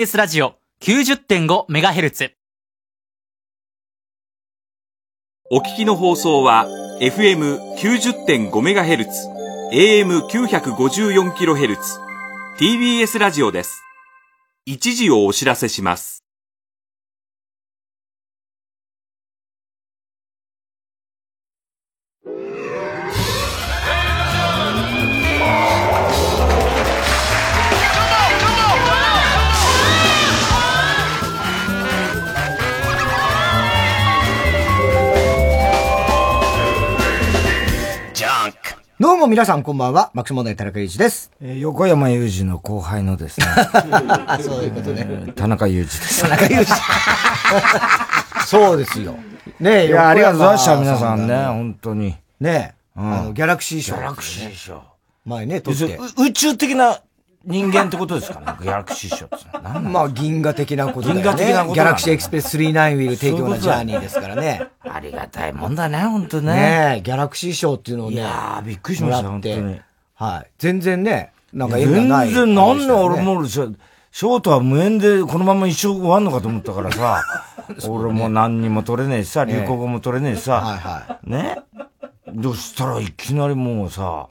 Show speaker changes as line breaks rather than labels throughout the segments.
TBS ラジオ 90.5MHz
お聞きの放送は FM90.5MHz、AM954kHz、TBS ラジオです。一時をお知らせ します。
どうも皆さんこんばんは、マックス問題田中裕二です。
えー横山裕二の後輩のですね、
あ、 そういうことね。
田中裕二です。
田中 裕二。そうですよ。ねえ、
いや、ありがとうございました、
横
皆
山
さんね、
が
本当に。
ねえ、
ん
あの、ギャラクシー賞。
ギャラクシー賞。
前ね、撮
要
っ
する
て
に。う宇宙的な人間ってこ とですかね、ギャラクシー賞ってのは。何なの
まあ、銀河的なことだよね。
銀河的なことだ
ギャラクシーエクスプレス39ウィル提供
そういうこ
の
と
ジ
だ
ャーニーですからね。
ありがたいもんだね、本当ね。
ねえ、ギャラクシー賞っていうのを
い
ね、
やー、びっくりし
も
ま
ら
した、
っ
本当
て
に。。
はい。全然ね、なんか縁が
全
ない。
然、なんで俺
う。
もう、ショショートは無縁でこのまま一生終わんのかと思ったからさ、俺も何にも取れねえしさ、流行語も取れねえし
はい
さ、
は
ね。そしたらいきなりもうさ、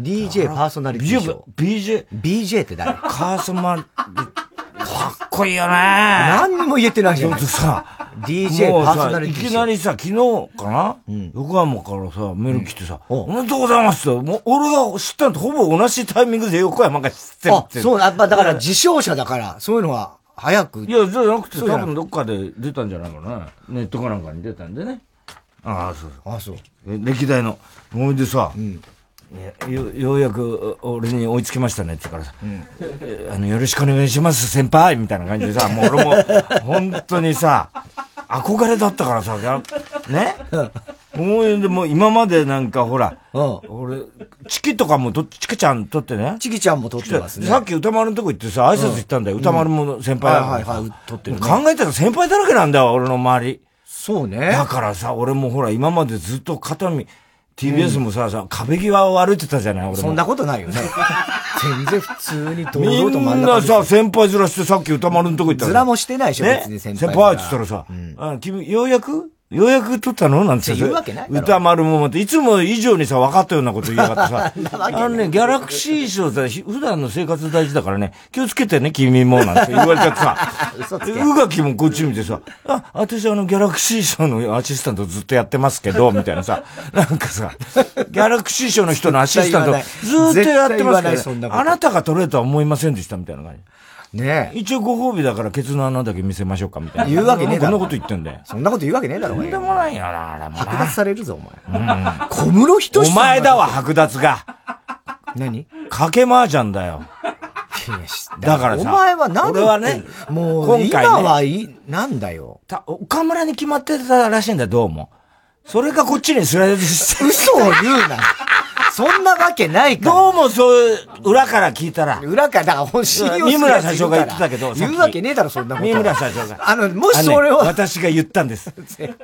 い。DJ パーソナリティ賞。
BJ、
BJ って誰
カーソマン、かっこいいよね。
何にも言えてないじ
ち
ゃ
ょ
な
っ
い
とさ、
DJ
もう
パーソナ
さ、
リ
い
ティ
き
賞
なりさ、昨日かな、
ん
横浜からさ、メール来てさ、
うん
おめでとうございますって、もう俺が知ったのとほぼ同じタイミングで横山が知ってる
あ
っ、て。
そう、やっぱだから、自称者だから、そういうのは早く
い。や、じゃなくて、
そうじゃ
多
ない
分どっかで出たんじゃないかな。ネットかなんかに出たんでね。ああ、そう
あ、そう。
そう。え歴代の。ほいでさ、
ん
いやよようやくお俺に追いつきましたねって言うからさ、えあの、よろしくお願いします、先輩みたいな感じでさ、もう俺も、本当にさ、憧れだったからさ、やね思いでもう今までなんかほら、
うん。
俺、チキとかもどっち、チキちゃん撮ってね。
ちぎちゃんも撮ってますね。
さっき歌丸のとこ行ってさ、挨拶行ったんだよ。歌丸も先輩だからさ
はいはいはい撮ってるね
考えたら先輩だらけなんだよ、俺の周り。
そうね
だ。からさ、俺もほら、今までずっと肩身、TBS もさ、さ壁際を歩いてたじゃない、俺も。
そんなことないよね。 全然普通に堂
み
々と真ん
ん
中
な
に
さ、先輩ずらしてさっき歌丸のとこ行った
ずらもしてないでしょ、
ね
別に先
先
輩。
輩って言ったらさ、あ君、ようやくようやく撮ったのなんて
って言うわけないだろ
歌丸もまた、いつも以上にさ、分かったようなこと言いやが ってさ、あのね、ギャラクシー賞さ、ひ普段の生活大事だからね、気をつけてね、君も、なんて言われちゃってさ、
嘘つ
で
け。
宇垣もこっち見てさ、あ、私あの、ギャラクシー賞のアシスタントずっとやってますけ ど、みたいなさ、なんかさ、ギャラクシー賞の人のアシスタントずっとやって
絶対言
ます
わない
け
そ
ど
んな
ね、
こと
あなたが取れるとは思いませんでした、みたいな感じ。
ねえ。
一応ご褒美だからケツの穴だけ見せましょうかみたいな。
言うわけねえだ
こ
ろ
んなこと言ってんだよ。
そんなこと言うわけねえだろ、お
と
前
んでもないよな、あれも
剥
な
奪されるぞ、お前。小室人
お前だわ、。剥奪が。
何い
かけ麻雀だよ。
やし
だからさ
お前は何
俺はね
もう、
今回
今
ね
はいい、なんだよ。
た岡村に決まってたらしいんだよ、どうも。それがこっちにスライドして。
嘘を言うな。そんなわけないから。
どうもそういう、裏から聞いたら。
裏から、だから本心をするやつ
三村社長が言ってたけど
いるから言うわけねえだろ、そんなこと。
三村社長が。
あの、もしそれを、
あのね私が言った んです。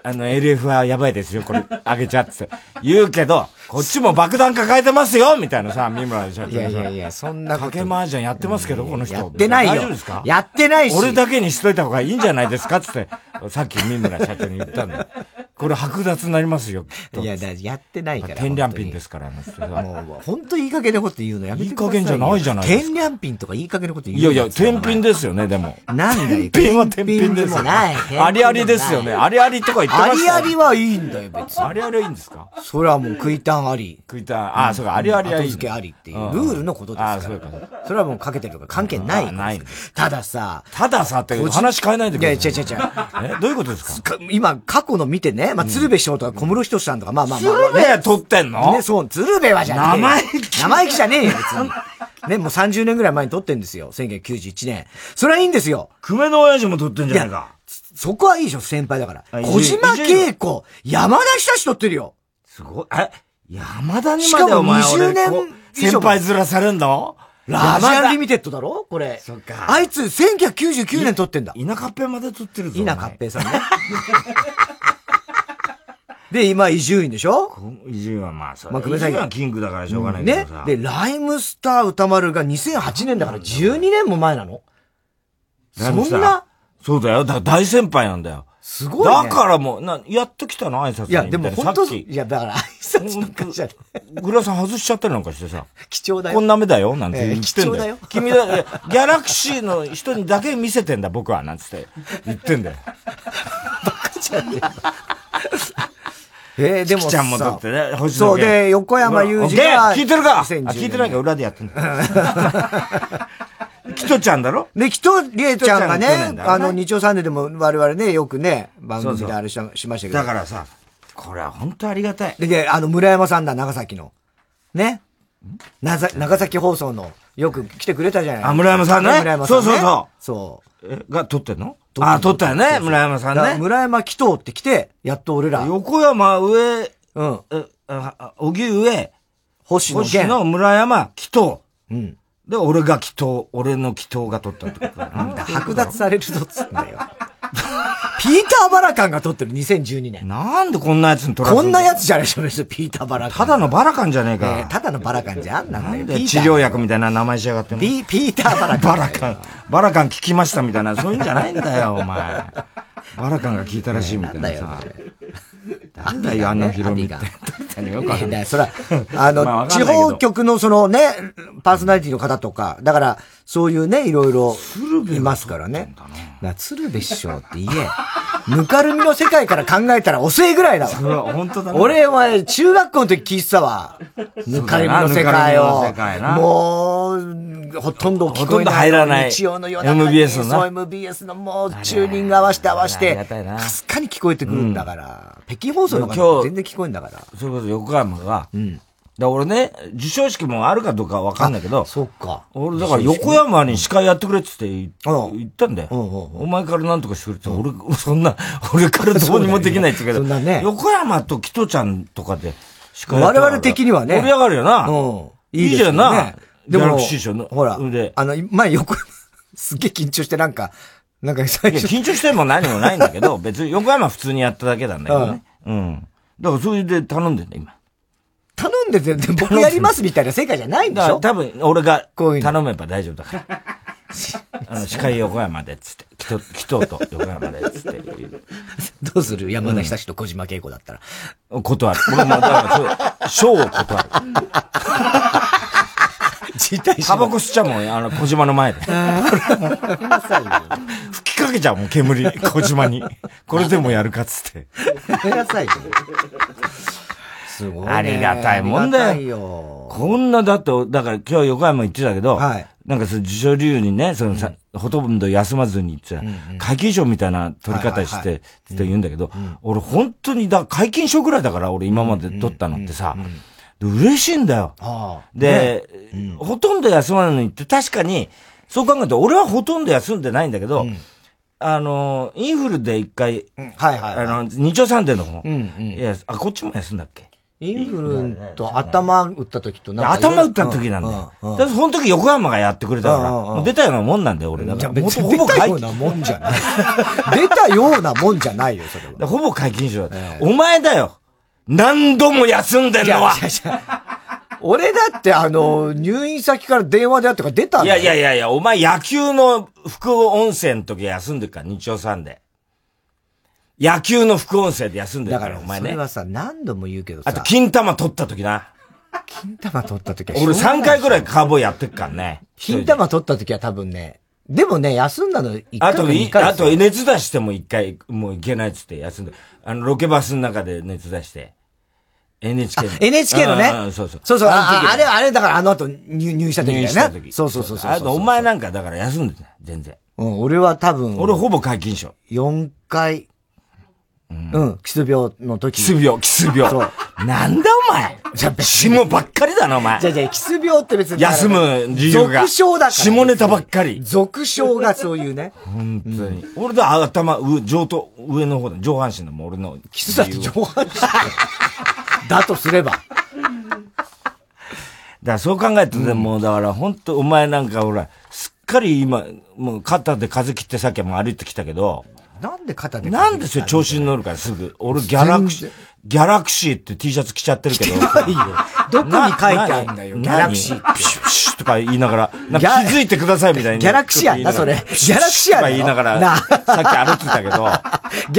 あの、LF はやばいですよ、これ、あげちゃって。言うけど、こっちも爆弾抱えてますよみたいなさ、三村社長が
い
さ
やいやいや、そんなこと。
かけ麻雀やってますけど、この人。
やってないよ。
大丈夫ですか
やってないし。
俺だけにしといた方がいいんじゃないですかつって、さっき三村社長に言ったんだよ。これ剥奪になりますよ、きっと。
いや、だやってないから。。
天良品ですすから、ね、それ
も
は
う、本当いい加減なこと言うのやめてくださいよ。
いい加減じゃないじゃないですか
天良品とかいい加減なこと言う
い
い
やいや、天品ですよね、でも。
なんだよ。
天品は天品です
も
よね。
ない。天品でもない
ありありですよね。ありありとか言って
あ
まし
り
た
あ
よ
りはいいんだよ、別に。
ありありはいいんですか
それはもう食いたんあり。
食いたい。ああ、そうか、ありありはいい。
後付けありっていう
うん
ルールのことですから。
あーそうか
それはもうかけてるとか関係ないから。
あーない
たださ、
たださって、話変えないで
い
くだ
や、
さ
違
い。
う違う違う。
えどういうことですか
か今、過去の見てね、まあ、鶴瓶師匠とか小室仁さんとか、まあまあまあ、まあ
鶴瓶取ってんの
ね、そう、鶴瓶はじゃねえよ
生意気
生意気じゃねえよ、別 に。ね、もう30年ぐらい前に撮ってんですよ。1991年。それはいいんですよ。
久米の親父も取ってんじゃないか。
そこはいいでしょ、先輩だから。
あ
小島恵子、山田久志撮ってるよ。
すごい。え、山田に
し
ま
か
でお
も
前
20年
俺こう
以上
先輩ずらされんの
ラジアンリ
ミ
ミテッドだろこれ。
そっか
あいつ、1999年撮ってんだ。
田舎っぺまで撮ってるぞ。
稲勝平さんね。 で、今、伊集院でしょ
平。伊集院はまあ、そ
まあ
う。
久
伊
米さ
集
ん
院はキングだからしょうがないけど
ね
さ。。
で、ライムスター歌丸が2008年だから12年も前なの。
だいぶさ
そんな
そうだよ。だ大先輩なんだよ。
すごいね
だからもう、な、やっと来たの、挨拶に
いや、でも
みたな
本当、
さっき
いや、だから挨拶なんかじゃ、
グラさん外しちゃったりなんかしてさ。
貴重だよ。
こんな目だよ、なんて
ええ
言ってんだよ。
貴
君だ、ギャラクシーの人にだけ見せてんだ、僕は、なんつって言ってんだよ。
えー、でもさ、
ちゃんもだってね、星野
そう
源
で、横山雄二が、
聞いてるかあ
2010
聞いてないか、裏でやってんだ。 キトちゃんだろ
で、きとりえちゃんが
キトちゃんが去
ね、
年だよね
あの、日曜サンデーでも我々ね、よくね、番組で
そうそう
あれししましたけど。
だからさ、これは本当ありがたい。
で、であの、村山さんだ、長崎の。ね。なざ長崎放送の、よく来てくれたじゃない
あ村山さんね
村山さんね。。
そうそうそう
そう。
えが、撮ってんのあ、撮ったよね、村山さん
だから
ね。
村山紀藤って来て、やっと俺ら、うん。
横山上、
星
え、ああ小木上、
野
星
源。
野村山、紀藤。
うん。
で、俺が紀藤、俺の紀藤が撮ったってことだな。
剥奪されるぞっつってんだよ。 ピーター・バラカンが撮ってる、2012年。
なんでこんなやつに撮ら
こんな
や
やつじゃないでしょ、別にピーター・バラカン。
ただのバラカンじゃねえ
えー
か。
ただのバラカンじゃんなん
な
だよ。
ん
ピ
で
ー
治
ター
療薬みたいな名前しやがってんの
ピピーター・バラカン。
バラカン、バラカン聞きましたみたいな、そういうんじゃないんだよ、お前。バラカンが聞いたらしいみたいなさ。なんだよ、あのヒロミって。何がよくわかんない
ね、 そら、あの、
まあわかん
地
ないけど
方局のそのね、パーソナリティの方とか、だから、そういうね、いろいろ、いますからね。だから鶴瓶師匠って言え。 ぬかるみの世界から考えたら遅いぐらいだ
そ
わ。
れは本当だね。
俺は中学校の時聞いてたわ。ぬかるみの世界を
ぬかるみの世界な。
もう、ほとんど聞
ほと
こ
ん
え
ど
ない。
入らない
日曜の夜中に
MBS のな
そう、MBS のもう、チューニング合わせて合わせ
あり
て
がたい、な
かすかに聞こえてくるんだから。北京放送の
今
方
日
が全然聞こえんだから。
それこそ横山が、だ俺ね、授賞式もあるかどうかわかんないけど、
そっか。
俺だから横山に司会やってくれっつって言
うん
言ったんだよ。
うんうんうん
お前からなんとかしてくれって、俺、そんな、俺からどうにもできないって言うけど、
そうだよねそんなね
横山とキトちゃんとかで司会やったら
我々的にはね
盛り上がるよな。
うん。
いいじゃんな。
で
で
も
も、師匠の。
ほら、
で、
あの、前横、 すっげえ緊張してなんか、なんか最
いや
初、
緊張しても何もないんだけ ど、別に横山普通にやっただけなんだけどね。うん。だからそれで頼んでんだ、今。
頼んでて、で僕やりますみたいな世界じゃないんで
だ
し
から
ょ
多分、俺が
こういうの
頼めば大丈夫 だから。あの、司会横山でっつって、きと、きと うと横山でっつって、
どうする山田久志と小島慶子だったら。
断る。俺もだから、そう、賞を断る。
辞退し
タバ
ろ
コ吸っちゃうもん、あの、小島 の前で。吹きかけちゃうもん、煙、小島に。これでもやるかっつって。
やめなさいよ。すごいね。
ありがたいもんだよ
ありがたいよ。
こんな、だって、だから今日横山言ってたけど、
はい
なんかその自称理由にね、そのさ、ほとんど休まずにってさ、皆勤賞みたいな取り方し
はいはい
て、って言うんだけど、俺本当にだ、皆勤賞ぐらいだから、俺今まで取ったのってさ、で嬉しいんだよ。
ああ。
で、ほとんど休まないのにって確かに、そう考えると、俺はほとんど休んでないんだけど、あの、インフルで一回、
はいはい
あ
はい。
の、日曜サンデーの方、
うんうん
いや、あ、こっちも休んだっけ
インフルエンと頭打った時となんか
頭打った時なんだよ。
うんうん
だからその時横浜がやってくれたから、
うんうんうん
もう出たようなもんなんだよ、俺。だ
い
か
や
ら、もう
別に
ほ
出
ぼ
た
解
よう
禁、だ
なもんじゃない。出たようなもんじゃないよ、そ れは
か。らほぼ解禁賞だ、お前だよ何度も休んでん
いや
のは、
いやいや俺だって、あの、入院先から電話であってから出たん
い
だよ
やいやいやいや、お前野球の副音声の時は休んでるから、日曜サンデー。野球の副音声で休んで
だ
る
か
から、
ら、
お前
そ
ね
れ。はさ、何度も言うけどさ、
あと、金玉取った時な。
金玉取った時は
俺3回
く
くらいカーボーイやってっからね。
金玉取った時は多分ね、でもね、休んだの1
あ
回か
と
2
い、
回
あ
ですよ
と、熱出しても一回、もういけないっつって休んで、あの、ロケバスの中で熱出して。NHK の。
NHK の
うんう
ね。
んそうそう。
そうそう、あ
の時
ああれ、あれだからあの後入入院した時
入
だ
院
よ
した
ね。
時。
そうそうそうそう
あと、お前なんかだから休んでた。全然。
うん、俺は多分、
俺ほぼ皆勤賞。
4回、うん、キス病の時。
キス病、キス病。なんだお前。じゃ、下ばっかりだな、お前
じ。ゃあじゃあキス病って別に。
休む理由が。
俗称だから。
下ネタばっかり。
俗称がそういうね。
本当に。俺だ、頭、上、上と、上の方だ。上半身だもん、俺の。キ
だって上半身。だとすれば。
だからそう考えてて、もうだから本当お前なんかほら、すっかり今、もう肩で風切ってさっきも歩いてきたけど、
なんで肩で。
なんでそれ調子に乗るからすぐ。俺ギャラクシー、ギャラクシーって T シャツ着ちゃってるけど。
いいよ。どこに書いてあるんだよ。
な
ギャラクシー。
何ピシュピシュってか言いながら、なんか気づいてくださいみたいな。
ギャラクシアな、それ。ギャラクシアだ
とか
よ
言いなが
な
ら、
あ
さっき歩いてたけど。
ギャ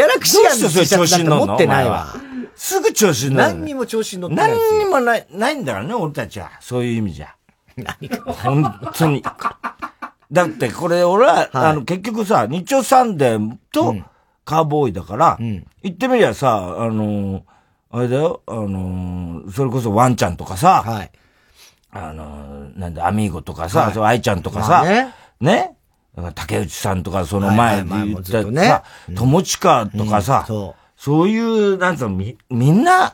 ラクシア
ど
の
うして
T シャ
それ調
ツな
子
んて
に乗
持
んの
ってないわ。
お前はすぐ調子に乗る
何にも調子に乗ってない
何
ですよ
にもない、ないんだからね、俺たちは。そういう意味じゃ。本当に。だってこれ俺は、あの結局さ、日曜サンデーとカーボーイだから、言ってみりゃさ、あのーあれだよ、あのーそれこそワンちゃんとかさ、あのーなんだ、アミーゴとかさ、
はい
そう、愛ちゃんとかさ、
まあね
ねだから竹内さんとか、その
はいはい
前で
まあ
言
もう
っ
ず
た
っ
さ、
とね
友近とかさ、
そ
そういう、なんつうの、み、みんな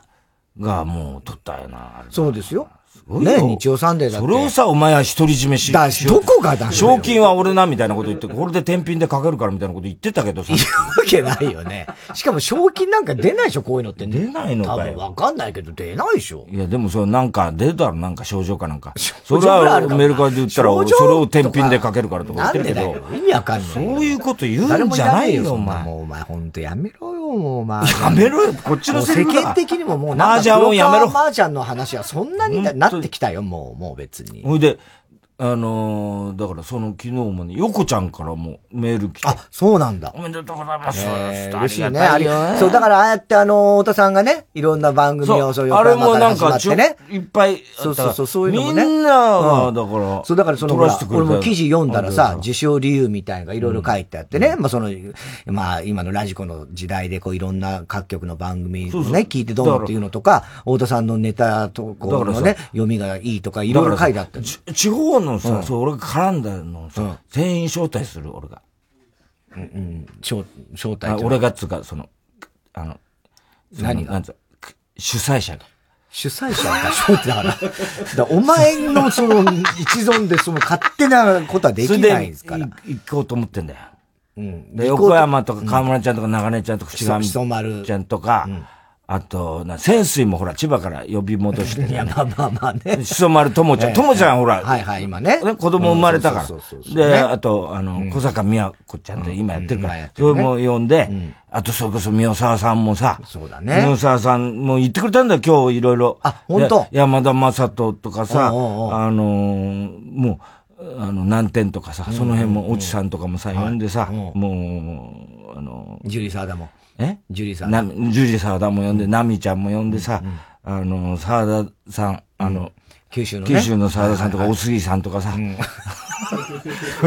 がもう撮ったよな。あれ
そうですよ。
ごいよ
ね日曜サンデーだって。
それをさ、お前は独り占めし
だ
しよう
どこがだよ
賞金は俺な、みたいなこと言って、これで天秤でかけるからみたいなこと言ってたけどさ。
わけないよね。しかも賞金なんか出ないでしょ、こういうのってね。
出ないの
多
か
分
よ。
わかんないけど出ないでしょ。
いや、でもそう、なんか出るだろ、なんか症状かなんか。そ
状
れ
ぐらいあ
は
るかも
メルカリで言ったら、
症
そ
状
れを天秤でかけるからとか
なん
言ってる
で
け
だ
ど
よ。。意味わかんない。
そういうこと言
誰
うん
も
じ
や
ゃ
ら
な
ねえ
い
よ、
よ、
そ
お
んな
前。
もうお前、ほんとやめろよ、もうお前。
やめろよ、こっち
も
の
う
セ
世
リフだ
間的にももう
麻雀をやめろ。
マージャンの話はそんなになってきたよ、もう、もう別に。
ほいで、あのー、だからその昨日もね、横ちゃんからもメール来て、
あ、そうなんだ。
おめでとうございます。
えー
ありがた
嬉しいね。
あ
あ
り
り
がたい
そう、だからああやってあの、太田さんがね、いろんな番組
そ
を、
う
そういう
あれもなんか
始まってね。
ちょいっぱいあった
そうそうそうそういうのもね
みんな
う
は、
ん
だから、
そう、だからその、ほ
取
ら
らせてくれ
俺
たよ
も記事読んだら
あ
さ、
りがとう
受賞理由みたいなのがいろいろ書いてあってね、まあその、まあ今のラジコの時代でこういろんな各局の番組
そ
を
うそう
ね、聞いてどうのっていうのとか、太田さんのネタとこうの
だ
ね、読みがいいとかいろいろ書いてあったの
ち地方のさ、そう、俺が絡んだのをさ、全員招待する、俺が。
招招待
あ
と
俺がっつうか、その、あの、その
何が
なんつうか主催者が。
主催者が招待だから。だ からお前のそ の一存でその勝手なことはできないですから。
それでい行こうと思ってんだよ。
うん。
で横山とか河村ちゃんとか長根ちゃんとか
ひ
志
そ
賀
ひそ丸
ちゃんとか、あと、な、潜水もほら、千葉から呼び戻して
いや、
ね。
まあまあまあね。
しそ丸ともちゃん。ともちゃんほら、
はいはい、今ね。
ね子供生まれたか
うんそうそうそうそ
ら。
うね
で、あと、あの、小坂美和子ちゃんと今やってるか
うんうん
ら、それも呼んで、あと、それこそ宮沢さんもさ、
そうだね
宮沢さんも言ってくれたんだよ、今日いろいろ。
あ本当
や山田正人とかさ、あ
おうおうおう
のー、もう、あの、難点とかさ、その辺も、おちさんとかもさ、呼んでさ、もう、あのー、
ジュリー・サーダも。
え
ジュリーさん。
なジュリー沢田も呼んで、ナミちゃんも呼んでさ、あの、沢田さん、あの、
九州のね。
九州の沢田さんとか、お杉さんとかさ、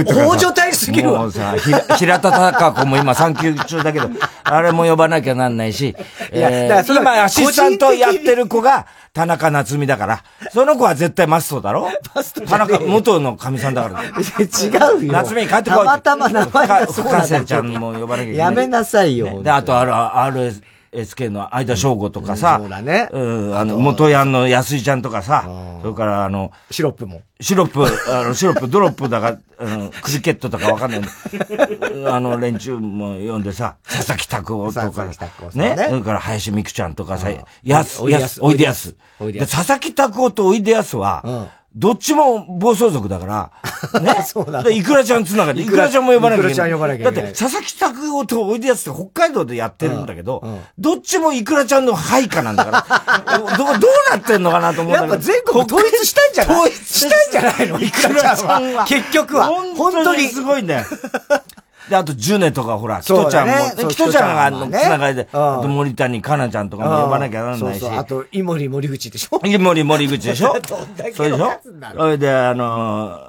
大所帯すぎる
も
わ
う。さ、ひら平田孝子も今産休中だ けど、あれも呼ばなきゃなんないし、
や
えー
だからそれは
今アシスタントやってる子が田中夏実だから、その子は絶対マストだ ろマスト田中、元の神さんだから。
違うよ。
夏実に帰ってこい
たまたま名前がそうな
深
んだ
瀬
け
ちゃん
ど。
も呼ばなきゃいけない。
やめなさいよ。本当
で、あと、ある、RSK の相田翔吾とかさ、
うんそうだね
うん、あの、元ヤンの安井ちゃんとかさ、それから、あの、
シロップも。
シロップ、あの、シロップ、ドロップだか、あの、クリケットとかわか んない。あの、連中も読んでさ、佐々木拓夫と
佐
か
々木拓夫、さんね
ね、それから林美久ちゃんとかさ、やす、
おいでや
や
す
す、おいでやす。
おいで
で
やす。
佐々木拓夫とおいでやすは、どっちも暴走族だから、ね
そうなの
でいくらちゃんつながり、いくらちゃんも呼ばなきゃいけない。
いくらちゃん呼ばなきゃいけない
だって、佐々木拓夫とおいでやすって北海道でやってるんだけど、
うんうん
どっちもいくらちゃんの配下なんだから、 ど、どうなってんのかなと思うんだ
や
け
っ
ど。
ぱ全国統一したんじゃない
統一したんじゃないの
いくらちゃんは結局は
本当にすごいんだよ。で、あと、ジュネとか、ほら、キ
そ
ト
う
ち
だ
ゃん
ねそう
も、キトちゃんが、あの、
キ
つ
トちゃんはね
ながりで、
うん
あと、森谷香奈ちゃんとかも呼ばなきゃならないし
そうそう。。あと、井森森口でしょ
井 森森口でしょ
どんだけの
それでしょ
数なの
それで、あのー、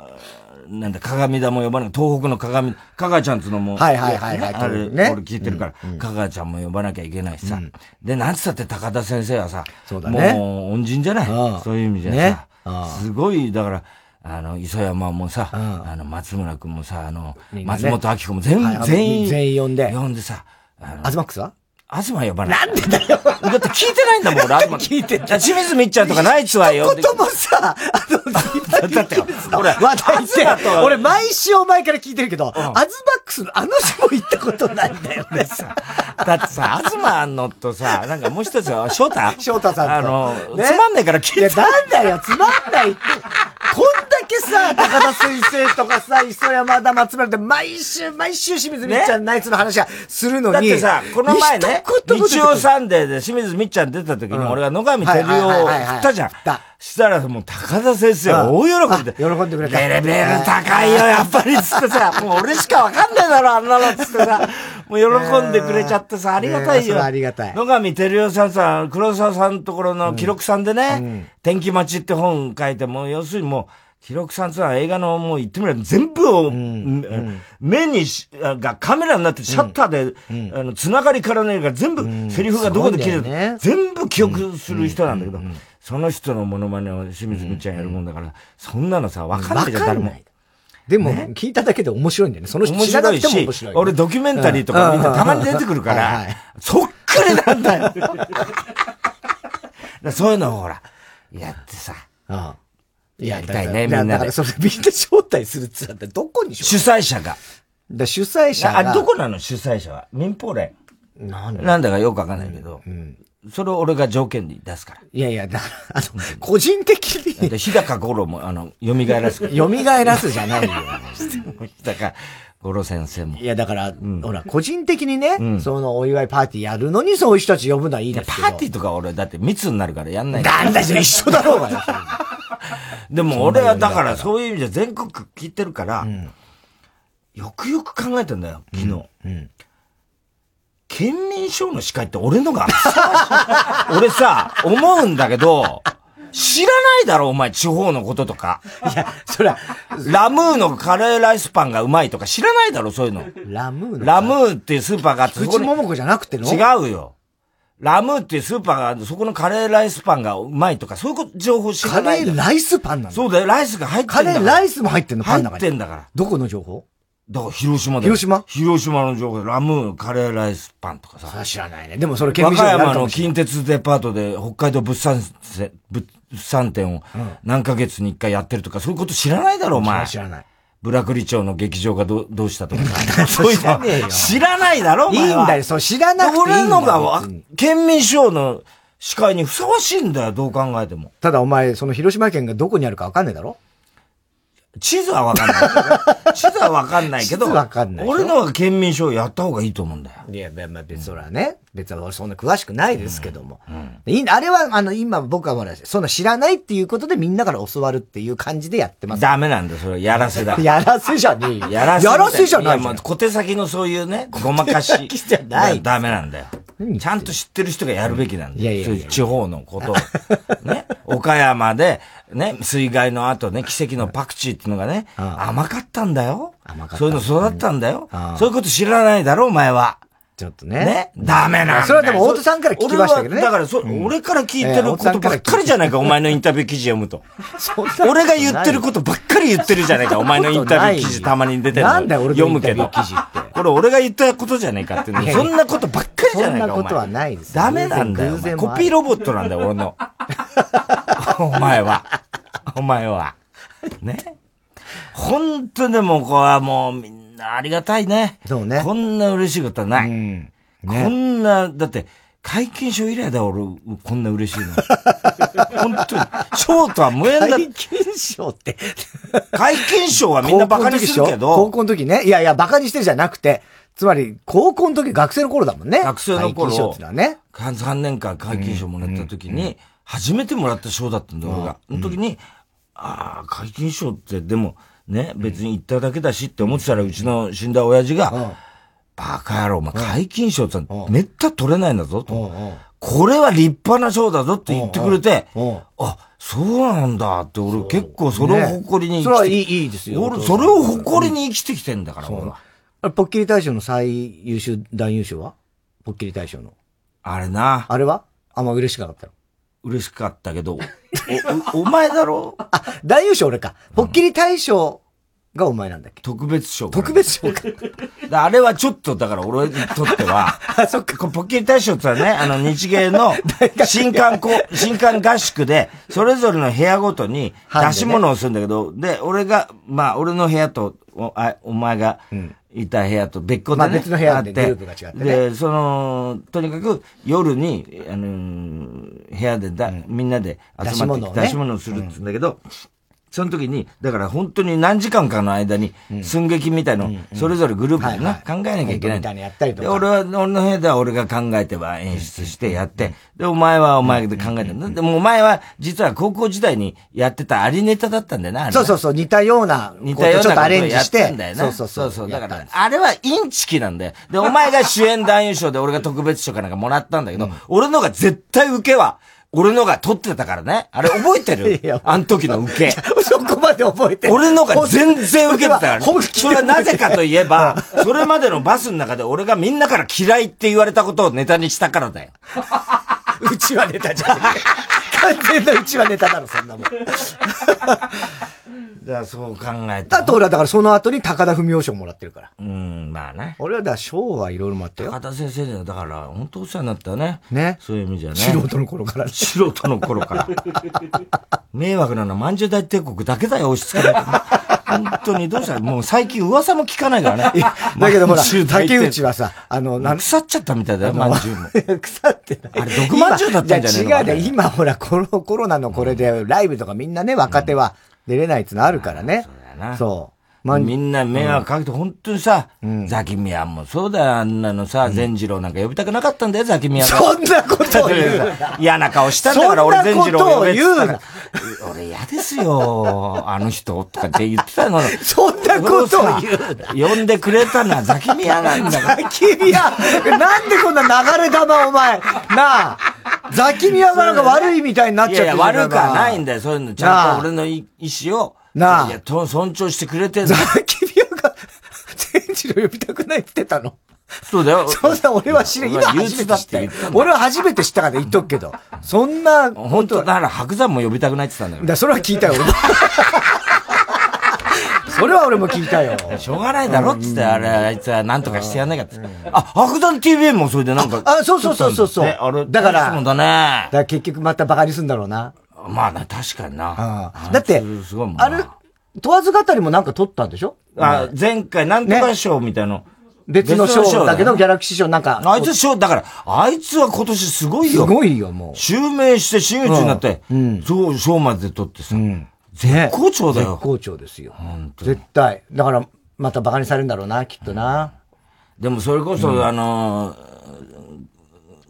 なんだ、鏡田も呼ばなきゃ、東北の鏡、香川ちゃんつのも、
はいはいはいはい
ねあ
東
れ、
北ね
俺聞いてるから、香川ちゃんも呼ばなきゃいけないしさ。で、なんつったって高田先生はさ、
そうだね
もう恩人じゃない
うん。
そういう意味じゃ
ね
さ、すごい、だから、あの、磯山もさ、あの、松村君もさ、あの、
みんなね
松本明子も全
はい
全員、
全員呼んで
呼んでさ、あの
アズマックスは
東呼ばない。なんでだよ。だって聞いてないんだもん、俺、東。聞いて清水みっちゃんとかナイツはよ。
こともさ、あ の、だってよ、
ほら
話題っ
東
て、
と
俺毎週お前から聞いてるけど、アズマックスのあの人も行ったことないんだよね。
だってさ、東のとさ、なんかもう一つは、翔太
翔太さんと
あの、
ね
つまんないから聞
い
い
や、
て。
なんだよ、つまんないって。こんだけさ、高田水星とかさ、磯山田松村で毎週、毎週清水みっちゃん、ナイツの話はするの
だっ
に。
てさ、この前ね、
一言も出
日
てこな
曜
い
サンデーで清水みっちゃん出た時に、
うん
俺が野上照夫を
はいはいはいはい
振ったじゃん
振った。
したらもう高田先生
うん
大喜びで。
あ喜んでくれた
レレベル高いよ、やっぱりっつってさ、もう俺しかわかんねえだろ、あんなのっつってさ、もう喜んでくれちゃってさ、ありがた
ねえ
い
そ
よ。
れはありがたい
野上照夫さんさ、黒沢さんのところの記録さんでね、天気待ちって本書いて、もう要するにもう、記録さんつは映画のもう言ってみれば全部を、うん目にし、あがカメラになってシャッターで、あの、つながりからねから全部、セリフがどこで切れ
すごいんだよ
る
ね
全部記憶する人なんだけど、その人のモノマネを清水みっちゃんやるもんだから、そんなのさ、わかんないじ
わ
ゃん、
か
誰
んな
も
い。でも、聞いただけで面白いんだよね。その人
面
知らな
白い
くても
し
面白い、よね。
俺ドキュメンタリーとか見て
うん
たまに出てくるか
はいは
ら
い、
そっくりなん だよ。だからそういうのをほら、やってさ、
ああ
やりたいね
だから
みんなで
だからそれみんな招待するっつったってどこに
主
招待
催者が。
だから主催者が。
あ、どこなの主催者は。民放連。
なんだ
なんだかよくわかんないけど、それを俺が条件に出すから。
いやいや、だから、あの、個人的に
で、日高五郎も、あの、蘇らすから。
蘇らすじゃないよ。
日高五郎先生も
い。や、だから、ほら、個人的にね、そのお祝いパーティーやるのにそういう人たち呼ぶのはいい
いや
で、す
パ
けど。
ーティーとか俺、だって密になるからやんない。
なんだよ、一緒だろうがよ。
でも俺はだからそういう意味じゃ全国区聞いてるから、よくよく考えたんだよ、昨日。県民賞の司会って俺のが ふさわしい俺さ、思うんだけど、知らないだろ、お前、地方のこととか。
いや、そりゃ、
ラムーのカレーライスパンがうまいとか知らないだろ、そういうの。
ラムーの。
ラムーっていうスーパーがあって、そこ
口
に
桃子じゃなくての
違うよ。ラムーっていうスーパーがあって、そこのカレーライスパンがうまいとか、そういうこと情報知ら
カ
な
レ
いだ
ー
ろ。
ライスパンなの
そうだよ、ライスが入ってんだ
カ
から
レーライスも入ってんのパンの中
入っ
に。
てんだから。
どこの情報
だから広島だよ
広島
広島の情報ラムーカレーライスパンとか
それ
さ
は。知らないね。でもそれ県
和
民賞
歌
になる
山
か
の
もしれない
近鉄デパートで北海道物産せ物産展を何ヶ月に一回やってるとか、そういうこと知らないだろ、お前。
知らない。
ブラクリ町の劇場がどうどうしたとか。そういう
知らねえよ
の知らないだろ、お
いい
前は。
んだよ、そう、知らなくていいんだよ。
俺のがわ
別に、
県民賞の司会にふさわしいんだよ、どう考えても。
ただお前、その広島県がどこにあるかわかんないだろ
地図はわかんない。地図はわかんないけど、
地図わかんないでしょ
俺のが県民賞やった方がいいと思うんだよ。
いや、まあまあ別にそれはね、別に俺そんな詳しくないですけども。いいんだあれは、あの、今僕はまだ、そんな知らないっていうことでみんなから教わるっていう感じでやってます。
ダメなんだよ、それはやらせだ。
やらせじゃねえよ。
やらせ。
やらせじゃない
い
じゃ
や
ん
もう小手先のそういうね、ごまかし。
じゃない
やダメなんだよ
何言ってん。の
ちゃんと知ってる人がやるべきなんだよ。
いやいやいや
そういう地方の ことを。ね。岡山で、ね、水害の後ね、奇跡のパクチーっていうのがね、
あ
甘かったんだよ。
甘かった
そういうの育ったんだよ
ああ。
そういうこと知らないだろ、お前は。
ちょっと
ね
ね。。
ダメなんだよ。
それはでも太田さんから聞きましたけどね
俺はだからそ、俺から聞いて
ええ
ることばっかりじゃないか、お前のインタビュー記事読 むと。
そんな
俺が言ってることばっかり言ってるじゃないか。お前のインタビュー記
そんな
事
こと
た
な
ま
いよ
に出てるの。
なんだよ俺の
読むけど
インタビュー記事って
これ俺が言ったことじゃないかっていうの。
やいや
そんなことばっかりじゃない
そ
か。
んなことは
お前
ないです
ダメなんだよ。
偶
お前
然もある
コピーロボットなんだよ、俺の。 お前は。お前は。ね。本当でも、これはもうみんなありがたいね。
そうね
こんな嬉しいことはない。
うん。
こんな、だって、皆勤賞以来だ、俺、こんな嬉 しいの。本当に。賞とは無縁だ
大金賞って。
皆勤賞はみんなバカにするけ
高
ど、
校の時ね。いやいや、バカにしてるじゃなくて、つまり、高校の時、学生の頃だもんね。
学生の頃
大金賞ってのはね。
3年間皆勤賞もらった時に、初めてもらった賞だったんだよ、俺が。その時に、ああ、皆勤賞ってでもね、別に行っただけだしって思ってたら、うちの死んだ親父が、バカ野郎、お前皆勤賞ってめった取れないんだぞ、と。これは立派な賞だぞって言ってくれて
うんうん、
あ、そうなんだって、俺結構それを誇り
ね
に生
それ
き
はい
て
い、いいですよ。
俺、それを誇りに生きてきてんだから、俺は。
あれ、ポッキリ大賞の最優秀、男優賞はポッキリ大賞の。
あれな。
あれはあんま嬉しくなかったの。
嬉しかったけど、お、おお前だろ
あ、男優賞俺か。ポッキリ大賞がお前なんだっけ。
特別賞。
特別賞 か。
だあれはちょっと、だから俺にとっては、
あ、そっか。
こうポッキリ大賞ってのはね、あの、日芸 の新刊こ、新刊合宿で、それぞれの部屋ごとに
班でね
出し物をするんだけど、で、俺が、まあ、俺の部屋と、おあお前がいた部屋と別個で、ね
まあ別の部屋で
あって
グループが違ってね
で、その、とにかく夜に、あのー部屋でだ、みんなで集まってきて
出
出
し
し
物をね
物をするっつうんだけど、その時に、だから本当に何時間かの間に、寸劇みたいの、それぞれグループでな、考えなきゃいけない。
みたいなやったりと
で、
か。
俺は、俺の部屋では俺が考えては演出してやって、で、お前はお前で考えて、でもお前は実は高校時代にやってたありネタだったんだよな、あれな
そうそうそう、似たような、
似たような
ちょっ
こと
と
を
アレンジ
やっ
してて
んだよ、な
そうそうそう。
そうだ
やっ
か
たん
ら
です、
あれはインチキなんだよ。で、お前が主演男優賞で俺が特別賞かなんかもらったんだけど、俺のが絶対受けは、俺のが取ってたからね。あれ覚えて
いや
るあの時の受 け。
そこまで覚えて。
俺のが全然受けてたから、
俺は本気で
それはなぜかとい えば、それまでのバスの中で俺がみんなから嫌いって言われたことをネタにしたからだよ。
うちはネタじゃん。完全なうちはネタだろ、そんなもん。
だからそう考えた
あ
ら。
と俺はだからその後に高田文夫賞もらって るから。
うん、まあね。
俺はだから賞はいろいろもらったよ
高。田先生にはだから、本当お世話になったね。
ね
そういう意味じゃね。
素人の頃から。
素人の頃から。迷惑なのはまんじゅう大帝国だけだよ、押し付けられて。本当にどうしたら、もう最近噂も聞かないからね。
だけどほら
まんじゅう、大
竹
帝国
内はさ、あの、なん
腐っちゃったみたいだよ、まん じゅうも。
腐ってない。
あれ毒まんじゅうだったんじゃねえのか
今いや違うね。今ほら、コロコロナのこれで、ライブとかみんなね、若手は出れないってのあるからね。
そうだよな
そう。まあ
みんな迷惑かけて、本当にさ、ザキミヤンもそうだよ、あんなのさ、善次郎なんか呼びたくなかったんだよ、ザキミヤンが。
そんなことを言うな。
嫌な顔したんだから、
そんな
俺善次郎呼べっつった
ことを
ら。俺嫌ですよ、あの人、とかって言ってたの。
そんなことを言う。
言う呼んでくれたのはザキミヤなん だ から。
ザキミヤ、なんでこんな流れ玉お前、なあ、ザキミヤがなんか悪いみたいになっ
い
ちゃ
や
っ
い
て
や、
る
悪くはないん
だ
だよ、そういうの。ちゃん
なあ
と俺の意意思を。
なあ
いや、と尊重してくれてん
ザ
だ。
キミヤが、 全治郎呼びたくないって言ってたの。
そうだよ。
そうだ、俺は知れ、今
憂
初め
鬱
て
だ
知
っ
った
て
よ
言った。んだ。
俺は初めて知ったから言っとくけど、そんな、
本当だから白山も呼びたくないって言ってたんだよ。
だ、それは聞 いたよ、俺もそれは俺も聞いたよ。
しょうがないだろっつって、あれ、あいつはなんとかしてやんないかっつって。あ、白山 TVN もそれでなんか。
あ、そうそうそうそうそう。
ねあれ、
だから、
そう
だか
だね。
ら結局またバカにすんだろうな。
まあな、確かにな。
うんだって
あいつすごいもん、な
あれ、問わず語りもなんか取ったんでしょ
あ、前回、なんとか賞みたいな。
別の
別の
賞
賞
だけ
だ
ど、
ね
ギャラクシー賞なんか。
あいつ賞、だから、あいつは今年すごい
す
よ。
ごいよ、も
襲名して真打ちになって、そう、賞まで取ってさ。
う。ね
好調だ
絶
よ。
好調ですよ。絶対。だから、またバカにされるんだろうな、きっとな。
でもそれこそ、あのー、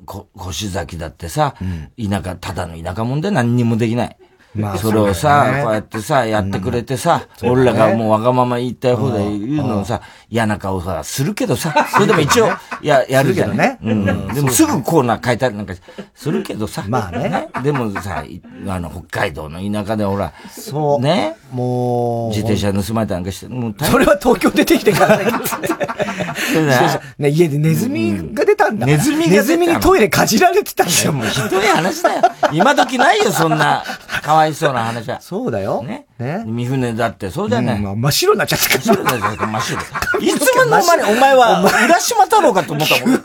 こ、腰崎だってさ、田舎、ただの田舎もんで何にもできない。
まあ
それをさ、
そうだよね
こうやってさ、やってくれてさ、俺らがもうわがまま言いたい放題言うのをさ、嫌な顔さ、するけどさ、それでも 一応、や、やるじゃない
するけ
うん。でもすぐコーナー変えたりなんかするけどさ。
まあね。
でもさ、いあの、北海道の田舎でほら、
そう。
ね
もう。
自転車盗まれたなんかして、もう大変
それは東京出てきてからだけどね
そうだよ
ね、家でネズミが出たんだから、
うんネズミが出たの
ネズミにトイレかじられてたん
い
だ
や、
よ。
もうひどい話だよ。今時ないよ、そんな、かわいそうな話は。
そうだよ。
ね
ね。。
三船だって、そうじゃ
う
ない。
んまあ真っ白になっちゃったか
そ
ら。
うだよ真っ白だよいつものお前、お前は、浦島太郎かと思っ たもん。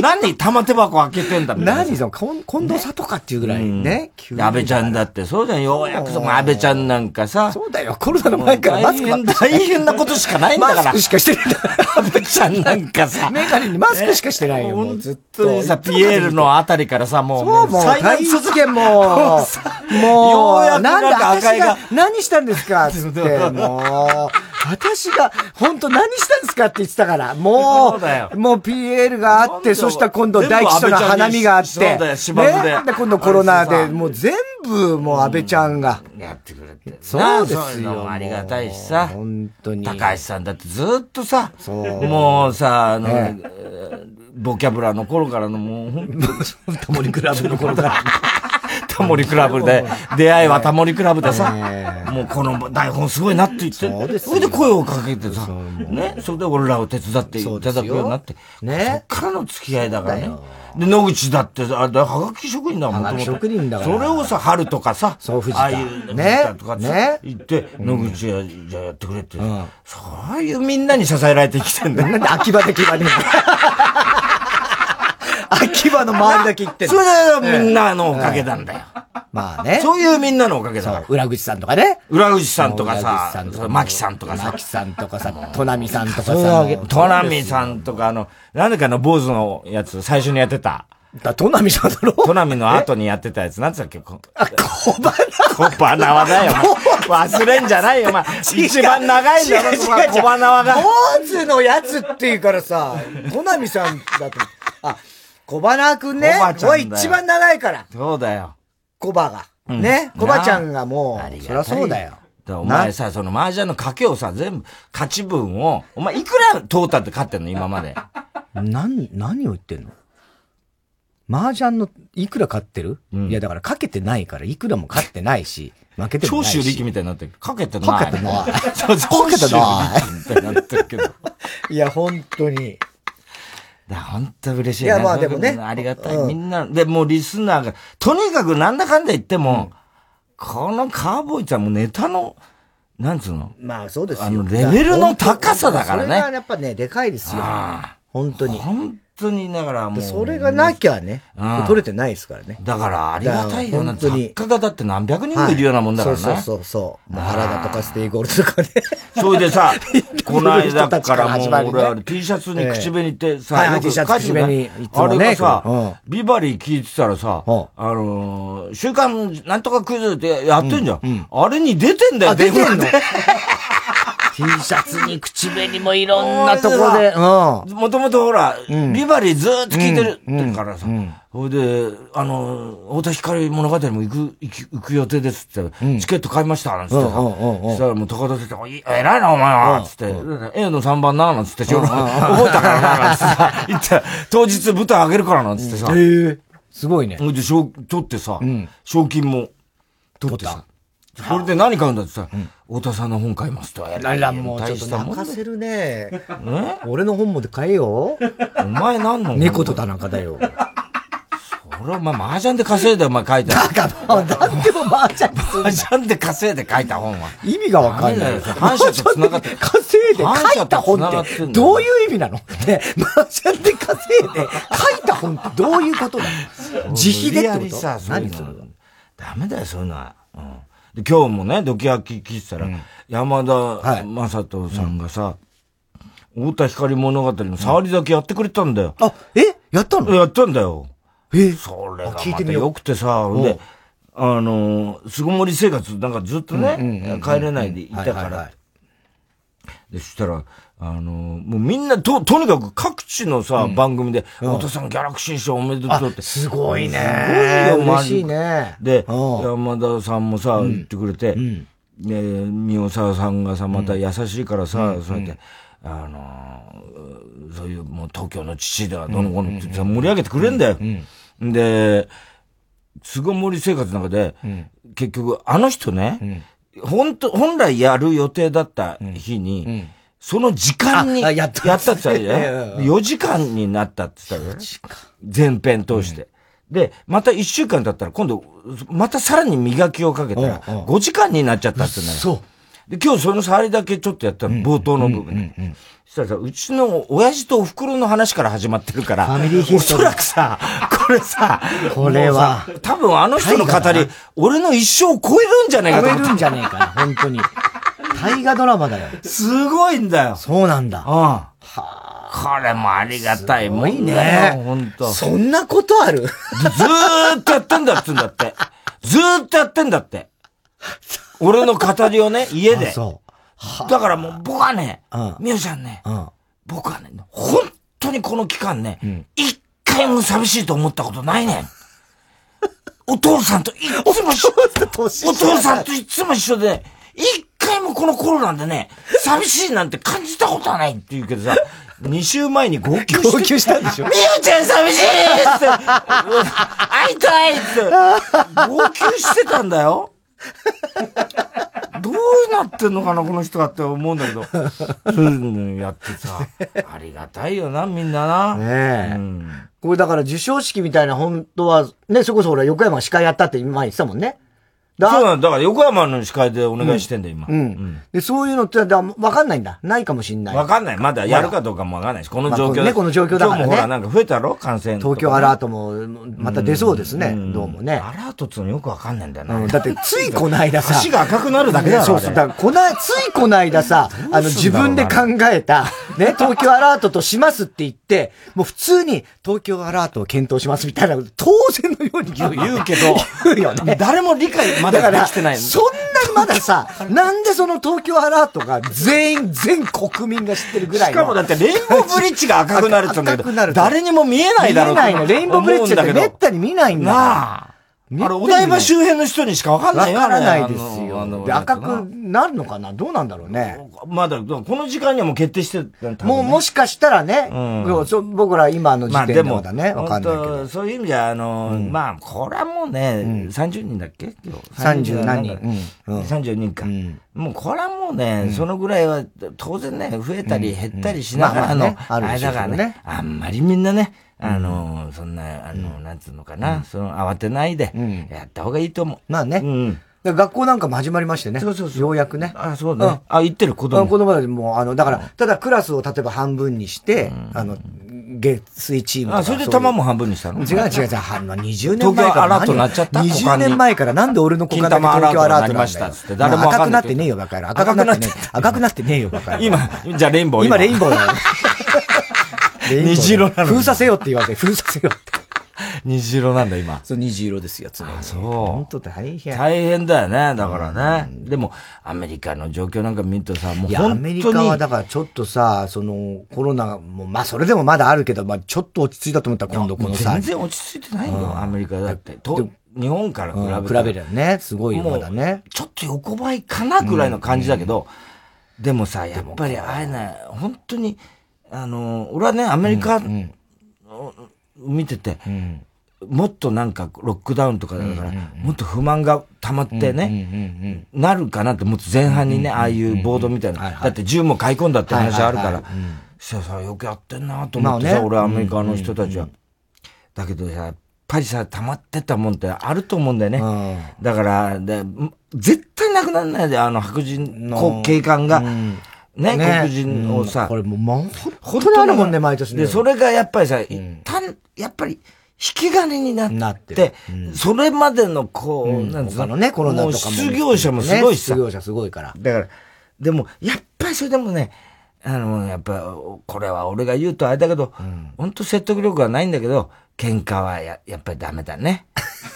何玉手箱開けてんだみたいな。
何その、こん近藤里かっていうぐらいね。急に
安倍ちゃんだって、そうじゃん。ようやくその安倍ちゃんなんかさ。
そうだよ。コロナの
もう
前からマ
大
スクばっ
変、
か
大変なことしかないんだ
マ
から
スク。しかしてないんだから。
安倍ちゃんなんかさ。
メガネにマスクしかしてないよ。もうずっ
本当に
と。
さ、ピエールのあたりからさ、もう、
そう、もう、
災
大
難
卒業もう、
よ
も
うや
う、
く
な
なんん
で
か
私
赤いが
が、何したんですかつって、もう、私が、本当何したんですかって言ってたから、
そ
も
うだよ
う、もう PL があっ
なんだ
て、
よ
そしたら今度大吉との花見があっ
そう
て、
だよ芝生で
で、今度コロナ
あれ
で、
さ
もう全部、もう安倍ちゃんが、
やってくれてる
そうで
なそ
す
いの
よ。
もありがたいしさ
もう本当に。
高橋さんだってずーっとさ
そう
もうさあの、
ね
えーボキャブラの頃からのもうほんと
タモリクラブの頃から。
タモリクラブで出会いはタモリクラブでさ、
ね
もうこの台本すごいなって言って
そうですよ
れで声をかけてさねそれで俺らを手伝っていただくようになって
そうですよね
そっからの付き合いだからねで野口だってさあれだはがき職人だもん
はがき職人だから
それをさ春とかさ
そう藤田
ああいう
ね
藤田とかさ
ね
言って野口やじゃあやってくれって、そういうみんなに支えられてきてんだよ
なんで秋葉で決まり なの秋葉の周りだけ行ってん
そ
の
れでみんなのおかげなんだよ、
まあね。
そういうみんなのおかげだから
裏口さんとかね。
浦口さんとか
裏口
さ、そう牧さんとかさ
牧、さんとかさ、トナミさんとか
そういうわけ
さ。
トラミさんとか、あの、なんだかの坊主のやつ、最初にやってた。
だ、トナミさんだろ
トナミの後にやってたやつ、なんつったっけこ
あ、小鼻
小バナワだよ、お前忘れんじゃないよ、お前。一番長いんだろ、お前小バナワが。
坊主のやつっていうから さ、トナミさんだと。あ、小鼻くんね。
小バちゃんだよ
これ一番長いから、
そうだよ。
小バが。
うん
ね。小バちゃんがも
あり
う、
が
そ
たい
りゃそうだよ。
だからお前さ、その麻雀の賭けをさ、全部、勝ち分を、お前いくら通ったって勝ってんの今まで。
何、何を言ってんの麻雀の、いくら勝ってる、
うん
いや、だからかけてないから、いくらも勝ってないし、負けても
長
ないし。
州力みたいになってる。賭けてない。
かけてない。
そうそう
かけてない
長州力みたいになってるけど。だか
いや、本当に。
ら本当嬉しいね。
いやまあでもね
そういうことありがたい。
うん
みんな、で、もうリスナーが、とにかくなんだかんだ言っても、このカーボーイちゃんもネタの、なんつうの
まあ、そうですよ。
あのレベルの高さだからね
それがやっぱね、でかいですよ
あ。
本当に。
本当に、だからもう。
それがなきゃね
うん、
取れてないですからね。
だからありがたいよな。
だから本当に
作家がだって何百人もいるようなもんだからな。
はいそうそうそうそう。もう原田とかステイゴールドとかね。
それ でさ、この間
たち
か
から
らもう
始まりね
俺あれ T シャツに口紅って
ええ
さ、
はいはい T シャツ口紅
書い
い
て
つ
あ
も
れ
ね
が
うん
さ、ビバリー聞いてたらさ、あ
うん
のー、週刊なんとかクイズってやってんじゃん。あれに出てんだよ、
あ出てんの
電話で
T シャツに口紅もいろんなところで。う
もともとほら、ビバリーずーっと聞いてるってからさ、ほいで、あの、太田光物語も行く、行く行く予定ですって、チケット買いました、なんつってさ、
うんうんうんうん
そしたらもう高田先生、おい偉いな、お前は、つって、A の3番な、なんつって、 覚えたからな、なんつっ てさ、言って、当日舞台上げるから、なんつってさ、ほい
ん。へえ。すごいね。
で、賞取ってさ、賞金も取ってさ、これで何買うんだってさ、太田さんの本買いますと。
あら、もうちょっと
大した
泣
もんだ
か
よ
せるね。俺の本もで買えよ。
お前何の
猫とだなんかだよ。だ
俺はお前麻雀で稼いでお前書いた。
から、もうなんでも麻雀する
麻雀で稼いで書いた本は。
意味がわかんない。
反射と繋がってる
稼いで書いた本
反射と繋が
っ
って
て、
んだよ
どういう意味なのね、マージャンで稼いで書いた本ってどういうことなの自費でって
無理やり
こと
さ、そういう
何
の
それは
ダメだよ、そういうのは。うん。で、今日もね、ドキ焼き聞いてたら、山
は
田
い
正人さんがさ、太田光物語の触り酒やってくれたんだよ。
あ、えやったの
やったんだよ。
え
それが
聞い
ま
て
た
みよう
良くてさ、で、あのー、巣ごもり生活、なんかずっとね、帰れないでいた
はい
か
はいは
ら
い、
で、そしたら、あのー、もうみんな、と、とにかく各地のさ、番組で、太田さんギャラクシー賞おめでとうって。
すごいね。
すごいよマ
嬉
ジ
しいね。
で、
うん
山田さんもさ、言ってくれて、で、三沢さんがさ、また優しいからさ、そうやって、あのーそういう、もう東京の父だ、どの子のってさ、盛り上げてくれんだよ。で、巣ごもり生活の中で、結局、あの人ね、本当本来やる予定だった日に、その時間に
あ
や
あ
った
や
っ
ってた
言ったよ
う
ね
ん
4時間になったって言ったよね。全編通して。で、また1週間経ったら、今度、またさらに磨きをかけたら、
うんうん
5時間になっちゃったってなる。
そう。
で、今日その触りだけちょっとやったの、冒頭の部分ね。そしたらさ、うちの親父とお袋の話から始まってるから、
ファミリーヒ
お
スト
そ
リー
ら くさ、これさ、
これは
もうさ多分あの人の語
大河だ
り、俺の一生を超えるんじゃないか
超
と
え
思
る
っ
ん
た。
じゃねえかな、本当に。大河ドラマだよ。
すごいんだよ。
そうなんだ
うん。。これもありがたいもんだよ、ほんと。ず
そんなことある
ーっとやってんだっつうんだって。ずーっとやってんだって。俺の語りをね、家で。
そう。
だからもう僕はね
うん、
みよちゃんね、
うん。
僕はね、本当にこの期間ね、一回も寂しいと思ったことないねん。お父さんといっつも一緒、
年
お父さんといっつも一緒で、一回もこのコロナでね、寂しいなんて感じたことはないって言うけどさ、2週前に号泣して。
号泣したんでしょ
みゆちゃん寂しいっつって、会いたいっつって、 号泣してたんだよ。どうなってんのかな、この人はって思うんだ けど。そういうのやってさ、ありがたいよな、みんなな。
ねえ
うん
これだから授賞式みたいな本当は、ね、それこそほら横山が司会やったって今言ってたもんね。だ
そうなんだ。だから横山の司会でお願いしてんだよ、今。
うん。で、そういうのって、だからわかんないんだ。ないかもしんない。
わかんない。まだやるかどうかもわかんないし、この状況
まあねこの状況だからね
今日もほら、なんか増えたろ感染。
東京アラートも、また出そうですね。どうもね。
アラートっつうのよくわかんないんだよな。
うんだって、ついこの間さ。
足が赤くなるだけだろ
そうそう。
あれ
だから、こない、ついこの間さ、あの、自分で考えた、ね、東京アラートとしますって言って、もう普通に、東京アラートを検討しますみたいな、当然のように言うよ。
言うけど
言うよね。
誰も理解ま
だか
だ
ら、
できてないの。
そんなにまださ、なんでその東京アラートが全員、全国民が知ってるぐらい
し
の。
かもだって、レインボーブリッ ジが赤くなるって言うんだけ
赤くな
ど、
る
誰にも見えないだろう
見えないの。レインボーブリッジだけ
思うんだ
め
け
っ
ど。
たに見ないんだから。
なあ。あれ、お台場周辺の人にしかわかん
わ
ないよ、
から
あれ
ないです
あの
よ。
あ
で、
の
赤くなるのかなどうなんだろうね。
まだ、この時間にはもう決定してたんだ
もう、もしかしたらね、そうそう僕ら今の時
まあ
点
で
で
も
まだね、わかんないけ
本当
ど。
そういう意味じゃ、あの、まあ、これはもうね、30人だっけ今日。
30何人うんうん
30人か。
ん
もうこれはもうね、そのぐらいは当然ね、増えたり減ったりしながら
うん
の、
まあまあね
あれだから
あるでしょうけど
ね
ね、
あんまりみんなね、あの、そんな、あの、なんつうのかな、その慌てないで、やった方がいいと思う。
まあね。
うん。
で学校なんかも始まりましてね。ようやくね。
あ、そうね
うん。
あ、言ってる子
あの
供。
子供たちも、あの、だから、ただクラスを例えば半分にして、あの、月水チームとか
あ、それで
ういう
玉も半分にしたの
違う違う違う、あの、20年前
東京
から
ア
何
ラ
を。
ートなっちゃった股間
20
に
年前からなんで俺の股間だけ
金玉
東京アラー
アラート
ト
に
な
なんりまし
だ
た
よ
っつって誰も
まあ
わ
赤
か
くな
んない
っ
けど
てねえよ、バカ野郎。赤くなってねえ。赤くなってねえよ、バカ野郎。
今、じゃあレインボー。
今レインボーだよ。レインボー
虹色なのに
封鎖せよって言われて、封鎖せよって。
虹色なんだ、今。
そう、虹色ですよ、常に。そう。本当大変。
大変だよね、だからね。でも、アメリカの状況なんか見るとさ、もう
いや、ア
本
メリカ
当
は
に
だ、からちょっとさ、その、コロナも、まあそれでもまだあるけど、まあちょっと落ち着いたと思ったら今度このさ
全、然落ち着いてないよ、アメリカだって。と日本から比べ
うん比
たら
べりゃね、すごいよ、
も
ま
う
だね。
ちょっと横ばいかなぐらいの感じだけど、でもさ、やっぱりあえない、本当に、あの、俺はね、アメリカを見てて、もっとなんかロックダウンとかだから、もっと不満が溜まってね、なるかなって、もっと前半にね、ああいうボードみたいな、だって銃も買い込んだって話あるから、そしたらさ、よくやってんなと思って
まあ
さ、
ね
俺アメリカの人たちは。だけどさ、やっぱりさ、溜まってったもんってあると思うんだよね。だから、でん絶対なくならないで、あの白人の警官が、ね、黒人をさ、
うんこれもう、まあ、
本
本当にあるもんね、毎年ね。
で、それがやっぱりさ、一旦、やっぱり、引き金になって、
なってる
それまでの、こう、なんつう
他のね、コロナとかも。
う失業者もすごいし
失
さ、
業者すごいから。
だから、でも、やっぱりそれでもね、あの、やっぱ、おこれは俺が言うとあれだけど、ほんと説得力はないんだけど、喧嘩はや、やっぱりダメだね。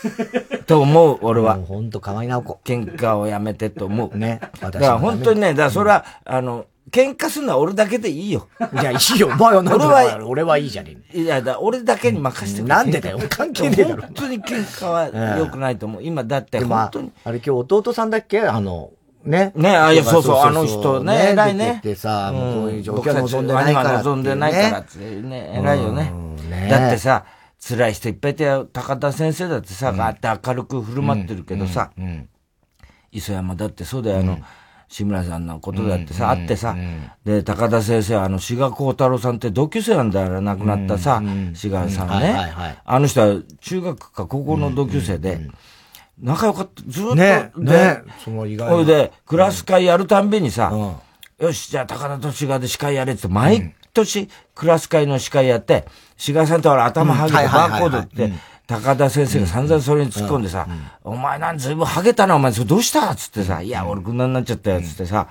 と思う、俺は
もう。ほんと、河合直子。
喧嘩をやめてと思う。
ね
だ
私
か
もダ
ら
メ
本当にね、だからそれは、あの、喧嘩するのは俺だけでいいよ。
いや、いいよ、お前はなんで
俺
お
は
前俺はいいじゃね
いや、だから俺だけに任せて
え。
くれ。
なんでだよ、 関係ねえだろ
本。当に喧嘩は良くないと思う。今だって
でも
本
あ
当に。
あれ今日弟さんだっけあの、ね。
ねあいやそうそうあの人ね偉いね
出てってさ、もうこういう状
僕
況
た
は
ち
望んでないからってうね。
望んでないからっていうね、偉いよね
うんね。
だってさ、辛い人いっぱいいて、高田先生だってさ、ガーって明るく振る舞ってるけどさ、磯山だってそうだよ、あの、志村さんのことだってさ、あってさ、で、高田先生、あの、志賀幸太郎さんって同級生なんだよ、亡くなったさ、志賀さんね、
はいはいはい
あの人は中学か高校の同級生で、仲良かった、ずーっと、
ね
で
ねその意外な
ほいで、クラス会やるたんびにさ、よし、じゃあ高田と志賀で司会やれって、毎年クラス会の司会やって、志賀さんと俺頭ハゲ
うん
て
はい
バ
は
ー
い
コ
はいはい
ードって、高田先生が散々それに突っ込んでさ、お前なんずいぶんハゲたな、お前それどうしたつってさ、いや、俺こんなになっちゃったよ、つってさ、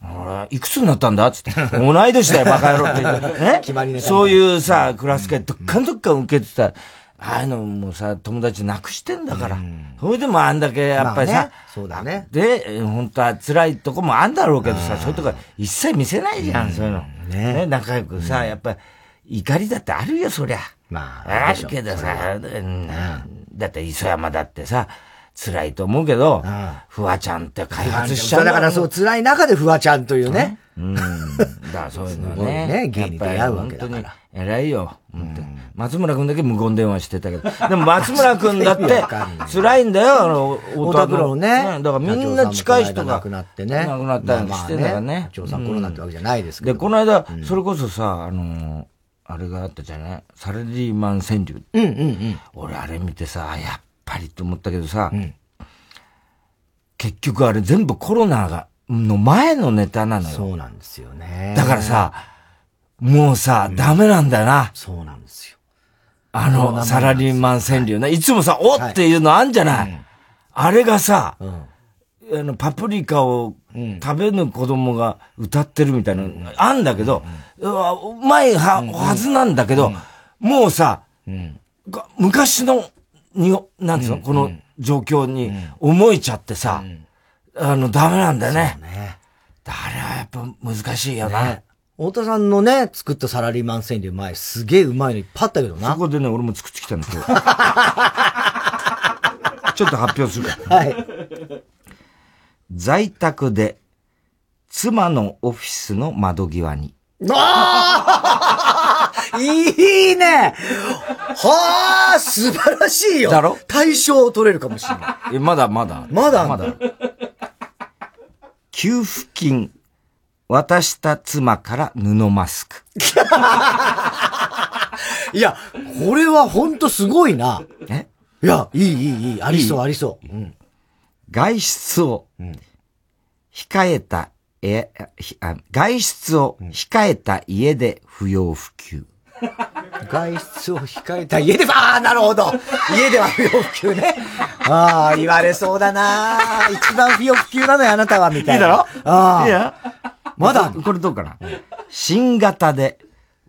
俺、いくつになったんだつって。同い年だよ、バカ野郎って言って。ね
決まりネタみたいな
そういうさ、クラス会どっかんどっかん受けてた。ああいうのもさ、友達なくしてんだから。それでもあんだけやっぱり
まあ
さ
ね、そうだね
で、えー本当は辛いとこもあんだろうけどさ、そういうとこは一切見せないじゃん、そういうの。ね仲良くさ、やっぱり、怒りだってあるよ、そりゃ。
まあ
あるけどさ、うんだって磯山だってさ、辛いと思うけど、フワちゃんって開発しちゃう
だからそう、辛い中でフワちゃんというね。
うん。 だからそういうのは
すごい
ね。
ね芸に出会うわけだから
やっぱり本当に偉いよ。本当に松村くんだけ無言電話してたけど。でも松村くんだって
わかんない
辛いんだよ、あの、
太田プロのね。
だからみんな近い人が
亡くなってね。
亡くなったりしてた
ま
から
あまあ
ね。
長さんコロナってわけじゃないですけ
で、
ど。
この間、それこそさ、あのー、あれがあったじゃないサラリーマン川柳。俺あれ見てさ、やっぱりと思ったけどさ、結局あれ全部コロナが、の前のネタなのよ。そう
なんですよ ね
だからさ、もうさ、ダメなんだよな。
そうなんですよ。
あ
コロナ前なん
の、
です
サラリーマン川柳ね。いつもさ、お
はい
っていうのあんじゃない。あれがさ、
うん。
あの、パプリカを食べぬ子供が歌ってるみたいなのがあんだけど、うわうまいは、はずなんだけど、もうさ、が昔の、にお、なんつうの、この状況に思えちゃってさ、あの、ダメなんだよね。あれはやっぱ難しいよな。
ね太田さんのね、作ったサラリーマン川柳前、すげえうまいのいっぱいあったけどな。
そこでね、俺も作ってきたんだけど。ちょっと発表する から。
はい。
在宅で、妻のオフィスの窓際に。
ああ いいねはあ素晴らしいよ
だろ
対象を取れるかもしれない。
え、まだまだ。
まだあんの
給付金、渡した妻から布マスク。
いや、これはほんとすごいな。
え
いや、いいいいいい。ありそうありそう。
外出を、控えた、え、ひあ外出を控えた家で不要不急。
外出を控えた家で、ああ、なるほど。家では不要不急ね。ああ、言われそうだな。一番不要不急なのよ、あなたは、みたいな。ああ。
や
まだあんの
これどうかな、新型で、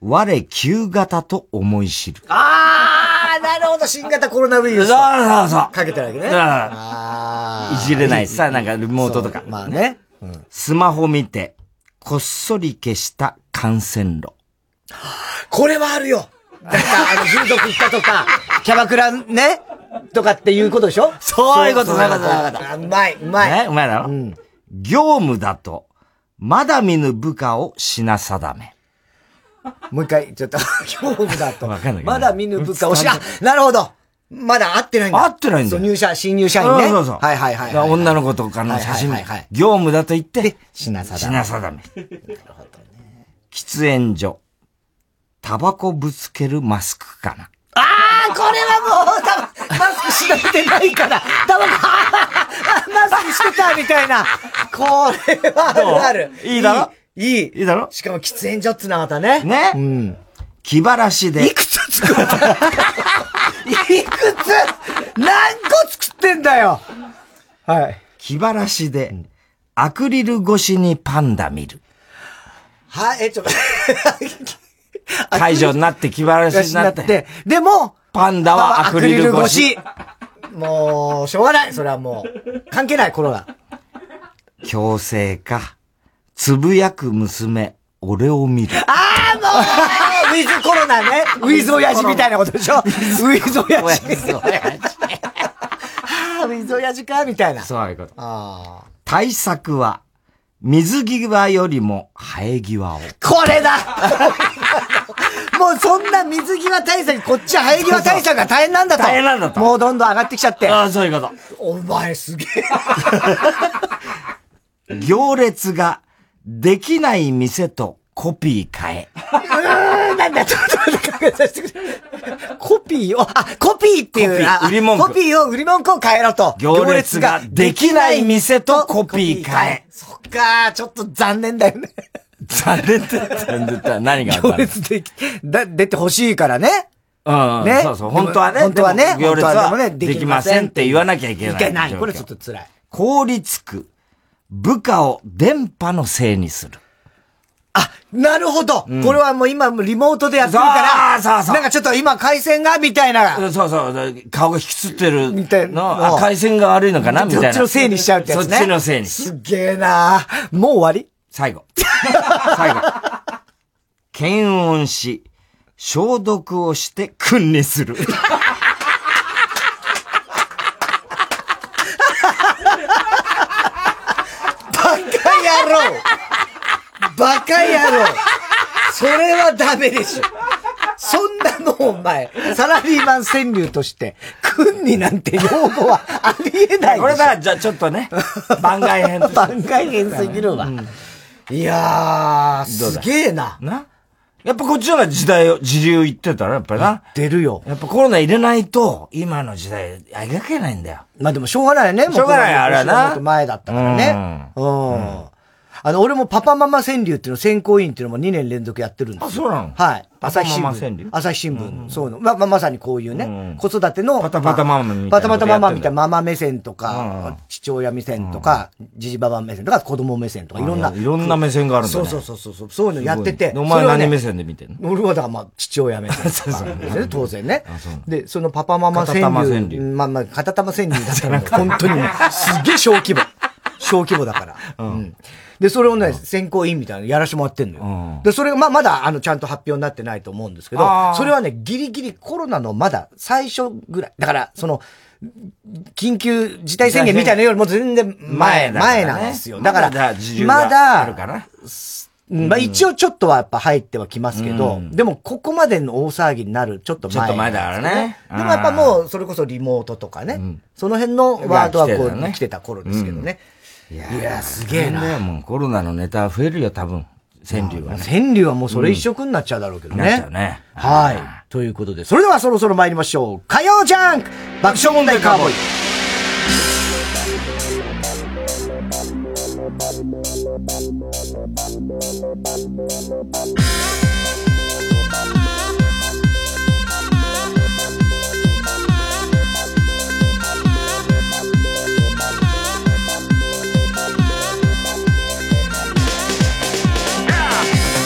我旧型と思い知る。
ああ、なるほど。新型コロナウイルスと
そうそ
かけてるわけね。
う
ああ。
いじれないさ、なんかリモートとか。
まあね。
スマホ見て、こっそり消した感染路。
これはあるよ。なんか、あの、風俗行ったとか、キャバクラね、とかっていうことでしょ
そういうこと
そういうこ
そういう
と、
こと
そういうことあうまい、うまい。
ね、うまいだろ、
ん
業務だと、まだ見ぬ部下を品定め。
もう一回、ちょっと、恐怖だと。
わかんないけど
まだ見ぬ部下をし、あ、なるほど。まだ会ってないんだ。
会ってないんだよ
そう、入社、新入社員ね。
そうそうそう。
はいはいはい
だ
は
から
い。
女の子とかの写真、
はいはいはいはい
業務だと言って、
品定め
品定め。喫煙所。タバコぶつけるマスクかな。
あー、これはもう、たマスクしなくてないから、たまマスクしてた、みたいな。これはあるある。
どういいだろ
いい。い
いいだろ
しかも喫煙所っつうのはまたね。
ね、
うん。
気晴らし
い
で、
くつ作ったいくつ何個作ってんだよはい。
気晴らしで、アクリル越しにパンダ見る。
はい、え、ちょっと。
会場になって気晴らしになって、
でも、
パンダはアクリル越し。。
もう、しょうがない。それはもう、関係ない、コロナ。
強制か。つぶやく娘、俺を見る。
あーもう、ウィズコロナね。ウィズ親父みたいなことでしょウィズ親父。あーウィズ親父か、みたいな。
そういうこと。
あ
対策は、水際よりも生え際を。
ーこれだ もうそんな水際対策、こっちは生え際対策が大変なんだと。
大変なんだと
もうどんどん上がってきちゃって。
あ、そういうこ
お前すげえ。
と。行列が、できない店とコピー変え。
うーんなんだ、ちょっと待って、考えさせてくれ。コピーを、あ、コピーっていう、
コピー
ああ
売り文句
コピーを売り文句を変えろと。
行列ができない店とコピー変え。
そっか、ちょっと残念だよね。
残念って、残念って何があった
行
の
列でき、だ、出てほしいからね。
うんうん、
ね
そうそう。本当はね。
本当はね
でも行列
本当はで
は
もね
できませんって言わなきゃいけない。
いけない。これちょっと辛い。
効率区。部下を電波のせいにする。
あ、なるほど。これはもう今、リモートでやってるから、
そうそうそう
なんかちょっと今、回線が、みたいな。
そうそうだ、顔が引きつってる
みたいな
の、あ回線が悪いのかなみたいな。
どっちのせいにしちゃうってやつね
そっちのせいに。
すげえなもう終わり
最後。最後。検温し、消毒をして訓に する。
バカ野郎バカ野郎それはダメでしょそんなもんお前、サラリーマン川柳として、君になんて用語はありえないでしょ。
これだ、じゃあちょっとね、番外編として
番外編すぎるわ。いやー、
どう
す
だ
げえな。
なやっぱこっちの方が時代を、時流行ってたら、やっぱな。
出るよ。
やっぱコロナ入れないと、今の時代、描けないんだよ。
まあでもしょうがないよね、も
しょうがないあれはな
もと前だったからね。うん。あの、俺もパパママ川柳っていうの、選考委員っていうのも2年連続やってるんですよ。
あそうなの
はい。朝日新聞。
パパママ川柳
朝日新聞。そういうの。ま、ま、まさにこういうね、子育ての。
パタパタママみた
パ
いなこと
タパタママみたい
やってん
な。ママ目線とか、父親目線とか、じじばば目線とか、子供目線とか、いろんな。
あいろんな目線があるんだ
そう
ね
そうそうそう。そういうのやってて。
お
そ
前
れはね
何目線で見てんの
俺はだからまあ、父親 目線なんですね、当然ね。で、そのパパママ川
片玉川
柳、
柳
まあまあ、片玉川柳だったら、本当にもうすげえ小規模。小規模だから。うんで、それをね、選考委員みたいなのやらしてもらってんのよ。で、それが、まあ、まだ、あの、ちゃんと発表になってないと思うんですけど
あ、ー
それはね、ギリギリコロナのまだ最初ぐらい。だから、その、緊急事態宣言みたいなよりも全然前、
だからね
前なんですよ。だから、
まだ時流
ま
がある
だ、
から。
まあ一応ちょっとはやっぱ入ってはきますけど、でもここまでの大騒ぎになるちょっと前、
ちょっと前だからね
でもやっぱもうそれこそリモートとかね、その辺のワードはこう来てた頃ですけどね。いやーすげえ
大変だ
な。
よ、もうコロナのネタ増えるよ、多分。川柳はね。
川柳はもうそれ一色になっちゃうだろうけどね。
なっちゃうね
はい。ということで、それではそろそろ参りましょう。火曜ジャンク爆笑問題カーボーイ。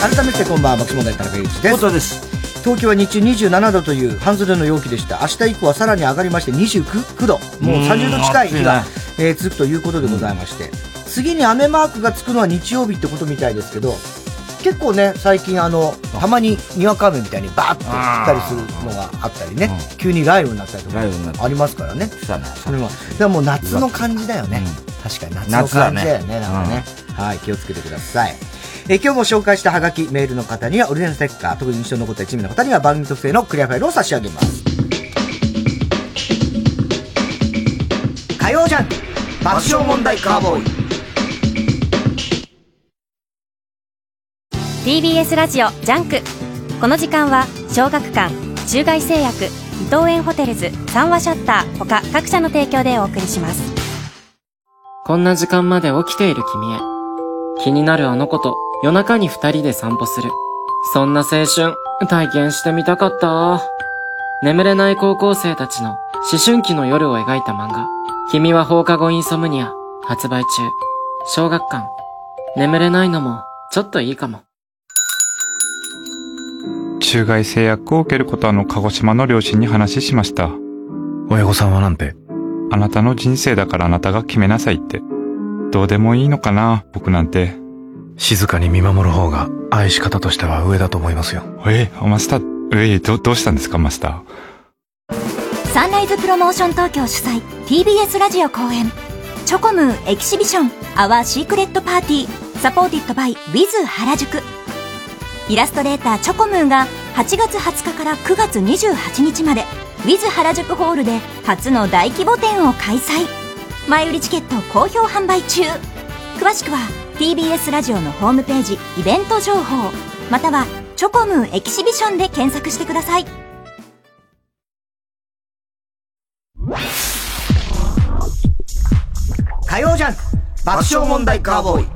改めてこんばんは、爆笑問題田中裕二です。
本当です。
東京は日中27度という半袖の陽気でした明日以降はさらに上がりまして29度もう30度近い日が、えー続くということでございまして、次に雨マークがつくのは日曜日ってことみたいですけど結構ね最近あのたまににわか雨みたいにバーッと降ったりするのがあったりね、急に雷雨になったりとか
雷雨になった
ありますからね
来たな。
それはだからもう夏の感じだよね、確かに夏の
夏だ
感
ね
じだよねなんかね、はい気をつけてくださいえ今日も紹介したハガキメールの方にはオリジナルステッカー特に印象に残った1名の方には番組特製のクリアファイルを差し上げます火曜ジャンク爆笑問題カーボーイ
TBS ラジオジャンクこの時間は小学館中外製薬伊藤園ホテルズ三話シャッター他各社の提供でお送りします
こんな時間まで起きている君へ。気になるあの子と夜中に二人で散歩する。そんな青春、体験してみたかった。眠れない高校生たちの思春期の夜を描いた漫画、君は放課後インソムニア、発売中。小学館。眠れないのも、ちょっといいかも。
中外製薬を受けることはあの鹿児島の両親に話しました。
親御さんはなんて
あなたの人生だからあなたが決めなさいって。どうでもいいのかな、僕なんて。
静かに見守る方が愛し方としては上だと思いますよ
え、マスター、え、ど、どうしたんですか、マスター。
サンライズプロモーション東京主催 TBS ラジオ公演チョコムーンエキシビションアワーシークレットパーティーサポーティッドバイ with 原宿イラストレーターチョコムーンが8月20日から9月28日まで with 原宿ホールで初の大規模展を開催前売りチケット好評販売中詳しくは TBS ラジオのホームページイベント情報またはチョコムーンエキシビションで検索してください
火曜ジャンク爆笑問題カーボーイ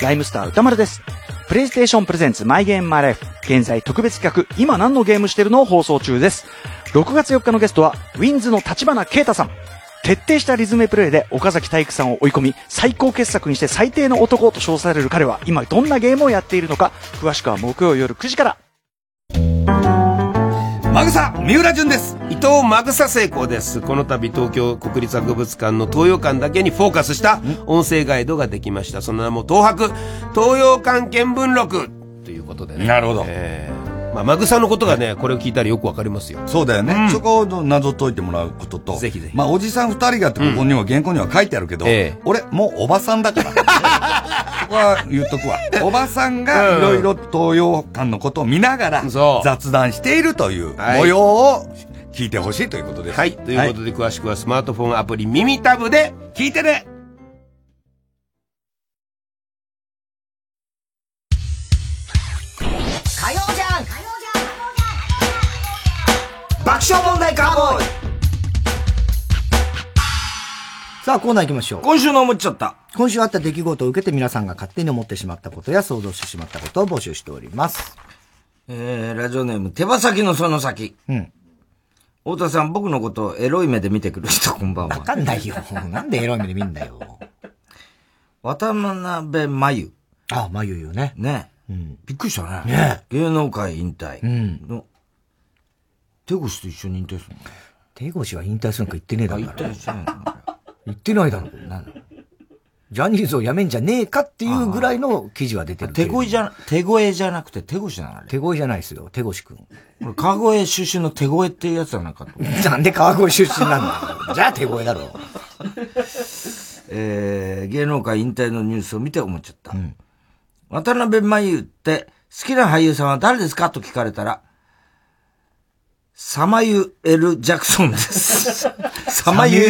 ライムスター歌丸です。プレイステーションプレゼンツマイゲームマイライフ。現在特別企画、今何のゲームしてるのを放送中です。6月4日のゲストは、ウィンズの立花啓太さん。徹底したリズムプレイで岡崎体育さんを追い込み、最高傑作にして最低の男と称される彼は、今どんなゲームをやっているのか、詳しくは木曜夜9時から。
マグサ三浦淳です伊藤マグサ成功ですこの度東京国立博物館の東洋館だけにフォーカスした音声ガイドができましたその名も東博東洋館見聞録ということでね
なるほど
えーまあ、マグサのことがねこれを聞いたらよくわかりますよ
そうだよね、そこを謎解いてもらうことと、
ぜひぜひ
まあ、おじさん二人がってここにも原稿には書いてあるけど、
ええ
俺、もうおばさんだから。 ここは言っとくわ。おばさんがいろいろ東洋館のことを見ながら
そう
雑談しているという
はい
模様を聞いてほしいということです。
はいということで、詳しくはスマートフォンアプリ耳タブで聞いてね
火曜じゃん爆笑問題カーボーイ
さあ、コーナー行きましょう。今週の思っちゃった。今週あった出来事を受けて皆さんが勝手に思ってしまったことや想像してしまったことを募集しております。
えー、ラジオネーム、手羽先のその先。
うん。
太田さん、僕のことをエロい目で見てくる人、こんばんは。わ
かんないよ。なんでエロい目で見んだよ。
渡辺真由。
あ、真由よね。
ね。
うん。
びっくりしたね。
ね
芸能界引退。
うん。
の、手越と一緒に引退するの
手越は引退するんか言ってねえだろ。
引退してないの
言ってないだろ。ジャニーズを辞めんじゃねえかっていうぐらいの記事は出てる。手越
じゃ、手越じゃなくて手越なの
手越じゃないですよ。手越くん。
俺、川越出身の手越っていうやつはなんかと。
なんで川越出身なんだじゃあ手越だろ。
えー、芸能界引退のニュースを見て思っちゃった。渡辺真由って、好きな俳優さんは誰ですかと聞かれたら、サマユエル・ジャクソンです。サマユ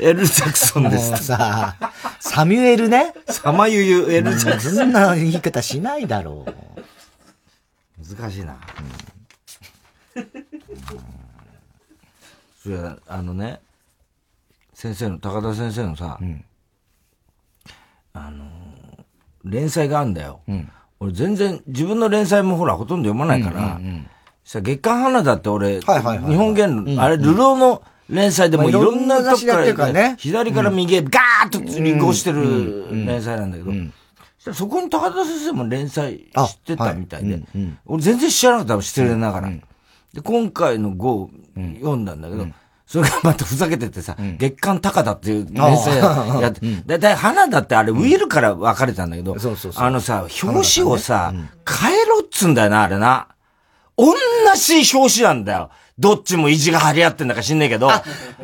エル・ジャクソンで
もう
す。
さ、サミュエルね。
サマユユエル・ジャクソン。
そんな言い方しないだろう。
難しいな。それはあのね、先生の、高田先生のさ、あのー、連載があるんだよ。俺全然、自分の連載もほら、ほとんど読まないから、さ月刊花だって俺、日本原論、あれ、流浪の連載でも
まあ
いろんな
いろんな雑
と
誌でや
こか
ってるからね
ら、左から右へガーッと移行してる連載なんだけど、そしたらそこに高田先生も連載してたみたいで、俺全然知らなかったの、失礼ながら。で、今回の号を読んだんだけど、それがまたふざけててさ、月刊高田っていう連載やって、だいたい花田ってあれ、ウィルから分かれたんだけど、あのさ、表紙をさ、変えろっつんだよな、あれな。同じ表紙なんだよ。どっちも意地が張り合ってんだか知んねえけど。
ウ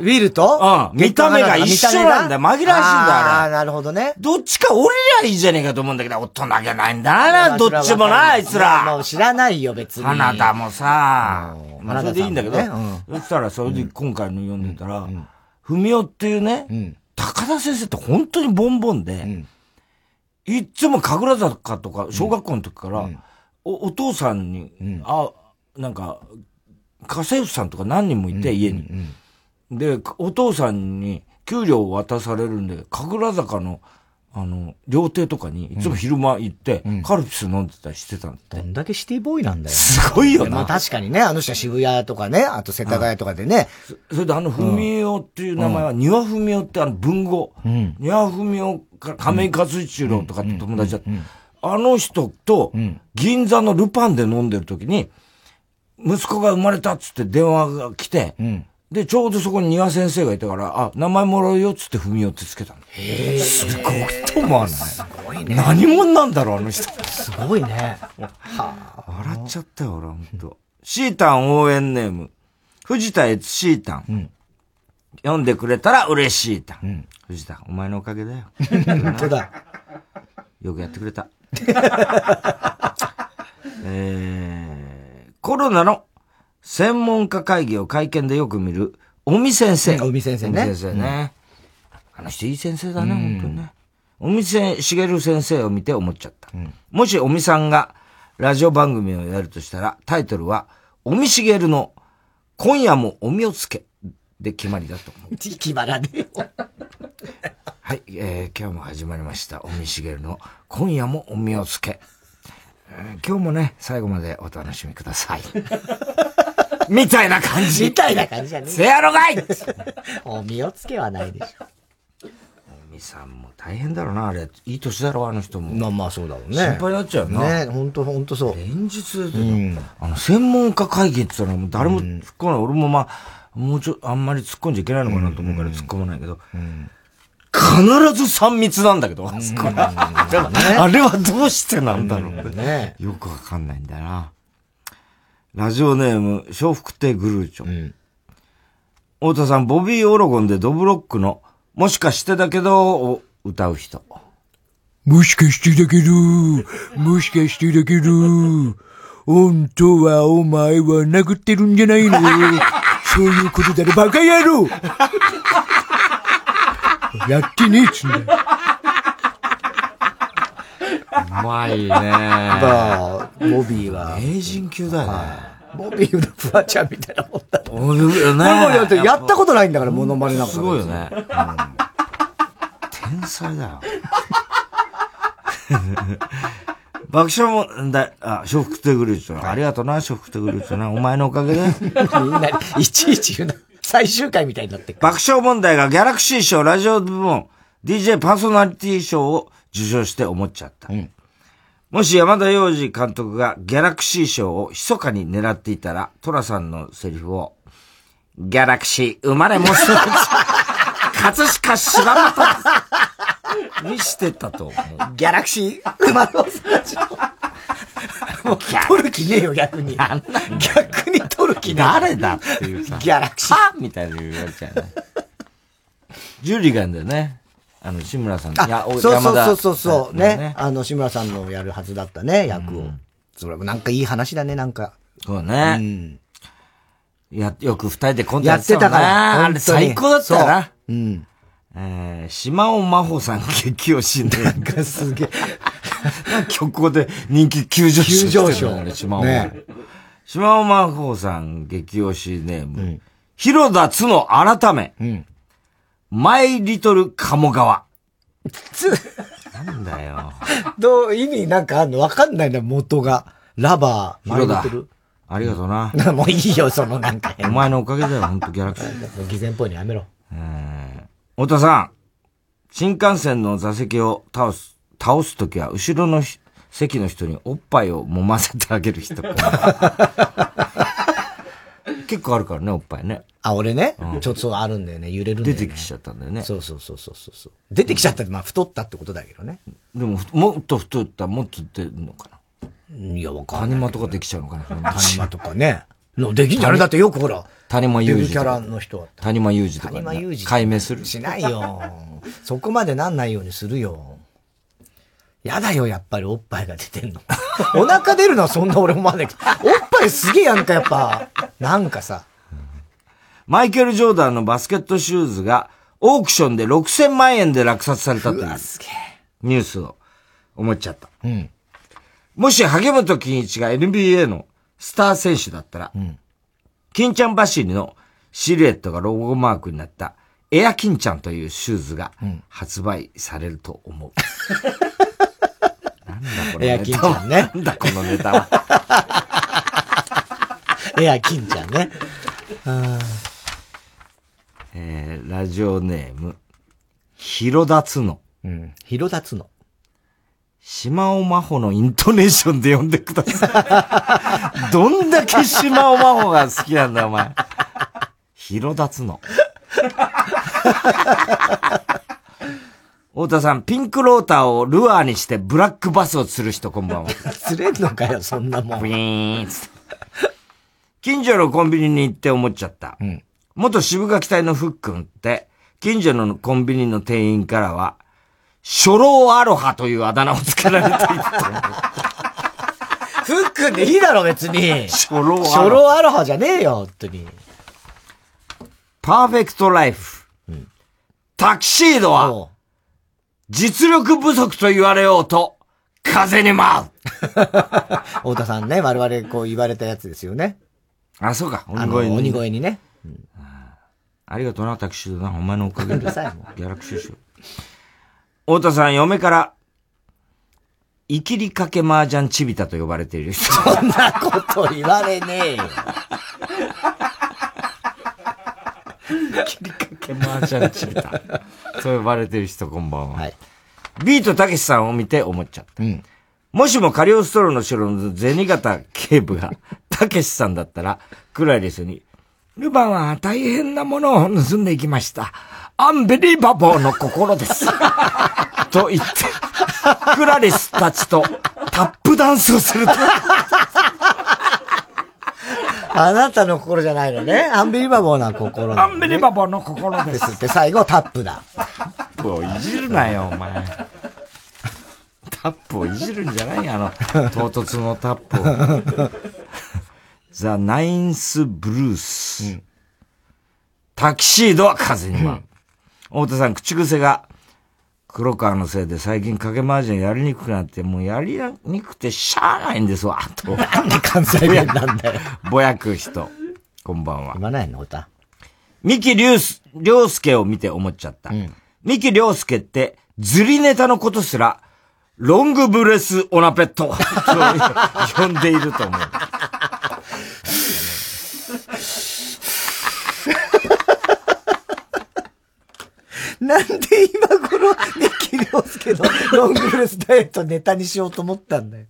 ィルと
うん。見た目が一緒なんだよ。紛らわしいんだよ、
あ
あ
あー、
れ。
なるほどね。
どっちか折りゃいいじゃねえかと思うんだけど、大人げないんだな、どっちもな、あいつら。
もう知らないよ、別に。
花田もさ、
ん
まあ、それでいいんだけど、
花田さん
そしたらそれで今回の読んでたら、文雄っていうね、高田先生って本当にボンボンで、いっつも神楽坂とか、小学校の時から、おお父さんに、あ、なんか、家政婦さんとか何人もいて、家に。で、お父さんに給料を渡されるんで、神楽坂の、あの、料亭とかに、いつも昼間行って、カルピス飲んでたりしてたんだって。
どんだけシティボーイなんだよ。
すごいよな
まあ確かにね、あの人は渋谷とかね、あと世田谷とかでね。
それであの、ふみおっていう名前は、庭ふみおってあの文豪。庭ふみおか、亀井勝一郎とかって友達だった。あの人と、銀座のルパンで飲んでる時に、息子が生まれたっつって電話が来て、で、ちょうどそこに庭先生がいたから、あ、名前もらうよっつってふみおってつけたの。すごいと思わない。すごい
ね
何者なんだろう、あの人。
すごいね。
笑っちゃったよ、俺、ほんと。シータン応援ネーム。藤田悦シータン。読んでくれたら嬉しいタン。藤田、お前のおかげだよ。
本当だ。
よくやってくれた。 えー、コロナの専門家会議を会見でよく見る、尾身先生。尾身先
生ね
先生ね。あの人いい先生だね、本当にね。尾身せ茂先生を見て思っちゃった。もし尾身さんがラジオ番組をやるとしたら、タイトルは、尾身茂の今夜もお身をつけで決まりだと思う。
決まらねえよ。
はい、えー今日も始まりました。尾身茂の今夜もお身をつけ。えー今日もね、最後までお楽しみくだ さい。みたいな感じ。
みたいな感じじゃねえ
せやろがい
お身をつけはないでしょ。
尾身さんも大変だろうな、あれ。いい年だろう、あの人も。
まあまあそうだろうね。
心配になっちゃうよな。
ね本当本当そう。
連日出て
うん。
あの、専門家会議って言ったらもう誰も突っ込まない。俺もまあ、もうちょ、あんまり突っ込んじゃいけないのかなと思うから突っ込まないけど、必ず3密なんだけど、あそこは でもあれはどうしてなんだろうね。よくわかんないんだよな。ラジオネーム、笑福亭グルーチョ。太田さん、ボビー・オロゴンでドブロックの、もしかしてだけど、を歌う人。
もしかしてだけど、もしかしてだけど、本当はお前は殴ってるんじゃないのそういうことだろ、バカ野郎やってねえっつうんだよ。
うまいね。
まあ、ボビーは。
名人級だよね。
ボビーのフワちゃんみたいなもんだと思
う。ボビー
だってやったことないんだから、モノマネなんか。
すごいよね。天才だよ。 爆笑問題、あ、笑福亭グルーチな。ありがとうな、笑福亭グルーチな。お前のお かげで。
みんな、いちいち言うな。最終回みたいになって
爆笑問題がギャラクシー賞ラジオ部門 DJ パーソナリティ賞を受賞して思っちゃった。もし山田洋次監督がギャラクシー賞を密かに狙っていたら、トラさんのセリフを、ギャラクシー生まれもすぐ、葛飾柴又にしてたと思う。
ギャラクシー生まれもすぐ。もう、取る気ねえよ、逆に。逆に取る気ねえ。
誰だっていうさ。
ギャラクシー。
みたいな言われちゃうね。ジュリガンだよね。あの、志村さん。いや
あ、
お
そう
山田
そうそうそう、ね
ね
あの、志村さんのやるはずだったね、役を。それもなんかいい話だね、なんか。
そうね。や、よく二人でコント
やってた
もん
か
な
ら。
あれ最高だったよな。
そう。うん。
えー、島尾真帆さん激推しで。なんかす げえ。曲校で人気急上昇してるよね。
急上昇
島尾。
ね
島尾真帆さん激推しネーム。広田つの改め。マイリトル鴨川。なん だよ。
どう、意味なんかあんのわかんないな、元が。ラバー、
広田
丸めてる。
ありがとうな。
もういいよ、そのなんか。
お前のおかげだよ、ほんとギャラクシー。
偽善っぽいのやめろ。
太田さん、新幹線の座席を倒す、倒すときは、後ろのひ席の人におっぱいを揉ませてあげる人。 結構あるからね、おっぱいね。
あ、俺ね、ちょっとそうあるんだよね、揺れるんだよね。
出てきちゃったんだよね。
そうそうそうそうそう。出てきちゃったって、まあ太ったってことだけどね。
でも、ふもっと太ったらもっと出るのか
な。いや、わか
んない。谷間とかできちゃうのかな。谷
間とかね。 のできんじゃねだってよくほら。
谷間
デ
裕
ブ
二
キ
と
ャラ
か。
の人は。
谷間裕二とか
谷間裕
ね。
二
解明する。
しないよ。 そこまでなんないようにするよ。やだよ、やっぱりおっぱいが出てんの。 お腹出るのはそんな俺思わないけど。おっぱいすげえやんか、やっぱ。なんか さ。
マイケル・ジョーダンのバスケットシューズがオークションで6000万円で落札されたというニュースを思っちゃった。
うん。
もし萩本欽一が NBA のスター選手だったら、金ちゃん走りのシルエットがロゴマークになったエア金ちゃんというシューズが発売されると思う。なんだこ の
エ
ネタ
ア金
は
ちゃんね。
なんだこのネタは。
エア金ちゃんね。
えーラジオネーム、広田つの。
うん、広田つの。
島尾真帆のイントネーションで呼んでくださ い。どんだけ島尾真帆が好きなんだよ、お前。広田つ の。太田さん、ピンクローターをルアーにしてブラックバスを釣る人、こんばんは。
釣れんのかよ、そんなもん。
ーンつって近所のコンビニに行って思っちゃった。元渋垣隊のふっくんって、近所のコンビニの店員からは、初老アロハというあだ名をつけ られていた。
ふっくんでいいだろ、別に。
初老アロハ
初老アロハじゃねえよ、本当に。
パーフェクトライフ。タキシードは、実力不足と言われようと、風に舞う。
太田さんね、我々こう言われたやつですよね。
あ、そうか、
あの、鬼越にね。
ありがとうな、タキシードな。お前のおかげ
う
で。
る さいも
ギャラクシー賞。太田さん、嫁から、イキリかけ麻雀チビタと呼ばれている人。
そんなこと言われねえよ。
麻雀チビタ。そう呼ばれてる人、こんばんは。ビートたけしさんを見て思っちゃった。もしもカリオストロの城の銭形警部が、たけしさんだったら、クラリスに、ルバンは大変なものを盗んでいきました。アンビリーバボーの心です。と言って、クラリスたちとタップダンスをすると。
あなたの心じゃないのね。アンビリバボーな心
アンビリバボーの心
で
ですす。
って最後タップだ。
タップをいじるなよ、お前。タップをいじるんじゃないあの、唐突のタップを。ザ・ナインス・ブルース。タキシードは風に舞う。太田さん、口癖が、黒川のせいで最近掛け麻雀やりにくくなって、もうやりにくくてしゃあないんですわ、と。なんで関西弁なんだよ。ぼやく人。こんばんは。言わないの、歌。三木隆す良介を見て思っちゃった。三木良介って、ずりネタのことすら、ロングブレスオナペット と呼んでいると思う。
なんで今頃、ミキ良介のロングブレスダイエットネタにしようと思ったんだよ。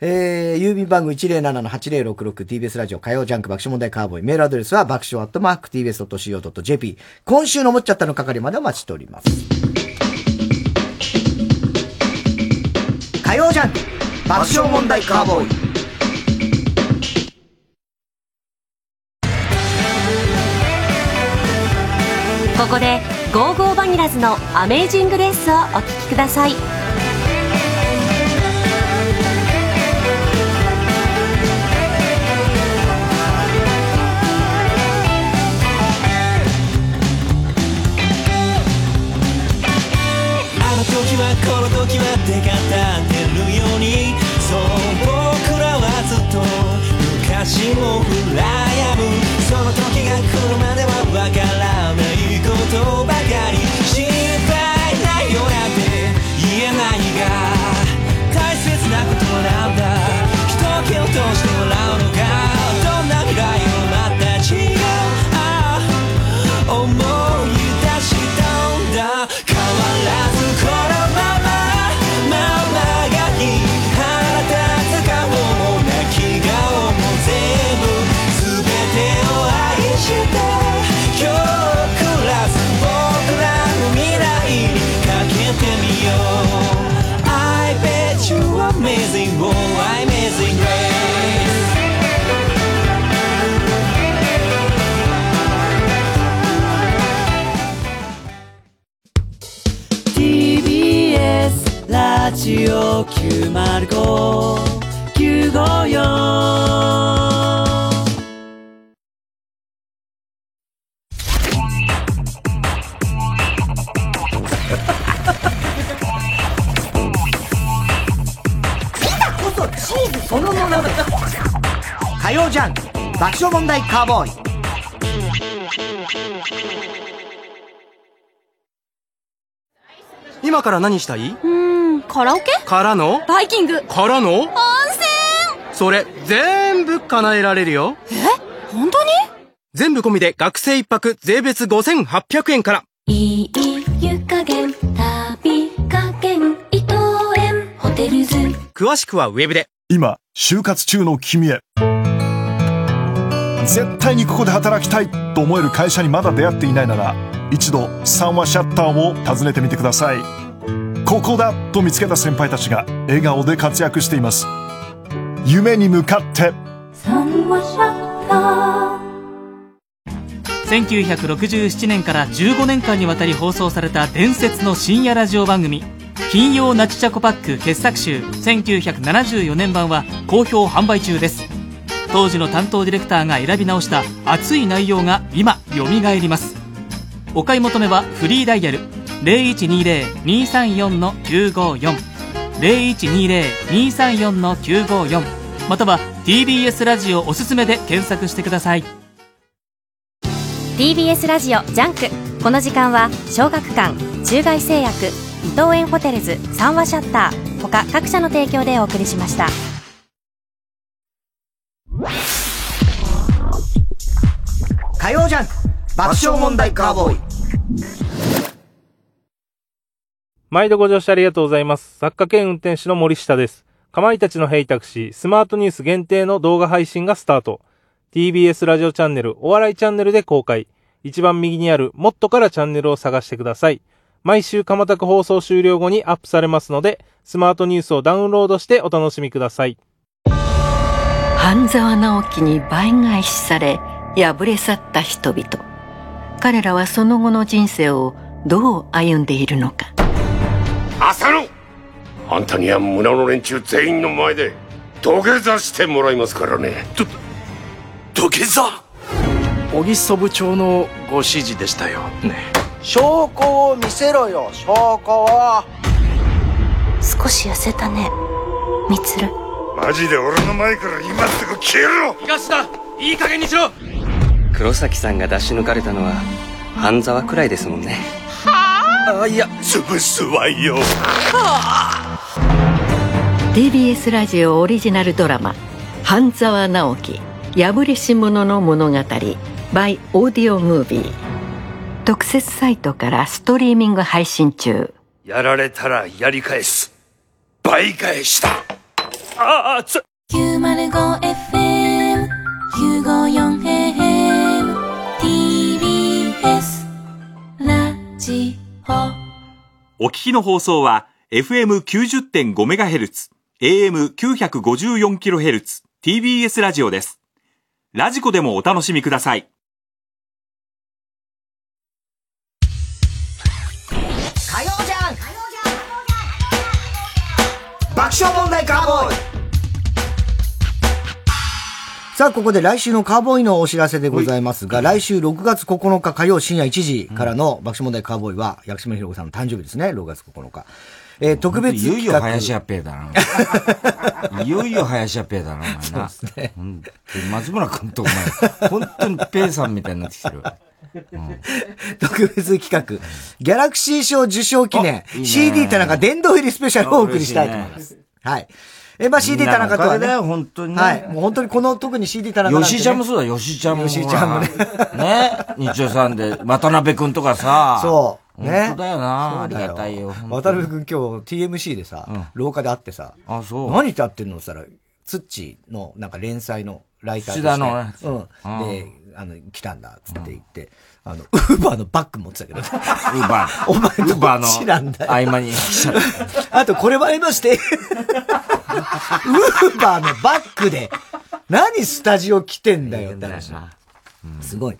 えー、郵便番号 107-8066TBS ラジオ火曜ジャンク爆笑問題カーボーイ。メールアドレスは爆笑アットマーク TBS.CO.JP。今週の思っちゃったの係までお待ちしております。火曜ジャンク爆笑問題カーボーイ。
ここでゴーゴーバニラズの「アメージング・レース」をお聴きください
あの時はこの時は出方出るようにそう僕らはずっと昔を羨むその時が来るまではわからないことばかり心配ないよなんて言えないが大切なことなんだ人気を通してもらうのかどんな未来をまた違うああ思い出したんだ変わらずこのままままがき腹立つ顔も泣き顔も全部全てを愛して今日暮らす僕らの未来にかけてみよう I bet you amazing oh amazing grace ラジオ905954
こそチーズそのものだ火曜ジャンク爆笑問題カーボーイ
今から何したいう
ーんカラオケ
からの
バイキング
から
温
のそれ、全部叶えられるよ。
泉え本当に
全部込みで学生一泊税別5800円から。
いい湯加減旅加減伊藤園ホテルズ
詳しくはウェブで。
今、就活中の君へ。絶対にここで働きたいと思える会社にまだ出会っていないなら、一度三話シャッターを訪ねてみてください。ここだと見つけた先輩たちが笑顔で活躍しています。夢に向かって。
1967年から15年間にわたり放送された伝説の深夜ラジオ番組「金曜ナチチャコパック」傑作集1974年版は好評販売中です当時の担当ディレクターが選び直した熱い内容が今よみがえりますお買い求めはフリーダイヤル0120-234-954 0120-234-954または TBS ラジオおすすめで検索してください
TBS ラジオジャンクこの時間は小学館中外製薬伊藤園ホテルズ三和シャッター他各社の提供でお送りしました
火曜ジャンク爆笑問題カーボーイ
毎度ご乗車ありがとうございます。作家兼運転手の森下です。かまいたちのヘイタクシー、スマートニュース限定の動画配信がスタート。TBS ラジオチャンネル、お笑いチャンネルで公開。一番右にある、もっとからチャンネルを探してください。毎週、かまたく放送終了後にアップされますので、スマートニュースをダウンロードしてお楽しみください。
半沢直樹に倍返しされ敗れ去った人々彼らはその後の人生をどう歩んでいるのか
浅野あんたには村の連中全員の前で土下座してもらいますからねど土下座
小木曽部長のご指示でしたよね
証拠を見せろよ証拠を
少し痩せたねみつる
マジで俺の前から今すぐ消えろ東だいい加減にしろ
黒崎さんが出し抜かれたのは半沢くらいですもんね
あいや
潰すわよ
TBS ラジオオリジナルドラマ「半沢直樹破れし者の物語 by オーディオムービー」特設サイトからストリーミング配信中
やられたらやり返す倍返しだああつ
905FM954AM TBS ラジオ
お聞きの放送は FM90.5MHz、AM954kHz、TBS ラジオです。ラジコでもお楽しみください。
火曜じゃん爆笑問題カーボーイさあ、ここで来週のカーボーイのお知らせでございますが、来週6月9日火曜深夜1時からの爆笑問題カーボーイは、薬師丸ひろ子さんの誕生日ですね、6月9日。えー特別
いよ
企
い
画。
よ林家ペーだな。いよいよ林家ペーだな、お前な。
そうですね
本当に松村君とお前、本当にペーさんみたいになってきてる。
特別企画、ギャラクシー賞受賞記念、
いいね
CD 田中殿堂入りスペシャルをお送りしたいと思います。はい。え、まあ、CD 田中とは
みんなのおかげ
ね。
だよ本当にね
はい。もう本当にこの、特に CD 田中なんてね
吉井ちゃんもそうだ、吉井ちゃんも。
吉井ちゃんもね
ほら。ね。日曜さんで、渡辺君とかさ。
そう。ね。
本当だよな。
そ
あ
う
り
だ
がたいよ。
渡辺くん今日 TMC でさ、廊下で会ってさ、
あ、そう。
何って会ってんのって言ったら、ツッチーのなんか連載のライターとして。
土田のね
うん。
うん
で、あの、来たんだ、つって言って、あの、ウーバーのバッグ持ってたけど。ウー
バー。
お前
ウーバーの
どっちなんだよ。
合間に来ちゃっ
あと、これもありま して、ウーバーのバッグで、何スタジオ来てんだよって話。すごい。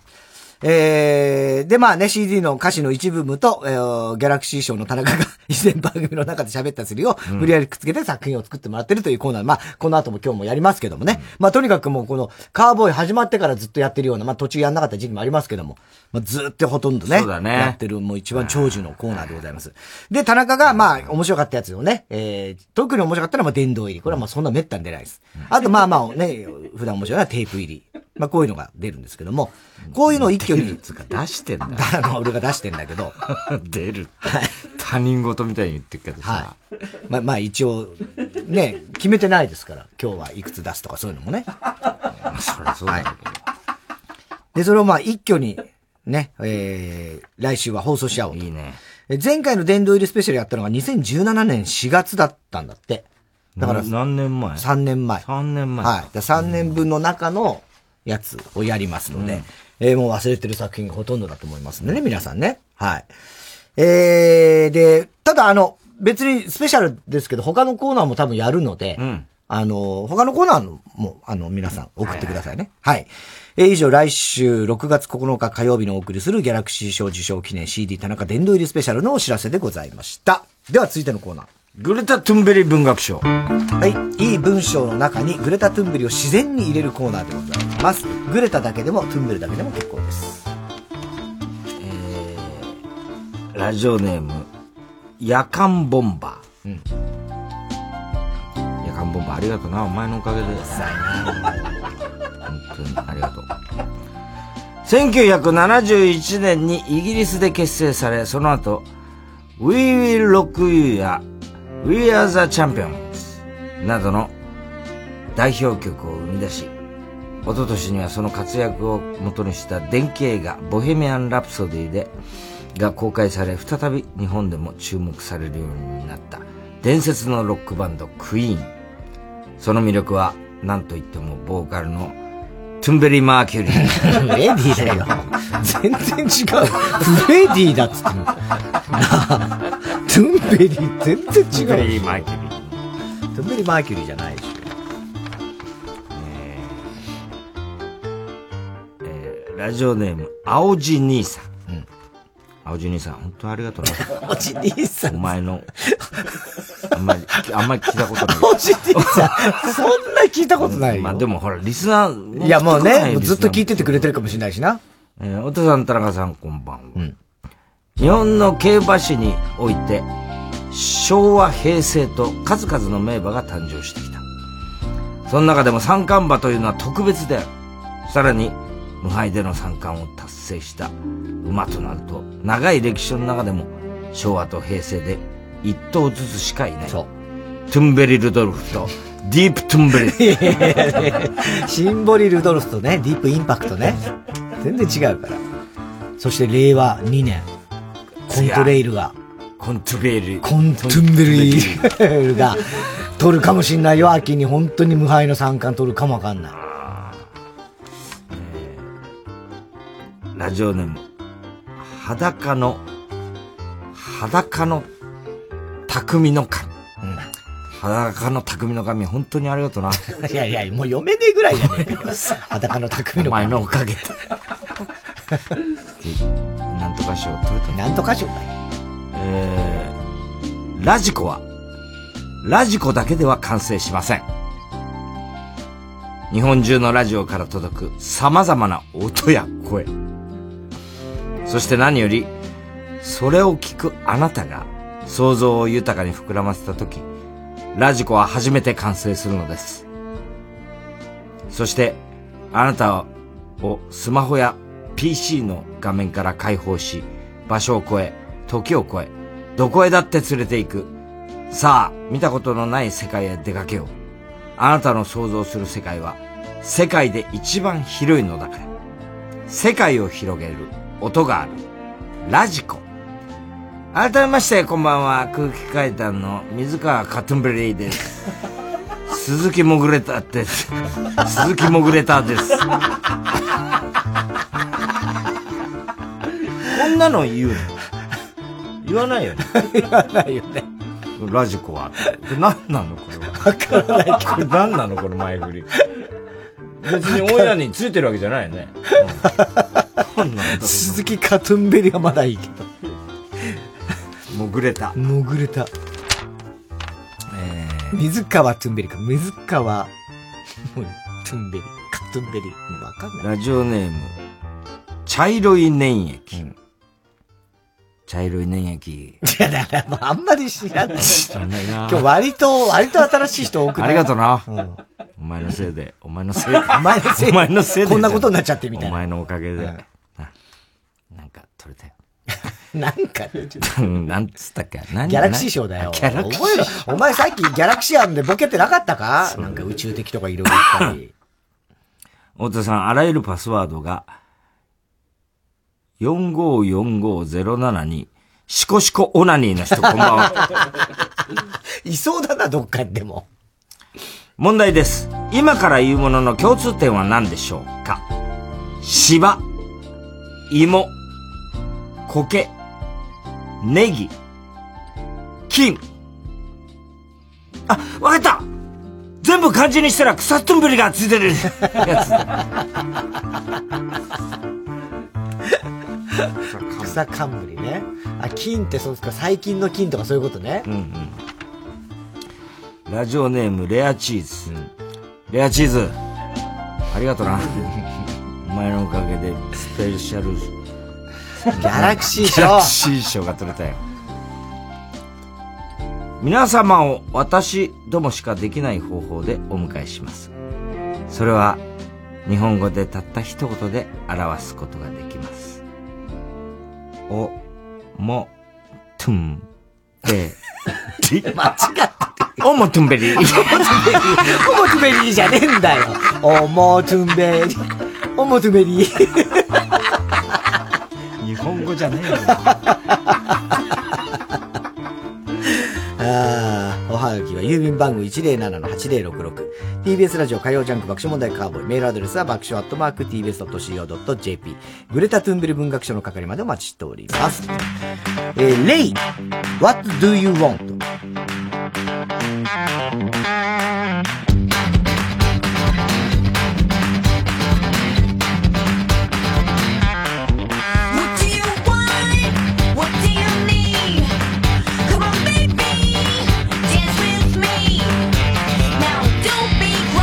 えー、で、まあね、CD の歌詞の一部分と、えー、ギャラクシー賞の田中が 以前番組の中で喋ったセリを
うん
無理やりくっつけて作品を作ってもらってるというコーナー。まあ、この後も今日もやりますけどもね。まあ、とにかくもうこのカーボーイ始まってからずっとやってるような、まあ途中やんなかった時期もありますけども、まあずっとほとんどね、
そうだね
やってるもう一番長寿のコーナーでございます。で、田中がまあ面白かったやつをね、えー、特に面白かったのはまあ殿堂入り。これはまあそんな滅多に出ないです。あとまあまあね、普段面白いのはテープ入り。まあこういうのが出るんですけども、こういうのを一挙に。出してんだ。 まあ俺が出してんだけど。
出るって。他人事みたいに言ってるけどさ。
まあまあ一応、ね、決めてないですから、今日はいくつ出すとかそういうのも ね。
そりゃそうだけど。
で、それをまあ一挙に、ね、えー、来週は放送し合おうと。いいね。前回の殿堂入りスペシャルやったのが2017年4月だったんだって。だから、
な
何年前 ?3 年前。3年前。はい。3年分の中のやつをやりますので、えーもう忘れてる作品がほとんどだと思いますんでね、皆さんね。はい。えー、で、ただあの、別にスペシャルですけど、他のコーナーも多分やるので、あの、他のコーナーも、あの、皆さん送ってくださいね。はいえー以上、来週6月9日火曜日にお送りするギャラクシー賞受賞記念 CD 田中殿堂入りスペシャルのお知らせでございました。では続いてのコーナー。
グレタ・トゥンベリ文学賞。
はい。いい文章の中にグレタ・トゥンベリを自然に入れるコーナーでございます。グレタだけでも、トゥンベリだけでも結構です。
ラジオネーム、夜間ボンバー。
うん
夜間ボンバーありがとうな。お前のおかげで。本当にありがとう。1971年にイギリスで結成され、その後、We Will Rock You や We Are the Champions などの代表曲を生み出し、一昨年にはその活躍を元にした電気映画ボヘミアン・ラプソディで、が公開され、再び日本でも注目されるようになった伝説のロックバンドクイーン。その魅力は何と言ってもボーカルのトゥンベリー・マーキュリー。
レディーだよ。全然違う。フレディだっつってんのなあトゥンベリー全然違う。
トゥンベリー・マーキュリー。
トゥンベリー・マーキュリーじゃないでしょ。
ラジオネーム、青じ兄さん。青じ兄さん、本当にありがとうな。
青じ兄さん。
お前の、あんまり、あんまり聞いたことない。
青じ兄さん、そんな聞いたことないよ。
まあでもほら、リスナー、
いやもう
来てこない
ね、
リスナー
ずっと聞いててくれてるかもしれないしな。
えー、おとさん、田中さん、こんばんは。日本の競馬史において昭和平成と数々の名馬が誕生してきたその中でも三冠馬というのは特別であるさらに無敗での三冠を達成した馬となると長い歴史の中でも昭和と平成で一頭ずつしかいないトゥンベリ・ルドルフとディープ・トゥンベ リ
シンボリルドルフとね、ディープインパクトね。全然違うから。そして令和2年、コントレイルが、
コントレイル。
コントレイルが、取るかもしんないよ。秋に本当に無敗の三冠取るかもわかんない。
ラジオネーム、裸の、裸の匠の神。裸の匠の神、本当にありがとうな。
いやいや、もう読めねえぐらいじゃねえかよ。裸の匠の神。お前
のおか げで。な んとか賞取れた
なんとか賞
えー、ラジコは、ラジコだけでは完成しません。日本中のラジオから届く様々な音や声。そして何より、それを聞くあなたが想像を豊かに膨らませたとき、ラジコは初めて完成するのです。そして、あなたをスマホや PC の画面から解放し、場所を超え、時を超え、どこへだって連れて行く。さあ、見たことのない世界へ出かけよう。あなたの想像する世界は、世界で一番広いのだから。世界を広げる音がある。ラジコ。改めまして、こんばんは。空気階段の水川カトゥンベリー です。鈴木もぐれたです。 鈴木もぐれたです。こんなの言うの言わないよね。言わないよね。ラジコは。で何なのこれは。わからないけど。何なのこの前振り。別にオンエアについてるわけじゃないよね。
鈴木カトゥンベリはまだいいけど。
もぐれた。
もぐれた。
え
水川トゥンベリか。水川、もうトゥンベリ。カトゥンベリ。もうわかんない。
ラジオネーム、茶色い粘液。茶色い粘液。
いや、だからもうあんまり知ら ない。
知らないな
今日割と、割と新しい人多くない
ありがとうな。お前のせいで、お前のせい で。
お前のせいで
お前のせいで。
こんなことになっちゃってみたいな
お前のおかげで。
うん
ななんか、取れたよ。
なんかね、ちょっと
うん なんつったっけ何
ギャラクシー賞だよ。
ギャラクシー
覚えろ。お前さっきギャラクシー案でボケてなかったかなんか宇宙的とかいろいろ言ったり。
大田さん、あらゆるパスワードが、454507に、シコシコオナニーの人、こんばんは。
いそうだな、どっかにでも。
問題です。今から言うものの共通点は何でしょうか芝、芋、苔、ネギ、金。あ、わかった全部漢字にしたら草つんぶりがついてるやつ
草冠ね。あ、金ってそうですか、最近の金とかそういうことね。
ラジオネーム、レアチーズ。レアチーズ、ありがとな。お前のおかげで、スペシャル、
ギャラクシー
ギャ
賞
ラクシー賞が取れたよ。皆様を私どもしかできない方法でお迎えします。それは、日本語でたった一言で表すことができます。お、も、トゥン、ベ リ。間違った。おもトゥンベリ。
おもつべりじゃねえんだよ。おもつんべり。おもつべり。
日本語じゃねえよ。
ああ、おはがきは郵便番号 107-8066TBS ラジオ火曜ジャンク爆笑問題カーボーイメールアドレスは爆笑アットマーク TBS.CO.JP グレタ・トゥーンベル文学賞の係までお待ちしておりますえー、レイ What do you want?
「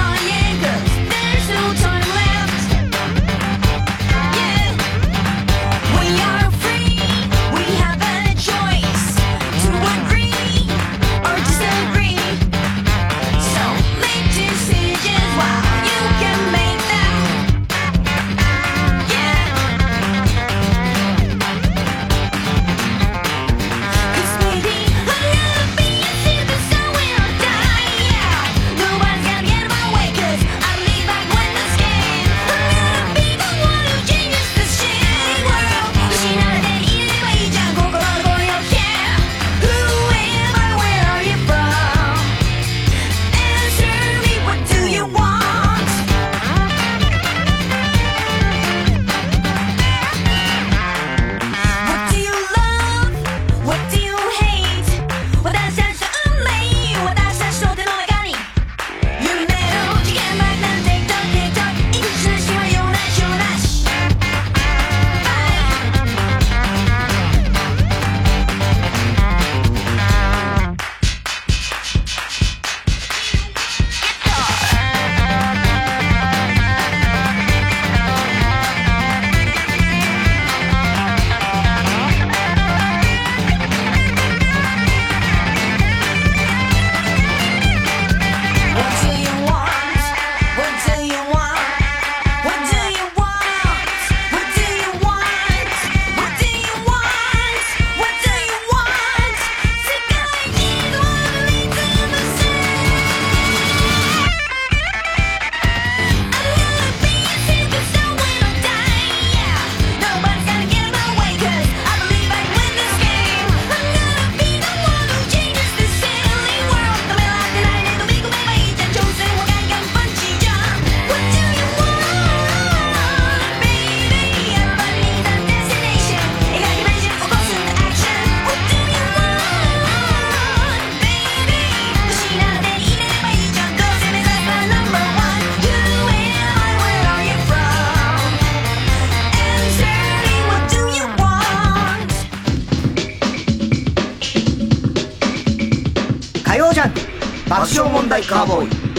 爆笑問題カーボーイ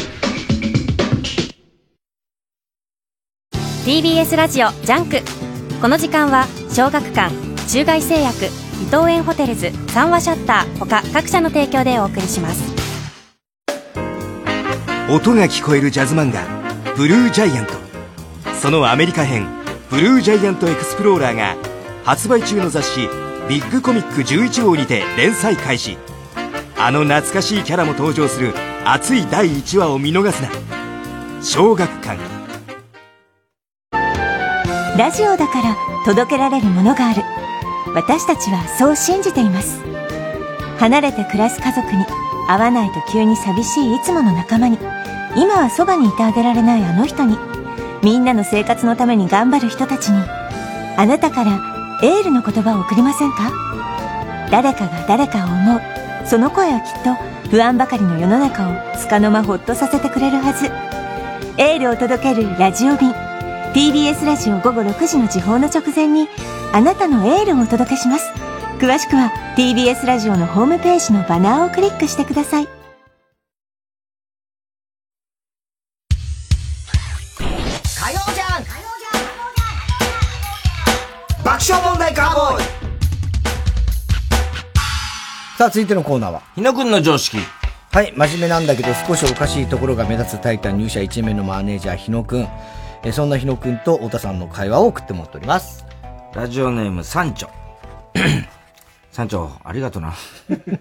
TBS ラジオジャンクこの時間は小学館中外製薬伊藤園ホテルズ三話シャッター他各社の提供でお送りします
音が聞こえるジャズ漫画「ブルージャイアント」 そのアメリカ編「ブルージャイアントエクスプローラー」が発売中の雑誌「ビッグコミック11号」にて連載開始あの懐かしいキャラも登場する熱い第1話を見逃すな小学館
ラジオだから届けられるものがある私たちはそう信じています離れて暮らす家族に会わないと急に寂しいいつもの仲間に今はそばにいてあげられないあの人にみんなの生活のために頑張る人たちにあなたからエールの言葉を送りませんか誰かが誰かを思うその声はきっと不安ばかりの世の中を束の間ほっとさせてくれるはずエールを届けるラジオ便 TBS ラジオ午後6時の時報の直前にあなたのエールをお届けします詳しくは TBS ラジオのホームページのバナーをクリックしてください
火曜じゃん爆笑問題カーボーイさあ、続いてのコーナーは。
ひなくんの常識。
はい、真面目なんだけど少しおかしいところが目立つタイタン入社1名のマネージャー日野くん。えーそんな日野くんと太田さんの会話を送ってもらっております。
ラジオネーム、サンチョ。サンチョ、ありがとな。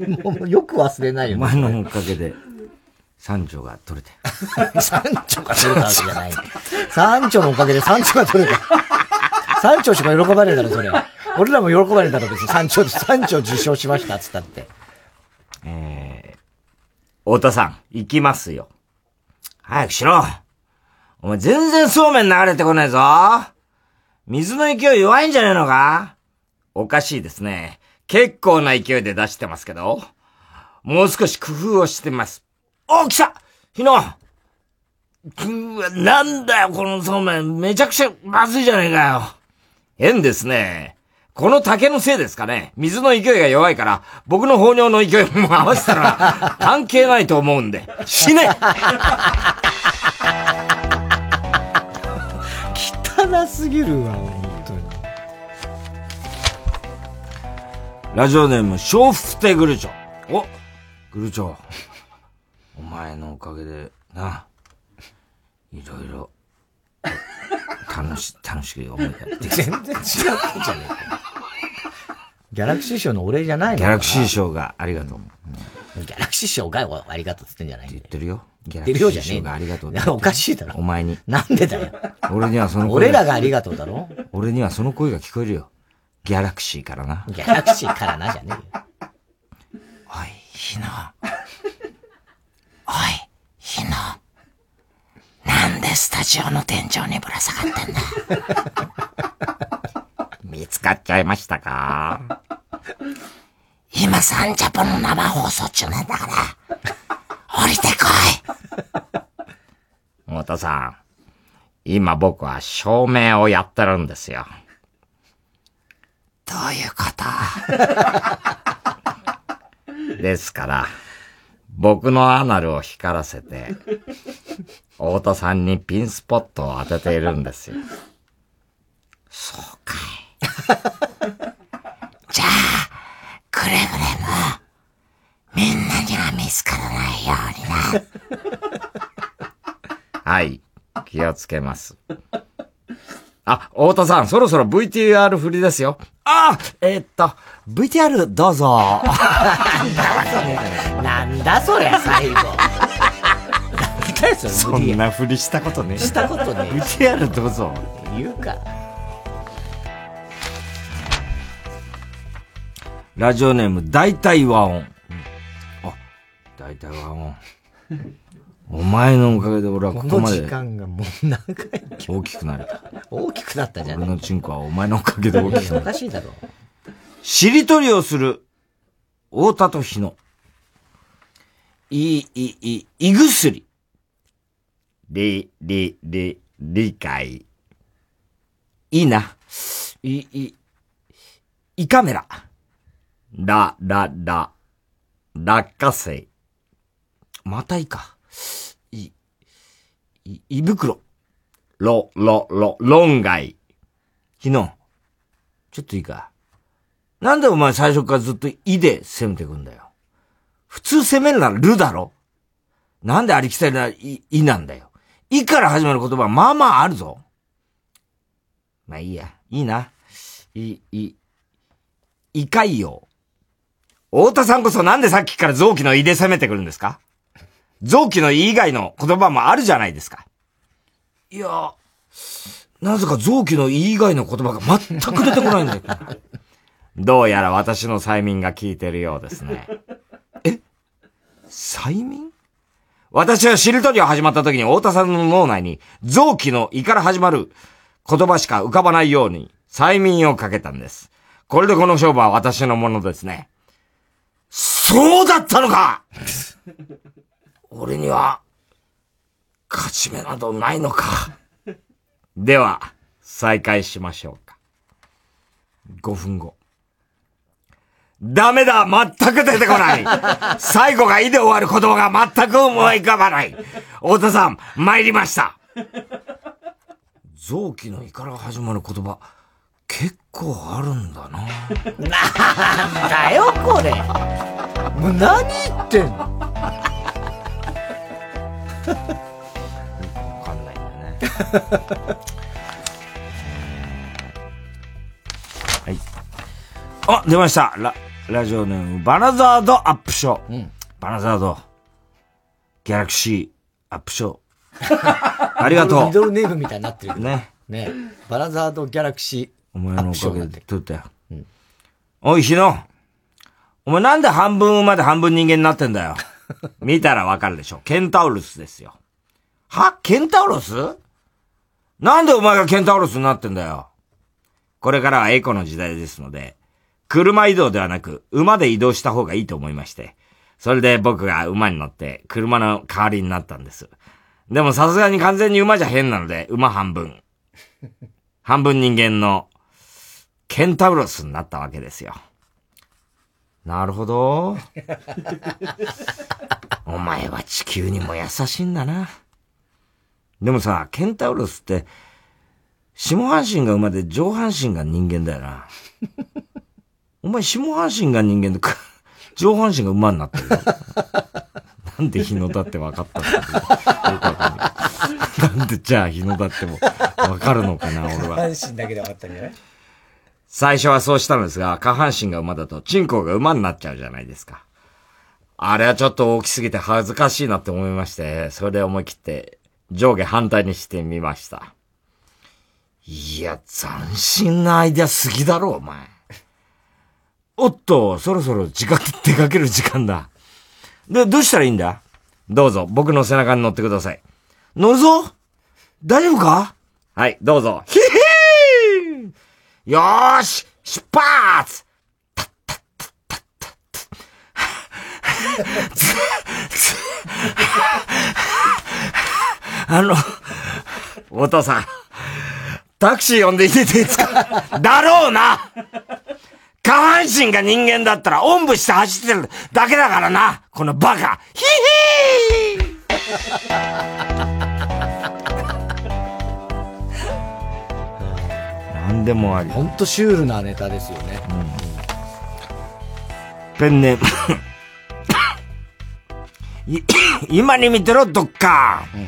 もうよく忘れないよ
お
ね。
前のおかげで、サンチョが取れて。
三丁が取れたわけじゃない。三丁のおかげで三丁が取れた。三丁しか喜ばれるだろ、それ。俺らも喜ばれるだろ、別に。三丁、三丁受賞しました、つったって。
えー、太田さん、行きますよ。早くしろお前全然そうめん流れてこないぞ水の勢い弱いんじゃねえのかおかしいですね。結構な勢いで出してますけど。もう少し工夫をしてます。お来た日野うわなんだよ、このそうめん。めちゃくちゃまずいじゃねえかよ。変ですね。この竹のせいですかね。水の勢いが弱いから、僕の放尿の勢いも合わせたら、関係ないと思うんで。死ね
汚すぎ るわ、本当に。
ラジオネーム、小福亭グルチョ。おグルチョ。お前のおかげで、な、いろいろ、楽し、楽しく思いができた
全然違 うじゃねえか。ギャラクシー賞のお礼じゃないの
ギャラクシー賞がありがとう。
ギャラクシー賞がおありがとうって言ってんじゃない言って
るよ。ギャラ
言って
ク
る
シ
よじゃねえ
ー賞
んだよ
がありがとう。
いやおかしいだろ。
お前に。
なんでだよ。
俺にはその
俺らがありがとうだろ。
俺にはその声が聞こえるよ。ギャラクシーからな。
ギャラクシーからなじゃねえよ。
おい、ひな。おい、ひな。なんでスタジオの天井にぶら下がってんだ見つかっちゃいましたか今サンジャポの生放送中なんだから、降りてこい太田さん、今僕は照明をやってるんですよ。どういうことですから、僕のアナルを光らせて、太田さんにピンスポットを当てているんですよ。そうかい。じゃあ、くれぐれも、みんなには見つからないようにな。はい、気をつけます。あ、太田さん、そろそろ VTR 振りですよ。あえーっと、VTR どうぞ。
なんだそりゃ最後。
そんなふりしたことねえ
したことねえ
VTR どうぞ
言うか。
ラジオネーム大体和音、あ大体和音お前のおかげで俺はこ
こ
こ
の
ま
時
で
間がもう長い。
大きくなれた
大きくなったじゃ
俺
ん。
のチンコはお前のおかげで大きく
お
な
か
れた
しいだろ。
しりとりをする太田と日野いいいい胃薬りりり理解いいな。い、い、胃カメラ。ラ、ラ、ラ、落花生。またいか。い、い、胃袋。ろ、ろ、ろ、論外。昨日。ちょっといいか。なんでお前最初からずっと胃で攻めてくんだよ。普通攻めるならるだろ。なんでありきたりな胃胃なんだよ。胃から始まる言葉はまあまああるぞ。まあいいや。いいな。い、い、胃潰瘍。太田さんこそなんでさっきから臓器の胃で攻めてくるんですか臓器の胃以外の言葉もあるじゃないですか。いや、なぜか臓器の胃以外の言葉が全く出てこないんだよ。どうやら私の催眠が効いてるようですね。催眠私はしりとりを始まった時に太田さんの脳内に臓器の胃から始まる言葉しか浮かばないように催眠をかけたんです。これでこの勝負は私のものですね。そうだったのか俺には勝ち目などないのか。では、再開しましょうか。5分後。ダメだ全く出てこない最後が「い」で終わる言葉が全く思い浮かばない太田さん、参りました臓器の胃から始まる言葉、結構あるんだな。
なんだよ、これ。もう何言ってんの
わかんないんだね。はい。あ、出ました。ラ、ラジオネーム、バナザードアップショー。バナザード、ギャラクシーアップショー。 ありがとう
ミドルネームみたいになってる。
ね。
ね。バラザードギャラクシ
お前のおかげで撮ったよ。おい、日野。お前なんで半分馬で半分人間になってんだよ。見たらわかるでしょ。ケンタウルスですよ。はケンタウルスなんでお前がケンタウルスになってんだよ。これからはエコの時代ですので、車移動ではなく馬で移動した方がいいと思いまして。それで僕が馬に乗って車の代わりになったんです。でもさすがに完全に馬じゃ変なので、馬半分。半分人間のケンタウロスになったわけですよ。なるほど。お前は地球にも優しいんだな。でもさ、ケンタウロスって、下半身が馬で上半身が人間だよな。 お前下半身が人間で、く 上半身が馬になってるよ。なんで日野だって分かったんだよくわかんない。なんでじゃあ日野だっても分かるのかな、俺
ー。
は。
阪神だけで分かったんじゃない
最初はそうしたのですが、下半身が馬だと、チンコが馬になっちゃうじゃないですか。あれはちょっと大きすぎて恥ずかしいなって思いまして、それで思い切って、上下反対にしてみました。いや、斬新なアイデアすぎだろ、お前。おっと、そろそろ時間、出かける時間だ。で、どうしたらいいんだどうぞ、僕の背中に乗ってください。乗るぞ大丈夫かはい、どうぞ。ヒヒーンよーし出発あの、お父さん、タクシー呼んでいてていいですかだろうな下半身が人間だったら、おんぶして走ってるだけだからなこのバカヒヒーなんでもあり。
ほんとシュールなネタですよね。
ペンネーム。い今に見てろ、ドッカーン、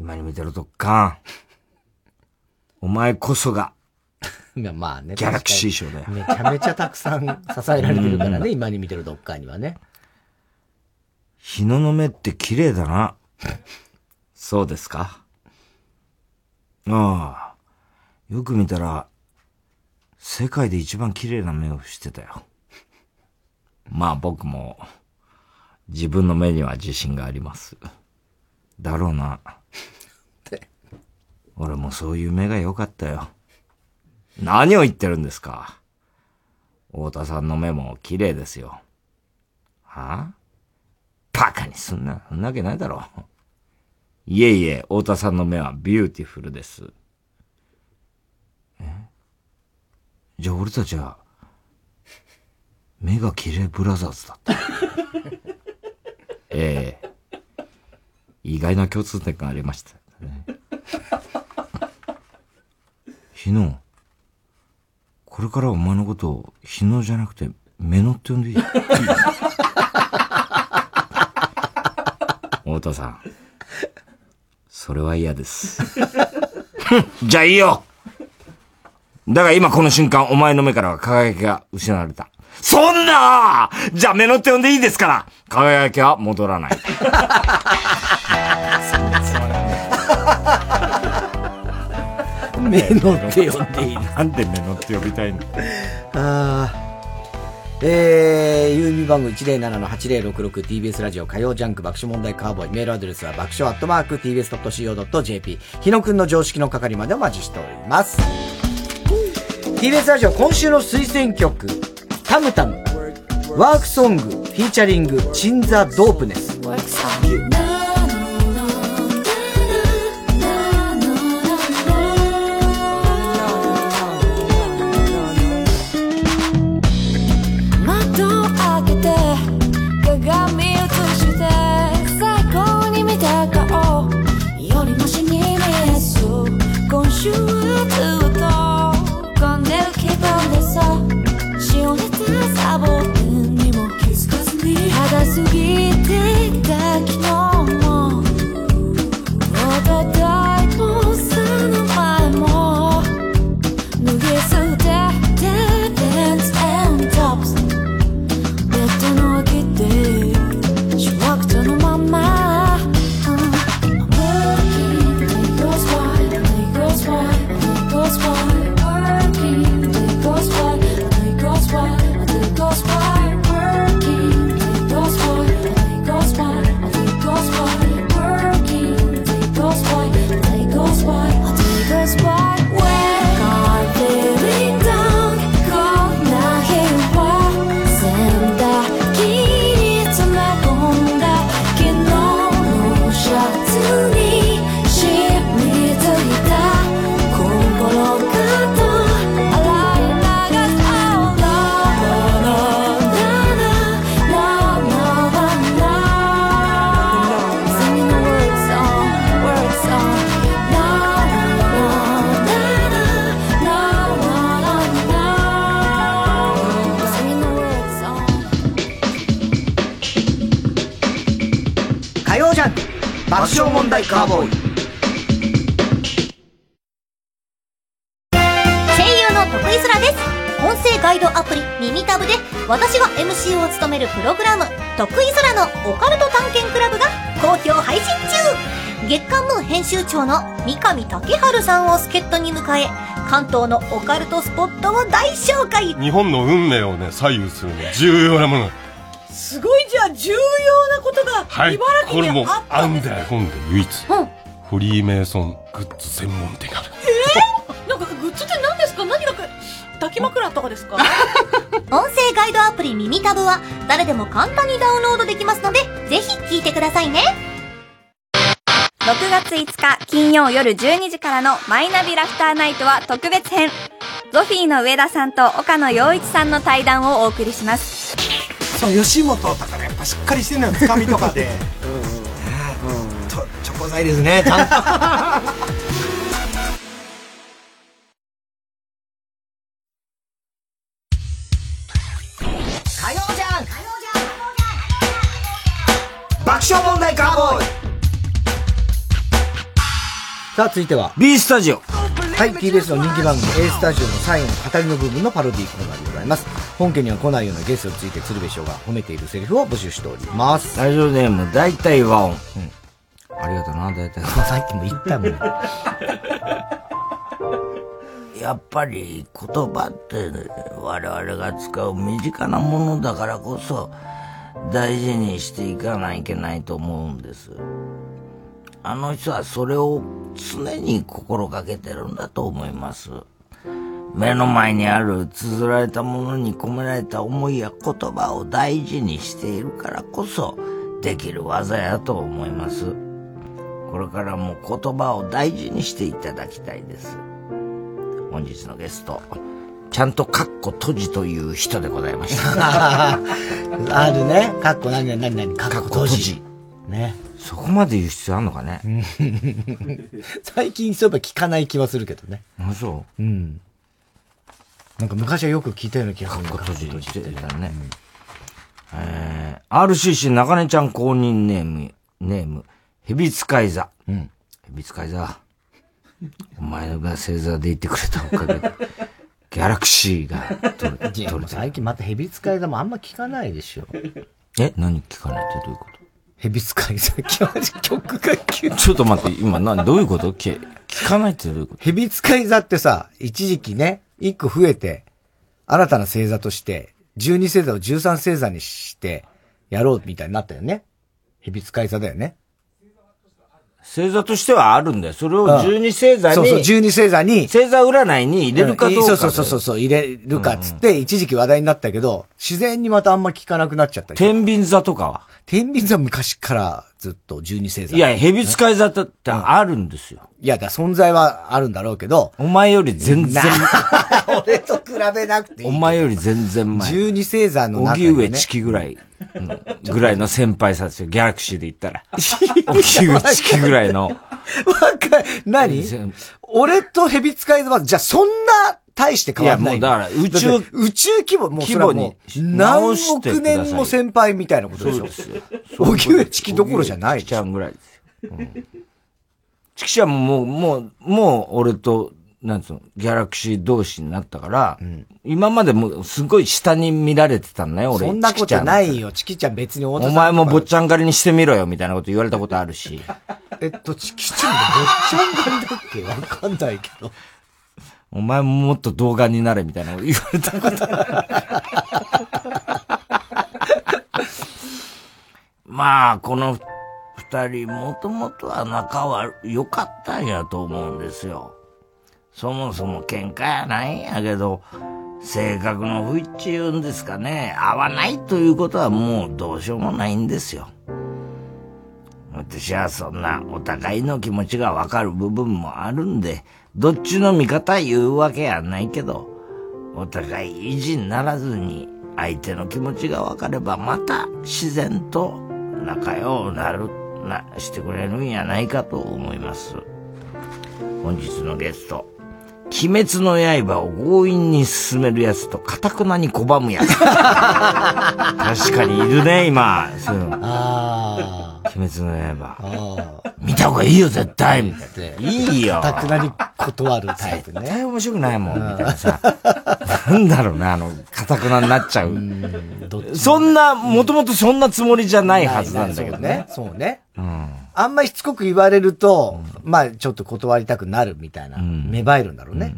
今に見てろ、ドッカーン。お前こそ が、
いやまあね。
ギャラクシー賞だよ
確かにめちゃめちゃたくさん支えられてるから
うん
ね、今に見てるどっかにはね。
日野の目って綺麗だな。そうですかああ。よく見たら、世界で一番綺麗な目をしてたよ。まあ僕も、自分の目には自信があります。だろうな。俺もそういう目が良かったよ。何を言ってるんですか太田さんの目も綺麗ですよ。はあバカにすんな、そんなわけないだろう。いえいえ、太田さんの目はビューティフルです。えじゃあ俺たちは、目が綺麗ブラザーズだった。ええ意外な共通点がありました、ね。日野、これからお前のことを日野じゃなくて、目野って呼んでいい太田さん、それは嫌です。 じゃあいいよだが今この瞬間、お前の目からは輝きが失われた。そんなじゃあ目の手呼んでいいですから輝きは戻らない。
目の手呼んでいい
なんで目の手呼びたいの
あーえー、郵便番号 107-8066TBS ラジオ火曜ジャンク爆笑問題カーボーイメールアドレスは爆笑アットマーク TBS.CO.JP 日野くんの常識の係までお待ちしております TBS ラジオ今週の推薦曲タムタムワークソングフィーチャリングチンザ・ドープネス
窓を開けて鏡映して最高に見た顔よりマシに見えそう今週はずっと混んでる気分でさしおれたサボテンにも気づかずに肌すぎていた昨日もお互いもその前も脱ぎ捨ててベンツエントップスベッドの脇でしわくとのまま I'm working, day goes by, day goes by, day goes by Working, day goes by, day goes by, day goes by Working, day goes by, day goes by, day goes by Working, day goes by, day goes by, day goes by When I'm feeling down, こんな日は洗濯機に詰め込んだ昨日のシャツに染みついた心がと洗い流す Oh, la, la, la, la, la, la, la, la. Singing the word song, word song. La, la, la, la, la, la, la, la. Singing the word song.
火曜ジャンク爆笑問題カーボーイ
声優の徳井空です音声ガイドアプリ耳タブで私が MC を務めるプログラム「徳井空のオカルト探検クラブ」が好評配信中月刊ムー編集長の三上竹春さんを助っ人に迎え関東のオカルトスポットを大紹介
日本の運命をね左右するね重要なもの
すごいじゃあ重要なことが
はい
茨
こ
城に
れもう
あっ
ア
たん
ン
です
ダー本で唯一
うん
フリーメイソングッズ専門 店がある
えー、なんかグッズって何ですか何がく抱き枕とかですか
音声ガイドアプリ耳タブは誰でも簡単にダウンロードできますのでぜひ聞いてくださいね
6月5日金曜夜12時からの「マイナビラフターナイト」は特別編ゾフィーの上田さんと岡野陽一さんの対談をお送りします
その吉本とかがやっぱしっかりしてるのよつかみとか でとチョコ材 ですねちゃんと
火曜ジャンク爆笑問題カーボーイさあ続いては
B スタジオ
はい TBS の人気番組 A スタジオの最後の語りの部分のパロディーコーナーでございます本家には来ないようなゲストについて鶴瓶師匠が褒めているセリフを募集しております
ラジオネーム、大体和音。ありがとうな、大体和音。
さっきも言ったもん
やっぱり言葉って我々が使う身近なものだからこそ大事にしていかないけないと思うんです。あの人はそれを常に心がけてるんだと思います。目の前にある綴られたものに込められた思いや言葉を大事にしているからこそできる技やと思います。これからも言葉を大事にしていただきたいです。本日のゲスト、
ちゃんとカッコ閉じという人でございました。
あるね。かっこ何何何何かっこ閉じ。ね。
そこまで言う必要あんのかね。
最近そういえば聞かない気はするけどね。。
あ、そう
うん。なんか昔はよく聞いたような気がする。かっこ閉じ
ってたね。えー、RCC 中根ちゃん公認ネーム、ネーム、ヘビ使い座。うん。ヘビ使い座。お前が星座でいてくれたおかげで、ギャラクシーが取れ
いや
取れた。
最近またヘビ使いだもんあんま聞かないでしょ。
え何聞かないってどういうこと
ヘビ使い座、曲が急
ちょっと待って、今何、どういうことけ聞かないってどういうこと
ヘビ使い座ってさ、一時期ね、一個増えて、新たな星座として、12星座を13星座にして、やろうみたいになったよね。ヘビ使い座だよね。
星座としてはあるんだよ。それを
うん
12星座に、
そうそう、12星座に。
星座占いに入れるかどうかだ
そうそう
よ
そうそうそう、入れるかっつって、一時期話題になったけど、自然にまたあんま聞かなくなっちゃった。
天秤座とかは
天秤座は昔からずっと12星座。
いや、蛇使い座だってあるんですよ。
いや、だから存在はあるんだろうけど。
お前より 全然。
俺と比べな くていい。
お前より全然前。
12星座の中
荻
に、ね。
上チキぐらい、うんぐらいの先輩さですよ。ギャラクシーで言っ たら。荻上チキぐらいの。
何俺と蛇使い座は、じゃあそんな大して変わんない。
いやもうだから宇宙
だって宇宙規模、もうそれはもう
規模に
何
直して
億
ください
年も先輩みたいなことでしょ。
そうですよ。
荻上チキどころじゃない。
チキちゃんぐらいですよ。うんチキちゃんももう、もう、もう俺と、なんつうの、ギャラクシー同士になったから、今までもうすごい下に見られてたんだよ、俺。
そんなこ
チキち
と
ゃん
ないよ。チキちゃん別に太田さ
お
ん
前も坊ちゃん狩りにしてみろよ、みたいなこと言われたことあるし。
えっと、チキちゃんが坊ちゃん狩りだっけわかんないけど。
お前ももっと動画になれ、みたいなこと言われ たことある。まあ、この二人、もともとは仲は良かったんやと思うんですよ。そもそも喧嘩やないんやけど、性格の不一致言うんですかね、合わないということはもうどうしようもないんですよ。私はそんなお互いの気持ちがわかる部分もあるんで、どっちの味方言うわけやないけど、お互い意地にならずに相手の気持ちがわかればまた自然と仲良くなる、な、してくれるんやないかと思います。本日のゲスト、鬼滅の刃を強引に進めるやつと堅くなに拒むやつ。確かにいるね、今。そういうの鬼滅の刃。見た方がいいよ、絶対みたいな。いいよ。
かたくなに断るタイプね。絶
対面白くないもん、みたいなさ。なんだろうね、あの、かたくなになっちゃう。そんな、もともとそんなつもりじゃないはずなんだけどね。
そうね。そうね
うん。
あんまりしつこく言われると、まあちょっと断りたくなるみたいな、芽生えるんだろうね。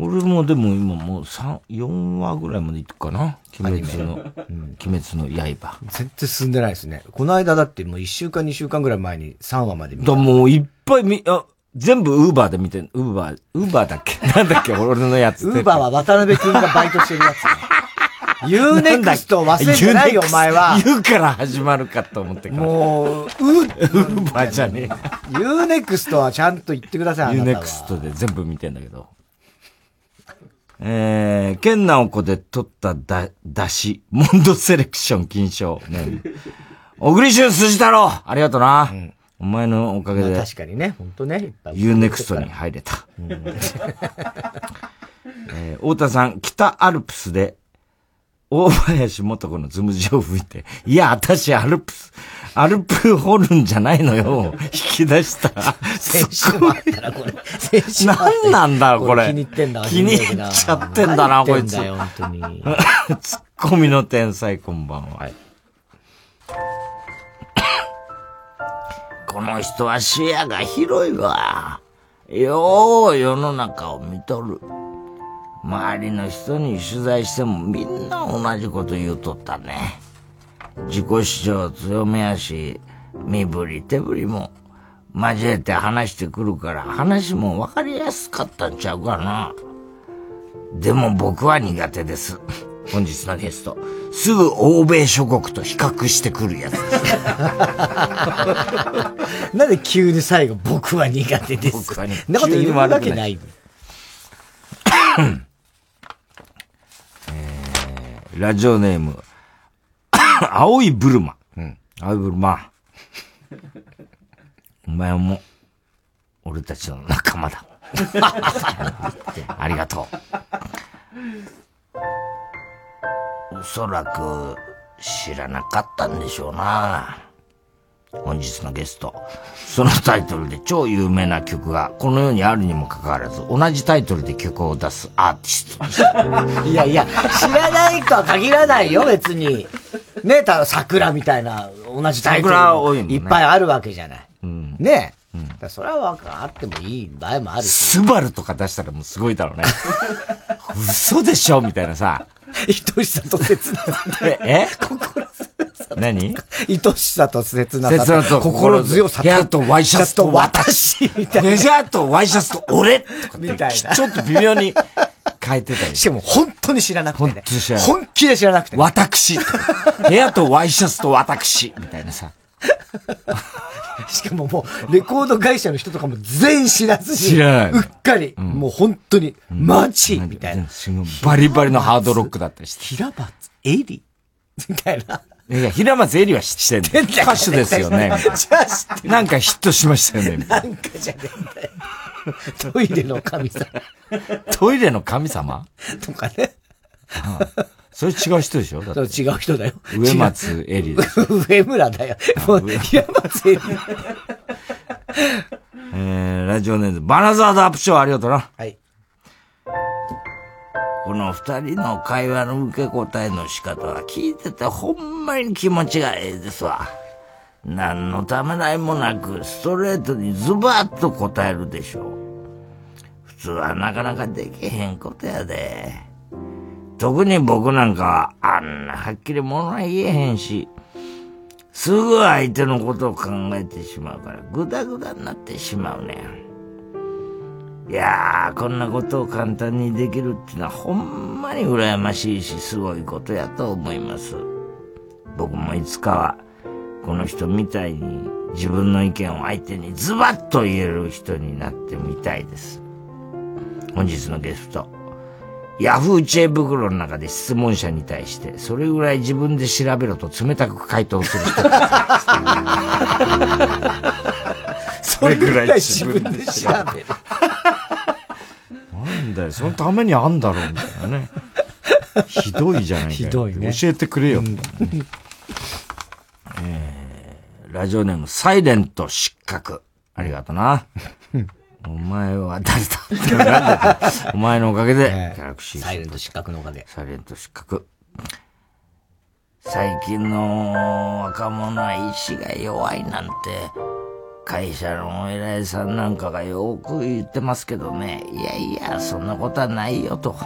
俺もでも今もう3、4話ぐらいまでいってくかな。鬼滅の、うん鬼滅の刃。
全然進んでないですね。この間だってもう1週間2週間ぐらい前に3話まで見
だもういっぱいみ、あ、全部ウーバーで見てん、ウーバー、ウーバーだっけ なんだっけ俺のやつ。
ウーバーは渡辺くんがバイトしてるやつ ね。ユーネクスト忘れてないよ、お前は。
言うから始まるかと思って
もう、ウー
バーじゃね
え。ユーネクストはちゃんと言ってください、あ
ユ
な
ー
た
ネ
は
ク。ストで全部見てんだけど。えー、県直子で取っただ、だし、モンドセレクション金賞。ね。小栗旬筋太郎ありがとうな。お前のおかげ
まあ
で、
確かにね、ほんとね。いっぱい
ユーネクストに入れた。えー、太田さん、北アルプスで、大林元子のズムジを吹いて、いや、私、アルプス、アルプ掘るんじゃないのよ。引き 出した。
先週もあったな、これ。先週もあった
何なんだろう、これ。
気に入ってんだ
気に入っちゃってんだな、
何言
こ
ってん
いつ。
だよ
ツ ッコミの天才、こんばんは。この人は視野が広いわ。よう世の中を見とる。周りの人に取材してもみんな同じこと言うとったね。自己主張強めやし、身振り手振りも交えて話してくるから話も分かりやすかったんちゃうかな。でも僕は苦手です。本日のゲスト、 すぐ欧米諸国と比較してくるやつです。
なんで急に最後、僕は苦手です。
僕はね
そんなこと言うわけ
急に悪くな
ないい。
えーラジオネーム、 青いブルマ。青いブルマ。お前も、俺たちの仲間だ。ありがとう。おそらく、知らなかったんでしょうな。本日のゲスト、そのタイトルで超有名な曲がこの世にあるにもかかわらず同じタイトルで曲を出すアーティストです。
いやいや、知らないとは限らないよ、別に。ねえ、ただ桜みたいな、同じタイトル
桜多いもんね
いっぱいあるわけじゃない。ねえ。だからそれはわかあってもいい場合もあるし。
スバルとか出したらもうすごいだろうね。嘘でしょみたいなさ。
愛しさと切なさ。
え 何
愛しさと切な
切
さ。
なさ
心強さ
部屋とワイシャツと
私みたいな。
メジャーとワイシャツ と俺
みたいな。
ちょっと微妙に変えてたり。
しかも本当に知らなくてね。
知らない
本気で知らなくてね。
私。部屋とワイシャツと私。みたいなさ。
しかももう、レコード会社の人とかも全員知らずに。
知らないう
っかり。もう本当に、マジみたいな。
バリバリのハードロックだったりして。
平松エリみたいな。
いや、平松エリは知ってんの。歌手です よね。
じゃあ知ってる
なんかヒットしましたよね。
なんかじゃねえんだよ。 トイレの神様。
トイレの神様
とかね。
それ違う人でしょだって
違う人だよ。
上松エリでしょ。
上村だよ。もう、平松エリ。
えー、ラジオネーム、バナザードアップショーありがとうな。
はい。
この二人の会話の受け答えの仕方は聞いててほんまに気持ちがええですわ。何のためらいもなくストレートにズバッと答えるでしょう。普通はなかなかできへんことやで。特に僕なんかはあんなはっきり物は言えへんし、すぐ相手のことを考えてしまうからグダグダになってしまうねん。いやー、こんなことを簡単にできるってのはほんまに羨ましいし、すごいことやと思います。僕もいつかは、この人みたいに自分の意見を相手にズバッと言える人になってみたいです。本日のゲスト、ヤフー知恵袋の中で質問者に対して、それぐらい自分で調べろと冷たく回答する人。
それぐらい自分で調べる。
なんだよ、そのためにあんだろう、みたいなね。ひどいじゃないかよ
ひどいね
教えてくれよ、みたいなね
ラジオネーム、サイレント失格。ありがとな。お前は誰だなんだよお前のおかげで、ギャラクシー。サイレント失格のおかげ。サイレント失格。最近の若者は意志が弱いなんて、会社のお偉いさんなんかがよく言ってますけどね。いやいや、そんなことはないよと。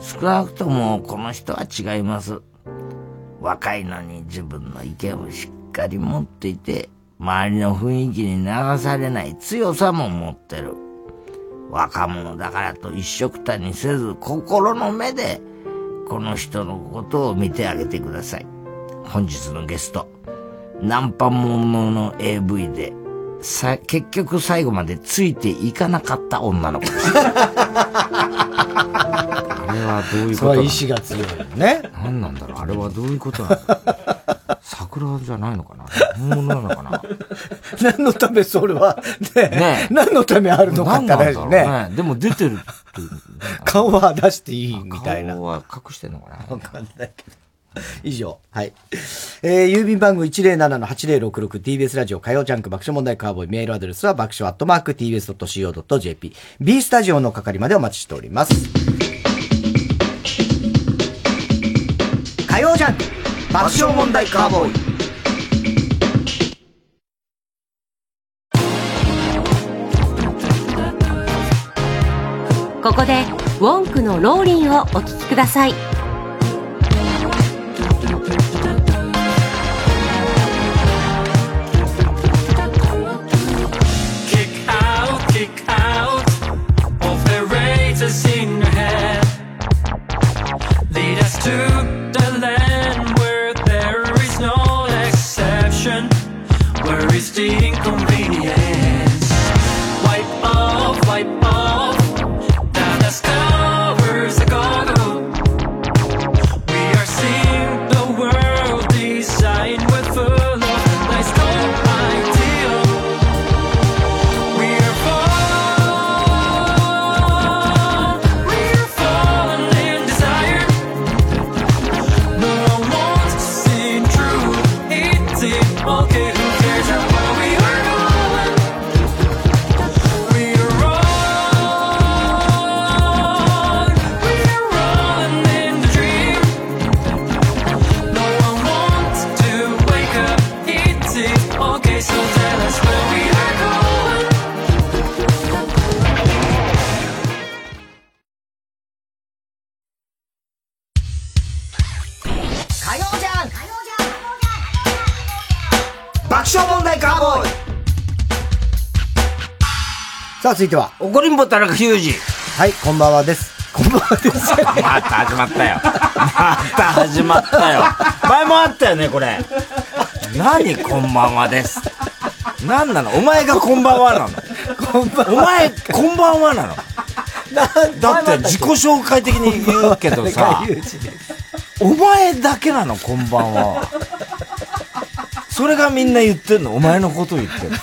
少なくともこの人は違います。若いのに自分の意見をしっかり持っていて、周りの雰囲気に流されない強さも持ってる。若者だからと一色たにせず、心の目で、この人のことを見てあげてください。本日のゲスト、ナンパものの AV で、さ、結局最後までついていかなかった女の子 です。あれはどういうこと
それは意志が強いよね。
何なんだろうあれはどういうことなの桜じゃないのかな本物なの かな
何のためそれは、ね何のためあるのかって話
何なんだろう
ね。
ねでも出てるって
顔は出していいみたいな。
顔は隠してんのかな
わかんないけど。以上。はい。えー郵便番号 107-8066TBS ラジオ火曜ジャンク爆笑問題カーボーイメールアドレスは爆笑アットマーク TBS.CO.JP B スタジオの係までお待ちしております。火曜ジャンク爆笑問題カーボーイ
ここでウォンクのローリンをお聞きください
Kick out, kick out of the razors in your head. Lead us to the land where there is no exception, where is the inconvenience. Wipe off, wipe off, that scar
さあ、続いては。
怒りんぼ田中裕二。
はい、こんばんはです。こんばんはです。
また始まったよ。また始まったよ。前もあったよね、これ。何、こんばんはです。何なのお前がこんばんはなのお前、こんばんはなのだって自己紹介的に言うけどさ、お前だけなの、こんばんは。それがみんな言ってんのお前のこと言ってんの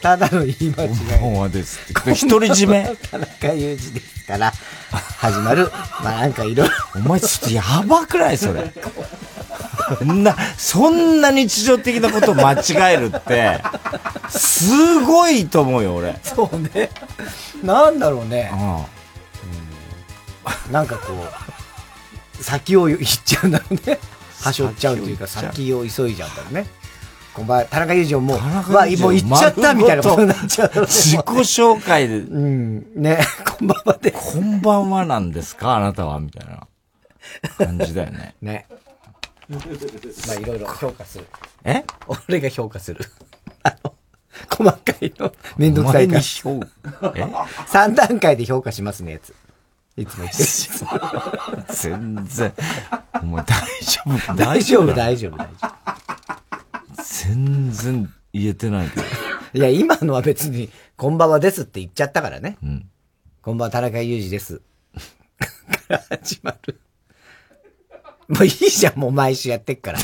ただの言い間違い。
こんばんはですって。独り占め
田中裕二ですから、始まる。まあなんかいろいろ。
お前ちょっとやばくないそ れ。そんな、そんな日常的なことを間違えるって、すごいと思うよ、俺。
そうね。なんだろうね。なんかこう、先を言っちゃうんだろう ね。はしょっちゃうというか、先を急いじゃうんだろうね。こんばんは、田中裕二をもう、まあ
裕二
もう言っちゃったみたいなことになっちゃうだろうね。
自己 紹介で。
うん。ね、 こんばんはで。
こんばんはなんですかあなたはみたいな感じだよね。
ね。まあいろいろ評価する。
え
俺が評価する。 あの、細かいの。めんどくさいから。
お前に評 え
3段階で評価しますね、やつ。いつも言ってる
全然。お前大丈夫
大丈夫、大丈夫、大丈
全然言えてないけど。
夫。いや、今のは別に、こんばんはですって言っちゃったからね。こんばんは、田中裕二です。から始まる。もういいじゃん、もう毎週やってっから。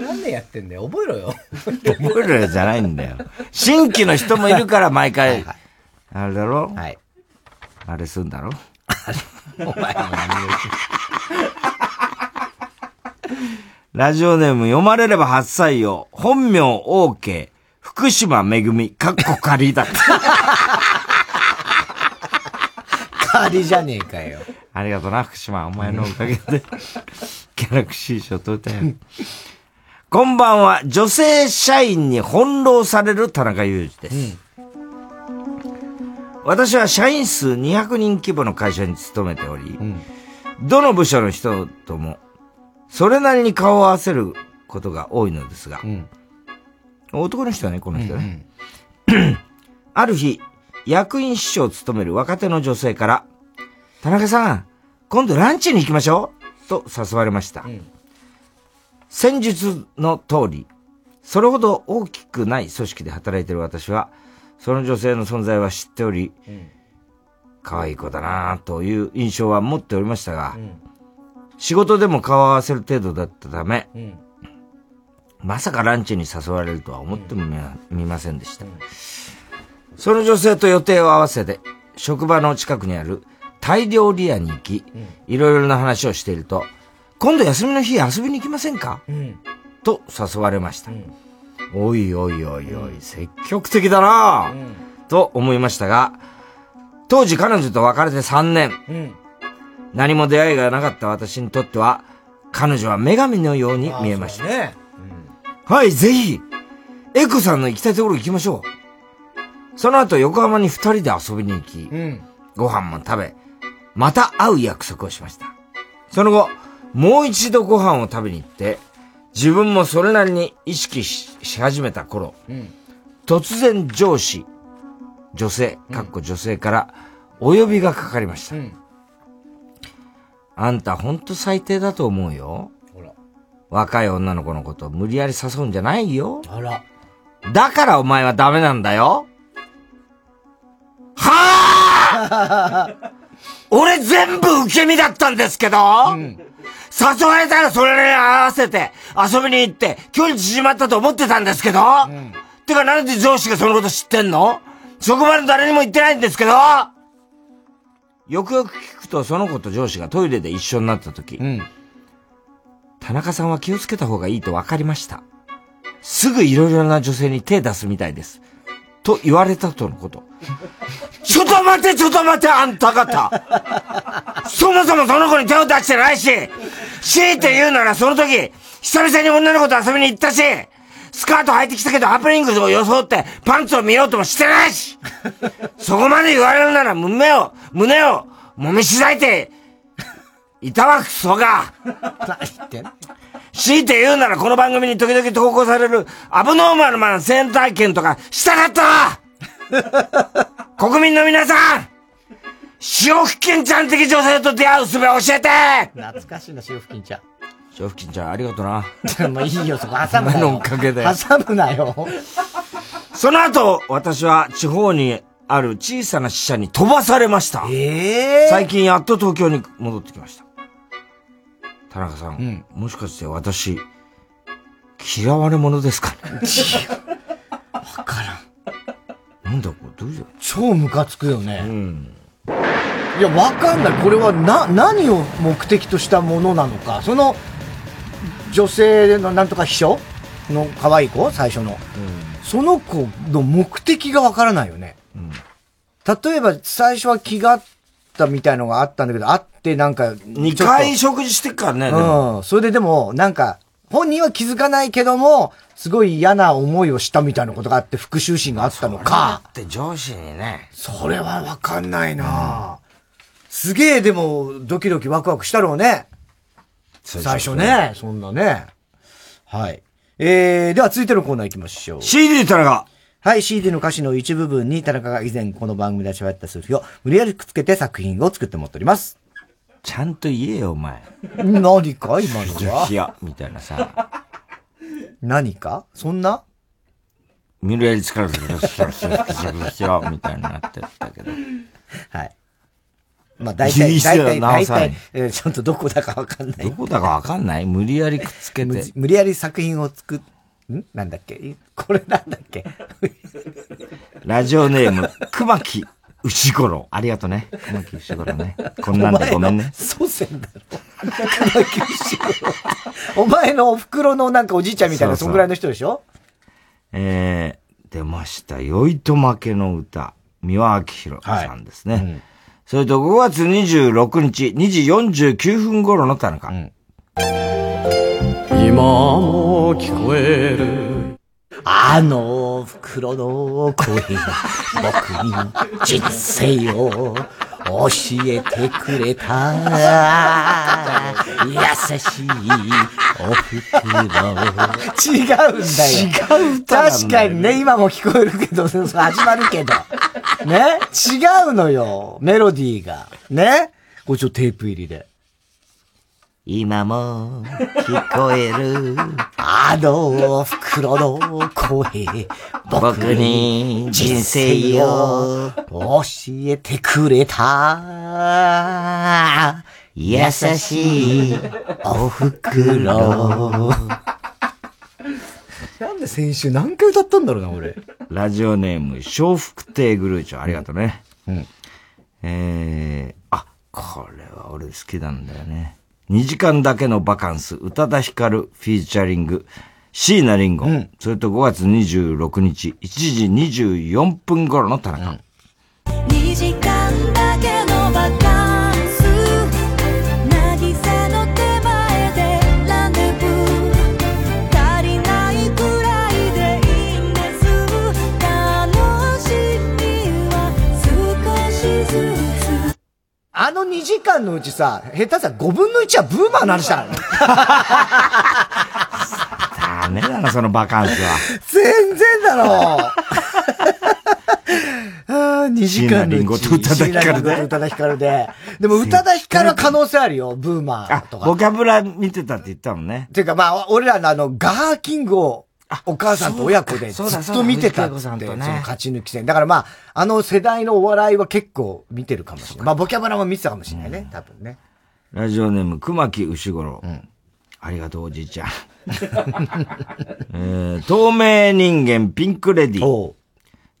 なんでやってんだよ、覚えろよ。。
覚えるじゃないんだよ。新規の人もいるから毎回。あれだろはいあれすん だろ
お前も
ラジオネーム読まれれば8歳よ。本名 OK。福島めぐみ、かっこ仮だった。
仮じゃねえかよ。
ありがとうな、福島。お前のおかげで、 ギャラクシー賞取れたよ。こんばんは、女性社員に翻弄される田中裕二です。私は社員数200人規模の会社に勤めており、どの部署の人とも、それなりに顔を合わせることが多いのですが、男の人はね、この人ね。 ある日、役員秘書を務める若手の女性から、田中さん、今度ランチに行きましょうと誘われました。戦術の通り、それほど大きくない組織で働いている私は、その女性の存在は知っており、可愛い子だなぁという印象は持っておりましたが、仕事でも顔を合わせる程度だったため、まさかランチに誘われるとは思ってもみなみませんでした。その女性と予定を合わせて、職場の近くにある大量リアに行き、いろいろな話をしていると、今度休みの日遊びに行きませんかと誘われました。おいおいおいおい、積極的だなぁ、と思いましたが、当時彼女と別れて3年、何も出会いがなかった私にとっては、彼女は女神のように見えました。
ね。
はい、ぜひ、エコさんの行きたいところ行きましょう。その後、横浜に二人で遊びに行き、ご飯も食べ、また会う約束をしました。その後、もう一度ご飯を食べに行って、自分もそれなりに意識しし始めた頃、突然上司、女性、かっこ女性から、お呼びがかかりました。あんたほんと最低だと思うよ。若い女の子のことを無理やり誘うんじゃないよ。
あら。
だからお前はダメなんだよ。俺全部受け身だったんですけど、誘われたらそれに合わせて遊びに行って距離縮まったと思ってたんですけど、てかなんで上司がそのこと知ってんの職場の誰にも言ってないんですけどよくよく聞くとその子と上司がトイレで一緒になった時、田中さんは気をつけた方がいいと分かりました。すぐいろいろな女性に手出すみたいです。と言われたとの こと。ちょっと待って、ちょっと待って、あんた方。そもそもその子に手を出してないし、強いて言うならその時、久々に女の子と遊びに行ったし、スカート履いてきたけどハプニングを装ってパンツを見ようともしてないし、そこまで言われるなら胸を、胸を揉みしだいて、いたわくそが。
何言ってん
強いて言うならこの番組に時々投稿されるアブノーマルマンセンター権とかしたかった わ国民の皆さん潮吹きんちゃん的女性と出会う術教えて
懐かしいな、潮吹きんちゃん。
潮吹きんちゃんありがとな。
もういいよ、そこ挟むな
お
よ。
前のおかげで
挟むなよ。
その後、私は地方にある小さな支社に飛ばされました。最近やっと東京に戻ってきました。田中さん、もしかして私、嫌われ者ですかねなんだこれ、どういう
超ムカつくよね。いや、わかんない。これはな、何を目的としたものなのか。その、女性のなんとか秘書の可愛い子最初の。その子の目的がわからないよね。例えば、最初は気があったみたいのがあったんだけど、あってなんか、
二回食事してっからね、でも。
うん。それででも、なんか、本人は気づかないけども、すごい嫌な思いをしたみたいなことがあって、復讐心があったのか。
って上司にね。
それはわかんないな、すげえ、でも、ドキドキワクワクしたろうね。最初ね。そんなね。はい。えー、では続いてのコーナー行きましょう。
CD 田中。
はい、CD の歌詞の一部分に田中が以前この番組で喋った数字を無理やりくっつけて作品を作って持っております。
ちゃんと言えよ、お前。
何か今のは。
いや、みたいなさ。
何かそんな
無理やり力で、よしよしよしよしよしよみたいになってったけど。
はい。まあ大体、
いい人
大
だ
体、
なお
大
さらに
体、えーちょっとどこだかわかんない。ど
こだかわかんない無理やりくっつけ
て。無理やり作品を作っ、んなんだっけいこれなんだっけ
ラジオネーム、熊木牛五郎。ありがとね。熊木牛五郎ね。こんなんでごめんね。
祖先だろ。 お前のお袋のなんかおじいちゃんみたいな、
そ
そう
そうん
ぐらいの人でしょ
えー、出ました。酔いと負けの歌。三輪明宏さんですね。それと5月26日、2時49分頃の田中。
今も聞こえる
あの袋の声が僕に人生を教えてくれた優しいお袋。違うんだよ。違う確かにね、今も聞こえるけど、 そう始まるけど。ね違うのよ。メロディーが。ねこれちょっとテープ入りで。今も聞こえる。あの袋の声。僕に人生を教えてくれた。優しいお袋。なんで先週何回歌ったんだろうな、俺。
ラジオネーム、小福亭グルーチョン、ありがとうね。えー、あ、これは俺好きなんだよね。2時間だけのバカンス、宇多田ヒカル、フィーチャリング、椎名林檎、それと5月26日、1時24分頃の田中。
2時間だけのバカンス渚の手前でランデブー足りないくらいでいいんです楽しみは少しずつ
あの2時間のうちさ、下手さ5分の1はブーマーの話だ。
ダメだな、そのバカン スは。
全然だろ あ2時間のうち。
椎名林檎と宇多田ヒカルで
椎名林檎と宇多田ヒカルで。でも宇多田ヒカルは可能性あるよ、ブーマーとか。
ボキャブラ見てたって言ったもんね。
ていうかまあ、俺らのあの、ガーキングを、お母さんと親子でず
そうだ
っと見てたっ
そうだ
つ
そ
っ
う
て、
だ藤
その
井子さんとね
勝ち抜き戦。だからまあ、あの世代のお笑いは結構見てるかもしれない。まあ、ボキャブラも見てたかもしれないね、多分ね。
ラジオネーム、熊木牛五郎。ありがとう、おじいちゃん。 えー透明人間ピンクレディ。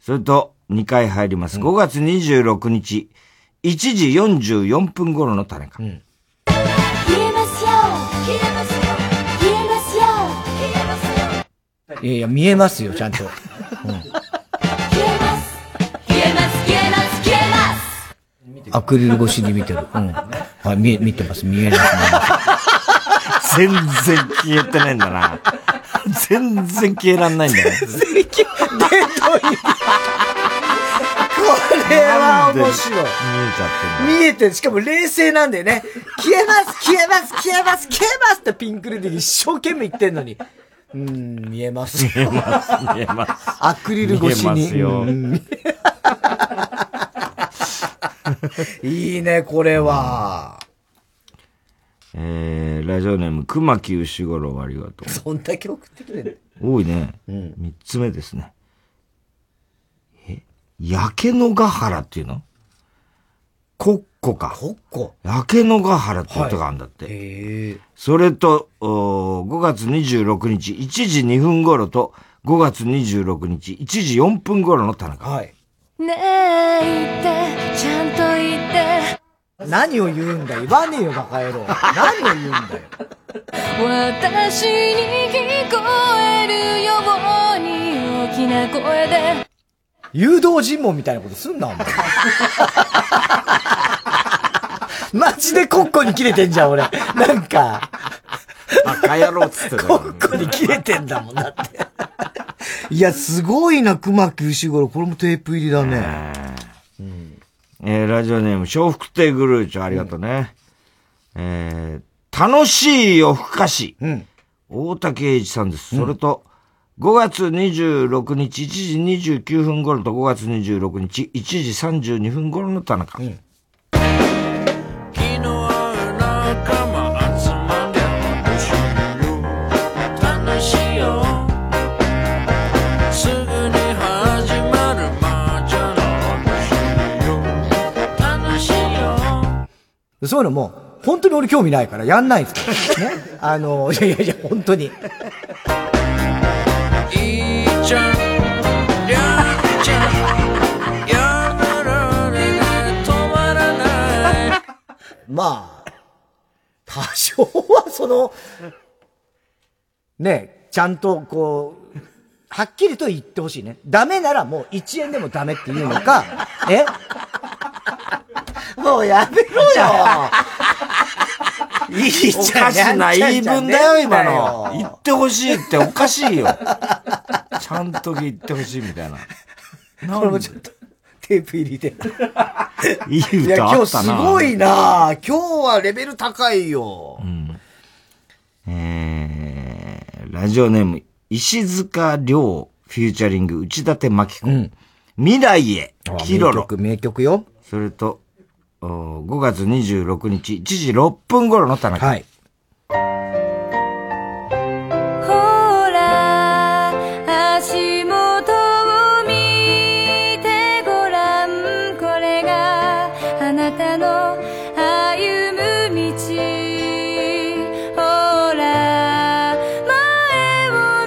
それと、2回入ります。5月26日、1時44分頃の種か。
消えますよ消えますよ消えますよ消えますよ
いやいや、見えますよ、ちゃんと。
消えます消えます消えます
アクリル越しに見てる。うん。はい、見え、見てます、見えます。
全然消え てないんだな。全然消えらんないんだよ。
全然消え、どういう。これは面白い。
見えちゃってんだ
見えてるしかも冷静なんだよね。消えます、消えます、消えます、消えますってピンクレディーが一生懸命言ってんのに。うーん、見えます。
見えます見えます
アクリル越しに。
見えますよ
うんいいね、これは。
えー、ラジオネーム、熊木牛五郎ありがと
そんだけ送ってくれる。
う。多いね。三、つ目ですね。え、焼け野ヶ原っていうの国庫か。
国庫。
焼け野ヶ原ってことがあるんだって。それと、おー5月26日1時2分頃と、5月26日1時4分頃の田中。
はい。
ねえ言ってちゃんと言って
何を言うんだ言わねえよ、バカ野郎。何を言うんだよ。
私に聞こえるように大きな声で
誘導尋問みたいなことすんな、お前。マジでコッコに切れてんじゃん、俺。なんか。
赤野郎っつって た
コッコに切れてんだもん、だって。いや、すごいな、熊木牛五郎。これもテープ入りだね。
えーラジオネーム、笑福亭グルーチョ、ありがとうね。えー楽しい夜更かし。大竹栄一さんです。それと、5月26日1時29分頃と5月26日1時32分頃の田中。
仲間集まりゃ面白いよ楽しいよすぐに始まる麻雀面白いよ楽しいよ
そういうのも、本当に俺興味ないから、やんないんですよ。ね。あの、い やいやいや、本当に。
いいじゃんりゃんちゃんやめられない止まらない
まあ、多少はその、ね、ちゃんとこう、はっきりと言ってほしいね。ダメならもう1円でもダメっていうの か、えもうやめろよいいじゃん
おかしな言い分だよ、
やんちゃんじゃねえん
今
だよ
の。言ってほしいっておかしいよ。ちゃんと言ってほしい みたいな。
これもちょっと、テープ入りで。
いい
いや、
歌あ
今日
っ
す
たな。
ごいな今日はレベル高いよ。
えーラジオネーム、石塚亮、フューチャリング、内館真紀子。未来へ、キロロ。名曲、
名曲よ。
それと、おー5月26日、1時6分頃の田中。はい。
ほら足元を見てごらんこれがあなたの歩む道ほら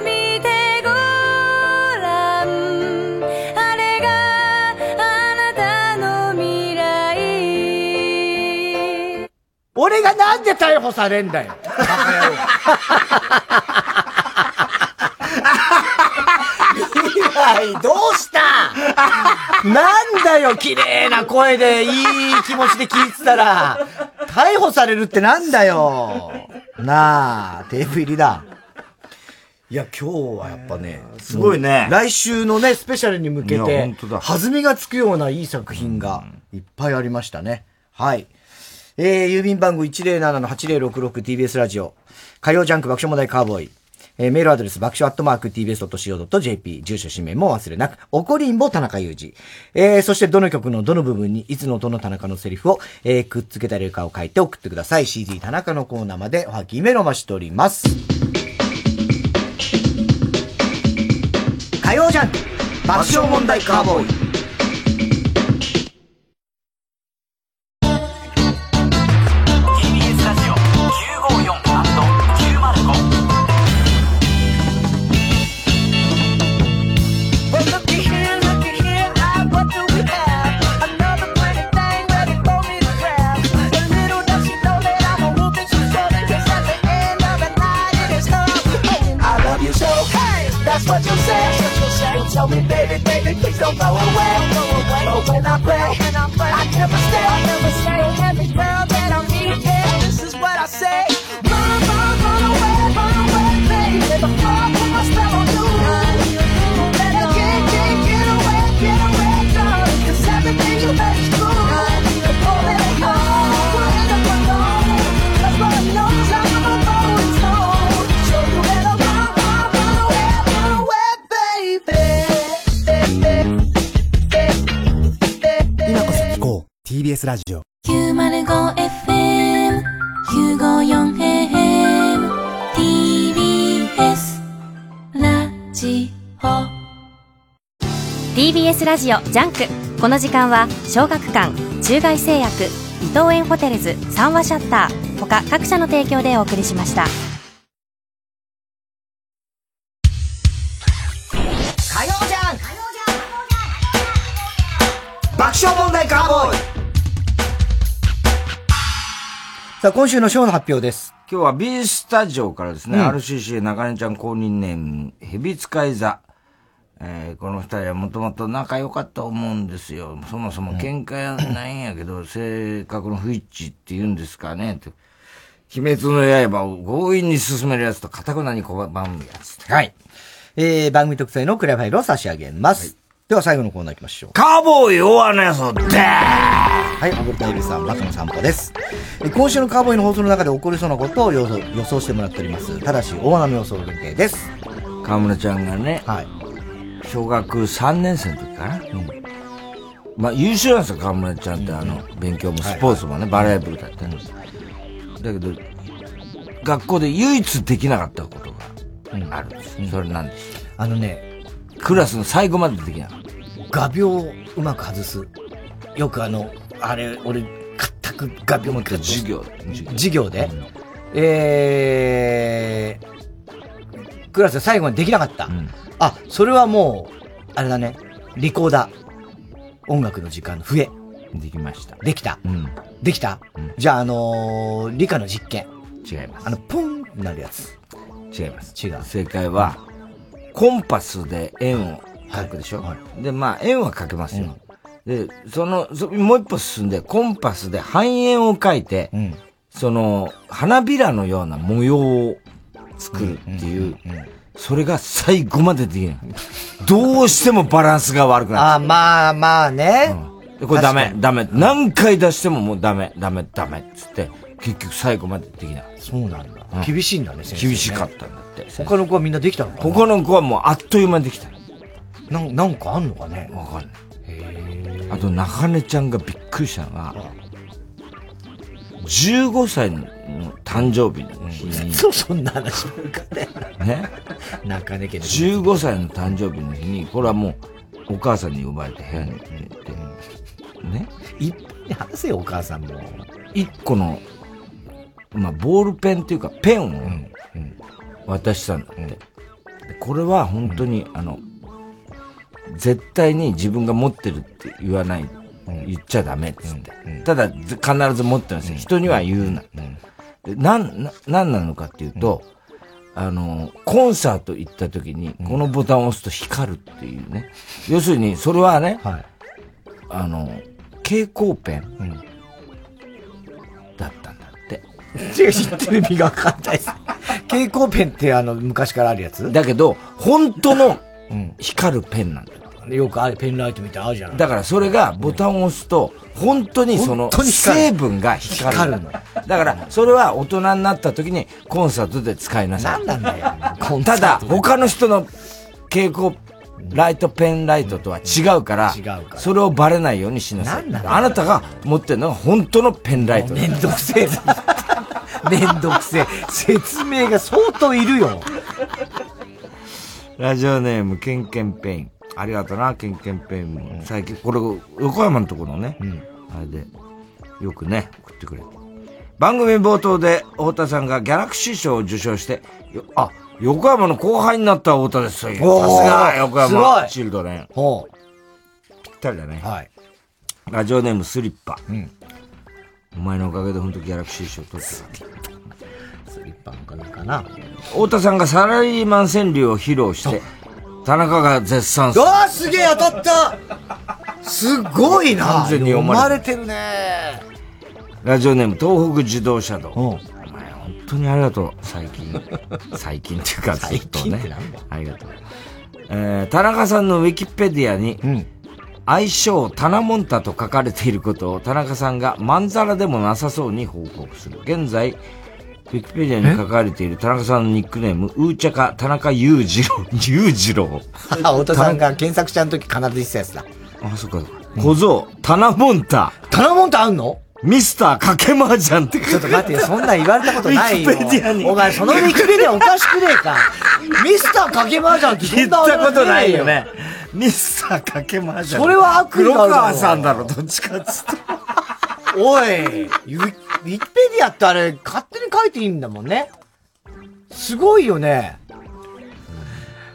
前を見てごらんあれがあなたの未来
俺がなんで逮捕されんだよ。 未来どうしたなんだよ、綺麗な声で、いい気持ちで聞いてたら、逮捕されるってなんだよ。なあ、テープ入りだ。いや、今日はやっぱね、す
ごいね
来週のね、スペシャルに向け
いや
て
本当、だ
弾みがつくようないい作品がいっぱいありましたね。はい。えー、郵便番号 107-8066TBS ラジオ。火曜ジャンク爆笑問題カーボーイ。えー、メールアドレス爆笑アットマーク TBS.CO.JP。住所氏名も忘れなく。おこりんぼ田中裕二。えー、そしてどの曲のどの部分にいつのどの田中のセリフを、えー、くっつけたりかを書いて送ってください。CD 田中のコーナーまでおはぎメロマしております。火曜ジャンク爆笑問題カーボーイ。
TBS ラジオ 954&905
Well, looky here, looky here, ah, what do we have? Another pretty thing ready for me to grab. And little does she know that I'm a whooping success. 'Cause at the end of the night, it is her we own. I love you so, hey, that's what you say. Well, tell me, baby, baby, please don't go away. But when I pray, I never stay. Every girl that I meet, yeah, this is what I say. Run, run, run away, run away, baby. Before I put my spell on you, honey. Better get, get, get away, get away, darling. 'Cause every
TBS ラジオ
905FM 954AM TBS ラジオ
TBS ラジオジャンクこの時間は小学館中外製薬伊藤園ホテルズ三和シャッター他各社の提供でお送りしました
火曜じゃん爆笑問題カーボーイさあ、今週のショーの発表です。
今日は B スタジオからですね、
うん
RCC 中根ちゃん公認ネーム、ヘビ使い座。えーこの二人はもともと仲良かったと思うんですよ。そもそも喧嘩やないんやけど、 性格の不一致って言うんですかね、と。鬼滅の刃を強引に進めるやつと、かたくなに拒むやつ。
はい。えー、番組特製のクレアファイルを差し上げます。では最後のコーナー行きましょう。
カーボーイ大穴やぞで
はい、アブルタイビさん、ラクの散歩です。えー今週のカーボーイの放送の中で起こりそうなことを予想予想してもらっております。ただし、大穴の予想限定です。
河村ちゃんがね、小学3年生の時かな、まあ優秀なんですよ河村ちゃんって、あの勉強もスポーツもね、バレー部だったんですだけど学校で唯一できなかったことがあるんです、それなんです
あのね
クラスの最後までできなかった
画鋲をうまく外す。よくあの、あれ、俺、全く画鋲も授
業。
授業で、えー、クラスで最後までできなかった。あ、それはもう、あれだね、リコーダー。音楽の時間の笛。
できました。
できた。
うん
できた、じゃあ、あのー理科の実験。
違います
あの、ポンなるやつ。
違います違う正解はコンパスで円を描くでしょ、でまあ円は描けますよ、でそのそもう一歩進んでコンパスで半円を描いて、その花びらのような模様を作るっていう、それが最後までできないどうしてもバランスが悪くなる
あ、まあまあね。
でこれダ
確
メ
か、に
ダメ。何回出してももうダメ、ダメ、ダメっつって、結局最後までできない。
そうなんだ
うん
厳しいんだね、先生ね
厳しかったんだって。
他の子はみんなできたのかな
他の子はもうあっという間にできた。
なんなんかあんのかね
わかんない。あと、中根ちゃんがびっくりしたのが、15歳の誕生日の日に、
そう、そんな話ばっかで。
ね。
中根家の
15歳の誕生日の日に、これはもう、お母さんに呼ばれて部屋に行って、ね。
いっぱい話せよ、お母さんも。
一個の、まあ、ボールペンっていうか、ペンを渡したんだって。でこれは本当に、あの、絶対に自分が持ってるって言わない、言っちゃダメっつって。ただ、ず必ず持ってますよ。人には言うな。でなん、な、なんなのかっていうと、あの、コンサート行った時に、このボタンを押すと光るっていうね。要するに、それはね、あの、蛍光ペン、だったんだって。
違う、知ってる意味が分かんないです。蛍光ペンってあの、昔からあるやつ
だけど、本当の光るペンなんだ
よくあれ、ペンライトみたいなのあるじゃない
だからそれがボタンを押すと、本当にその
本当に光る
成分が光る。
光るの
だから、それは大人になった時にコンサートで使いなさい。
なんだよ。
ただ、他の人の蛍光ライト、ペンライトとは違うから、それをバレないようにしなさい。あなたが持ってるのが本当のペンライト。め
んどくせえ。めんどくせえ。説明が相当いるよ。
ラジオネーム、ケンケンペイン。ありがとな、ケンケンペインも。最近、これ、横山のところのね、あれで、よくね、送ってくれて。番組冒頭で、太田さんがギャラクシー賞を受賞して、よあ、横山の後輩になった太田です。さす
おー
が、横
すご
山
い
チルドレン。
ほ
ぴったりだね。ラジオネーム、スリッパ。お前のおかげで本当ギャラクシー賞取ったわけ。スリッパのおかげかな。太田さんがサラリーマン川柳を披露して、田中が絶賛する。
あーすげえ当たったすごいな
完全に読ま
読ま
れ
れてるね
ラジオネーム、東北自動車道。お前、本当にありがとう。最 近。最近っていうか、ずっとね。ありがとう。えー、田中さんのウィキペディアに、愛称、タナモンタと書かれていることを田中さんがまんざらでもなさそうに報告する。現在、ウィキペディアに書かれている田中さんのニックネーム、うーちゃか田中裕次郎。裕次郎。
太田さんが検索したの時必ず言ってたやつだ。
あ、そっかそっか。小僧、タナモンタ。
タナモンタあんの
ミスターかけまーじゃんって
ちょっと待ってよそんなん言われたことないよ
ウィキペディアに
お前そのウィキペディアおかしくねえかミスターかけまーじゃんってそ
言っ
んな
たことないよ
ね
ね。ミスターかけまーじゃん。
それは悪意
黒
があるだろ
川さんだろ、どっちかっつって。
おいウィウィキペディアってあれ勝手に書いていいんだもんねすごいよね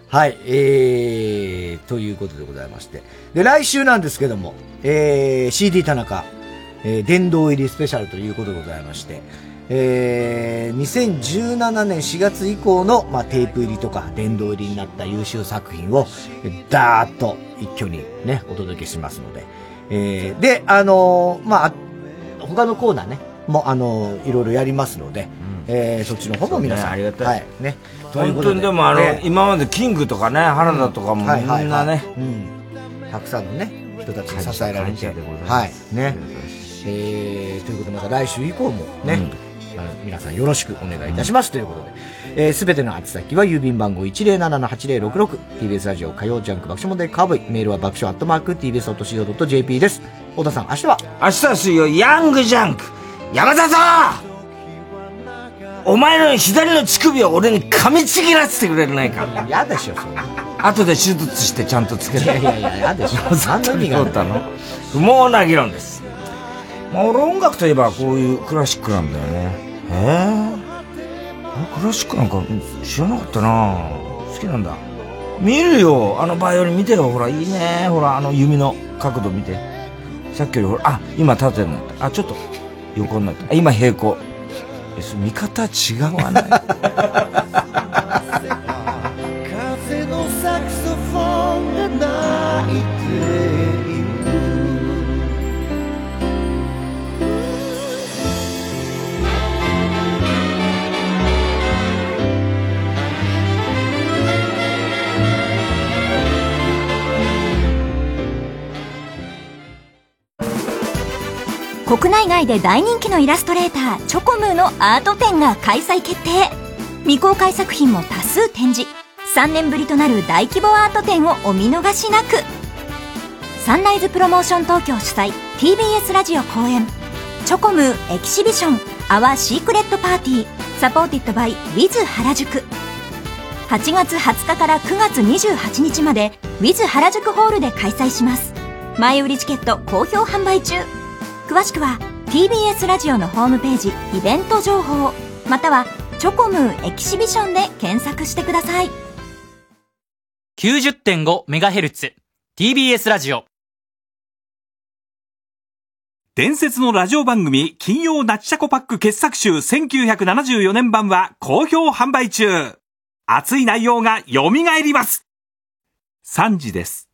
はい、えー、ということでございまして。で、来週なんですけども、えー、CD 田中、えー、殿堂入りスペシャルということでございまして、えー、2017年4月以降の、まあ、テープ入りとか、殿堂入りになった優秀作品を、えーダーッと一挙にね、お届けしますので、えー、で、あのーまあ、他のコーナーね、もう、あのーいろいろやりますので、えー、そっちの方も皆さん、
そうねありがた
は
い
い、ね。というこ
本
と
当にでもあの、
ね
今までキングとかね、原田とかもみんなね、
はいはいはいうん、たくさんのね人たちに支えられ
感
て
謝でござい
は
ま
い
す
ねえー、ということでまた来週以降もね、あの皆さんよろしくお願いいたします、ということで、えー、全ての宛先は郵便番号 107-8066TBS ラジオ火曜ジャンク爆笑問題カーボーイメールは爆笑アットマーク TBS.CO.JP です太田さん明日は
明日は水曜、ヤングジャンク山田さんお前の左の乳首を俺に噛みちぎらせてくれないか。
嫌でしょ、そんな。
後で手術してちゃんとつける。
いやいやいや嫌でしょ
何の
意味があ
そ
る
うだの不毛な議論です。まあ俺音楽といえばこういうクラシックなんだよね。ええクラシックなんか知らなかったな好きなんだ。見るよあのバイオリン見てよほらいいねほらあの弓の角度見てさっきよりほらあ今縦になったあちょっと横になったあ今平行えそれ見方違わない
風のサクソフォンが泣いてい
国内外で大人気のイラストレーターチョコムーのアート展が開催決定未公開作品も多数展示3年ぶりとなる大規模アート展をお見逃しなくサンライズプロモーション東京主催 TBS ラジオ公演チョコムーエキシビションアワーシークレットパーティーサポーティッドバイ With 原宿8月20日から9月28日まで With 原宿ホールで開催します前売りチケット好評販売中詳しくは TBS ラジオのホームページイベント情報またはチョコムーエキシビションで検索してください
90.5MHz。TBS ラジオ。
伝説のラジオ番組、金曜ナッチャコパック傑作集1974年版は好評販売中。熱い内容が蘇ります。3時です。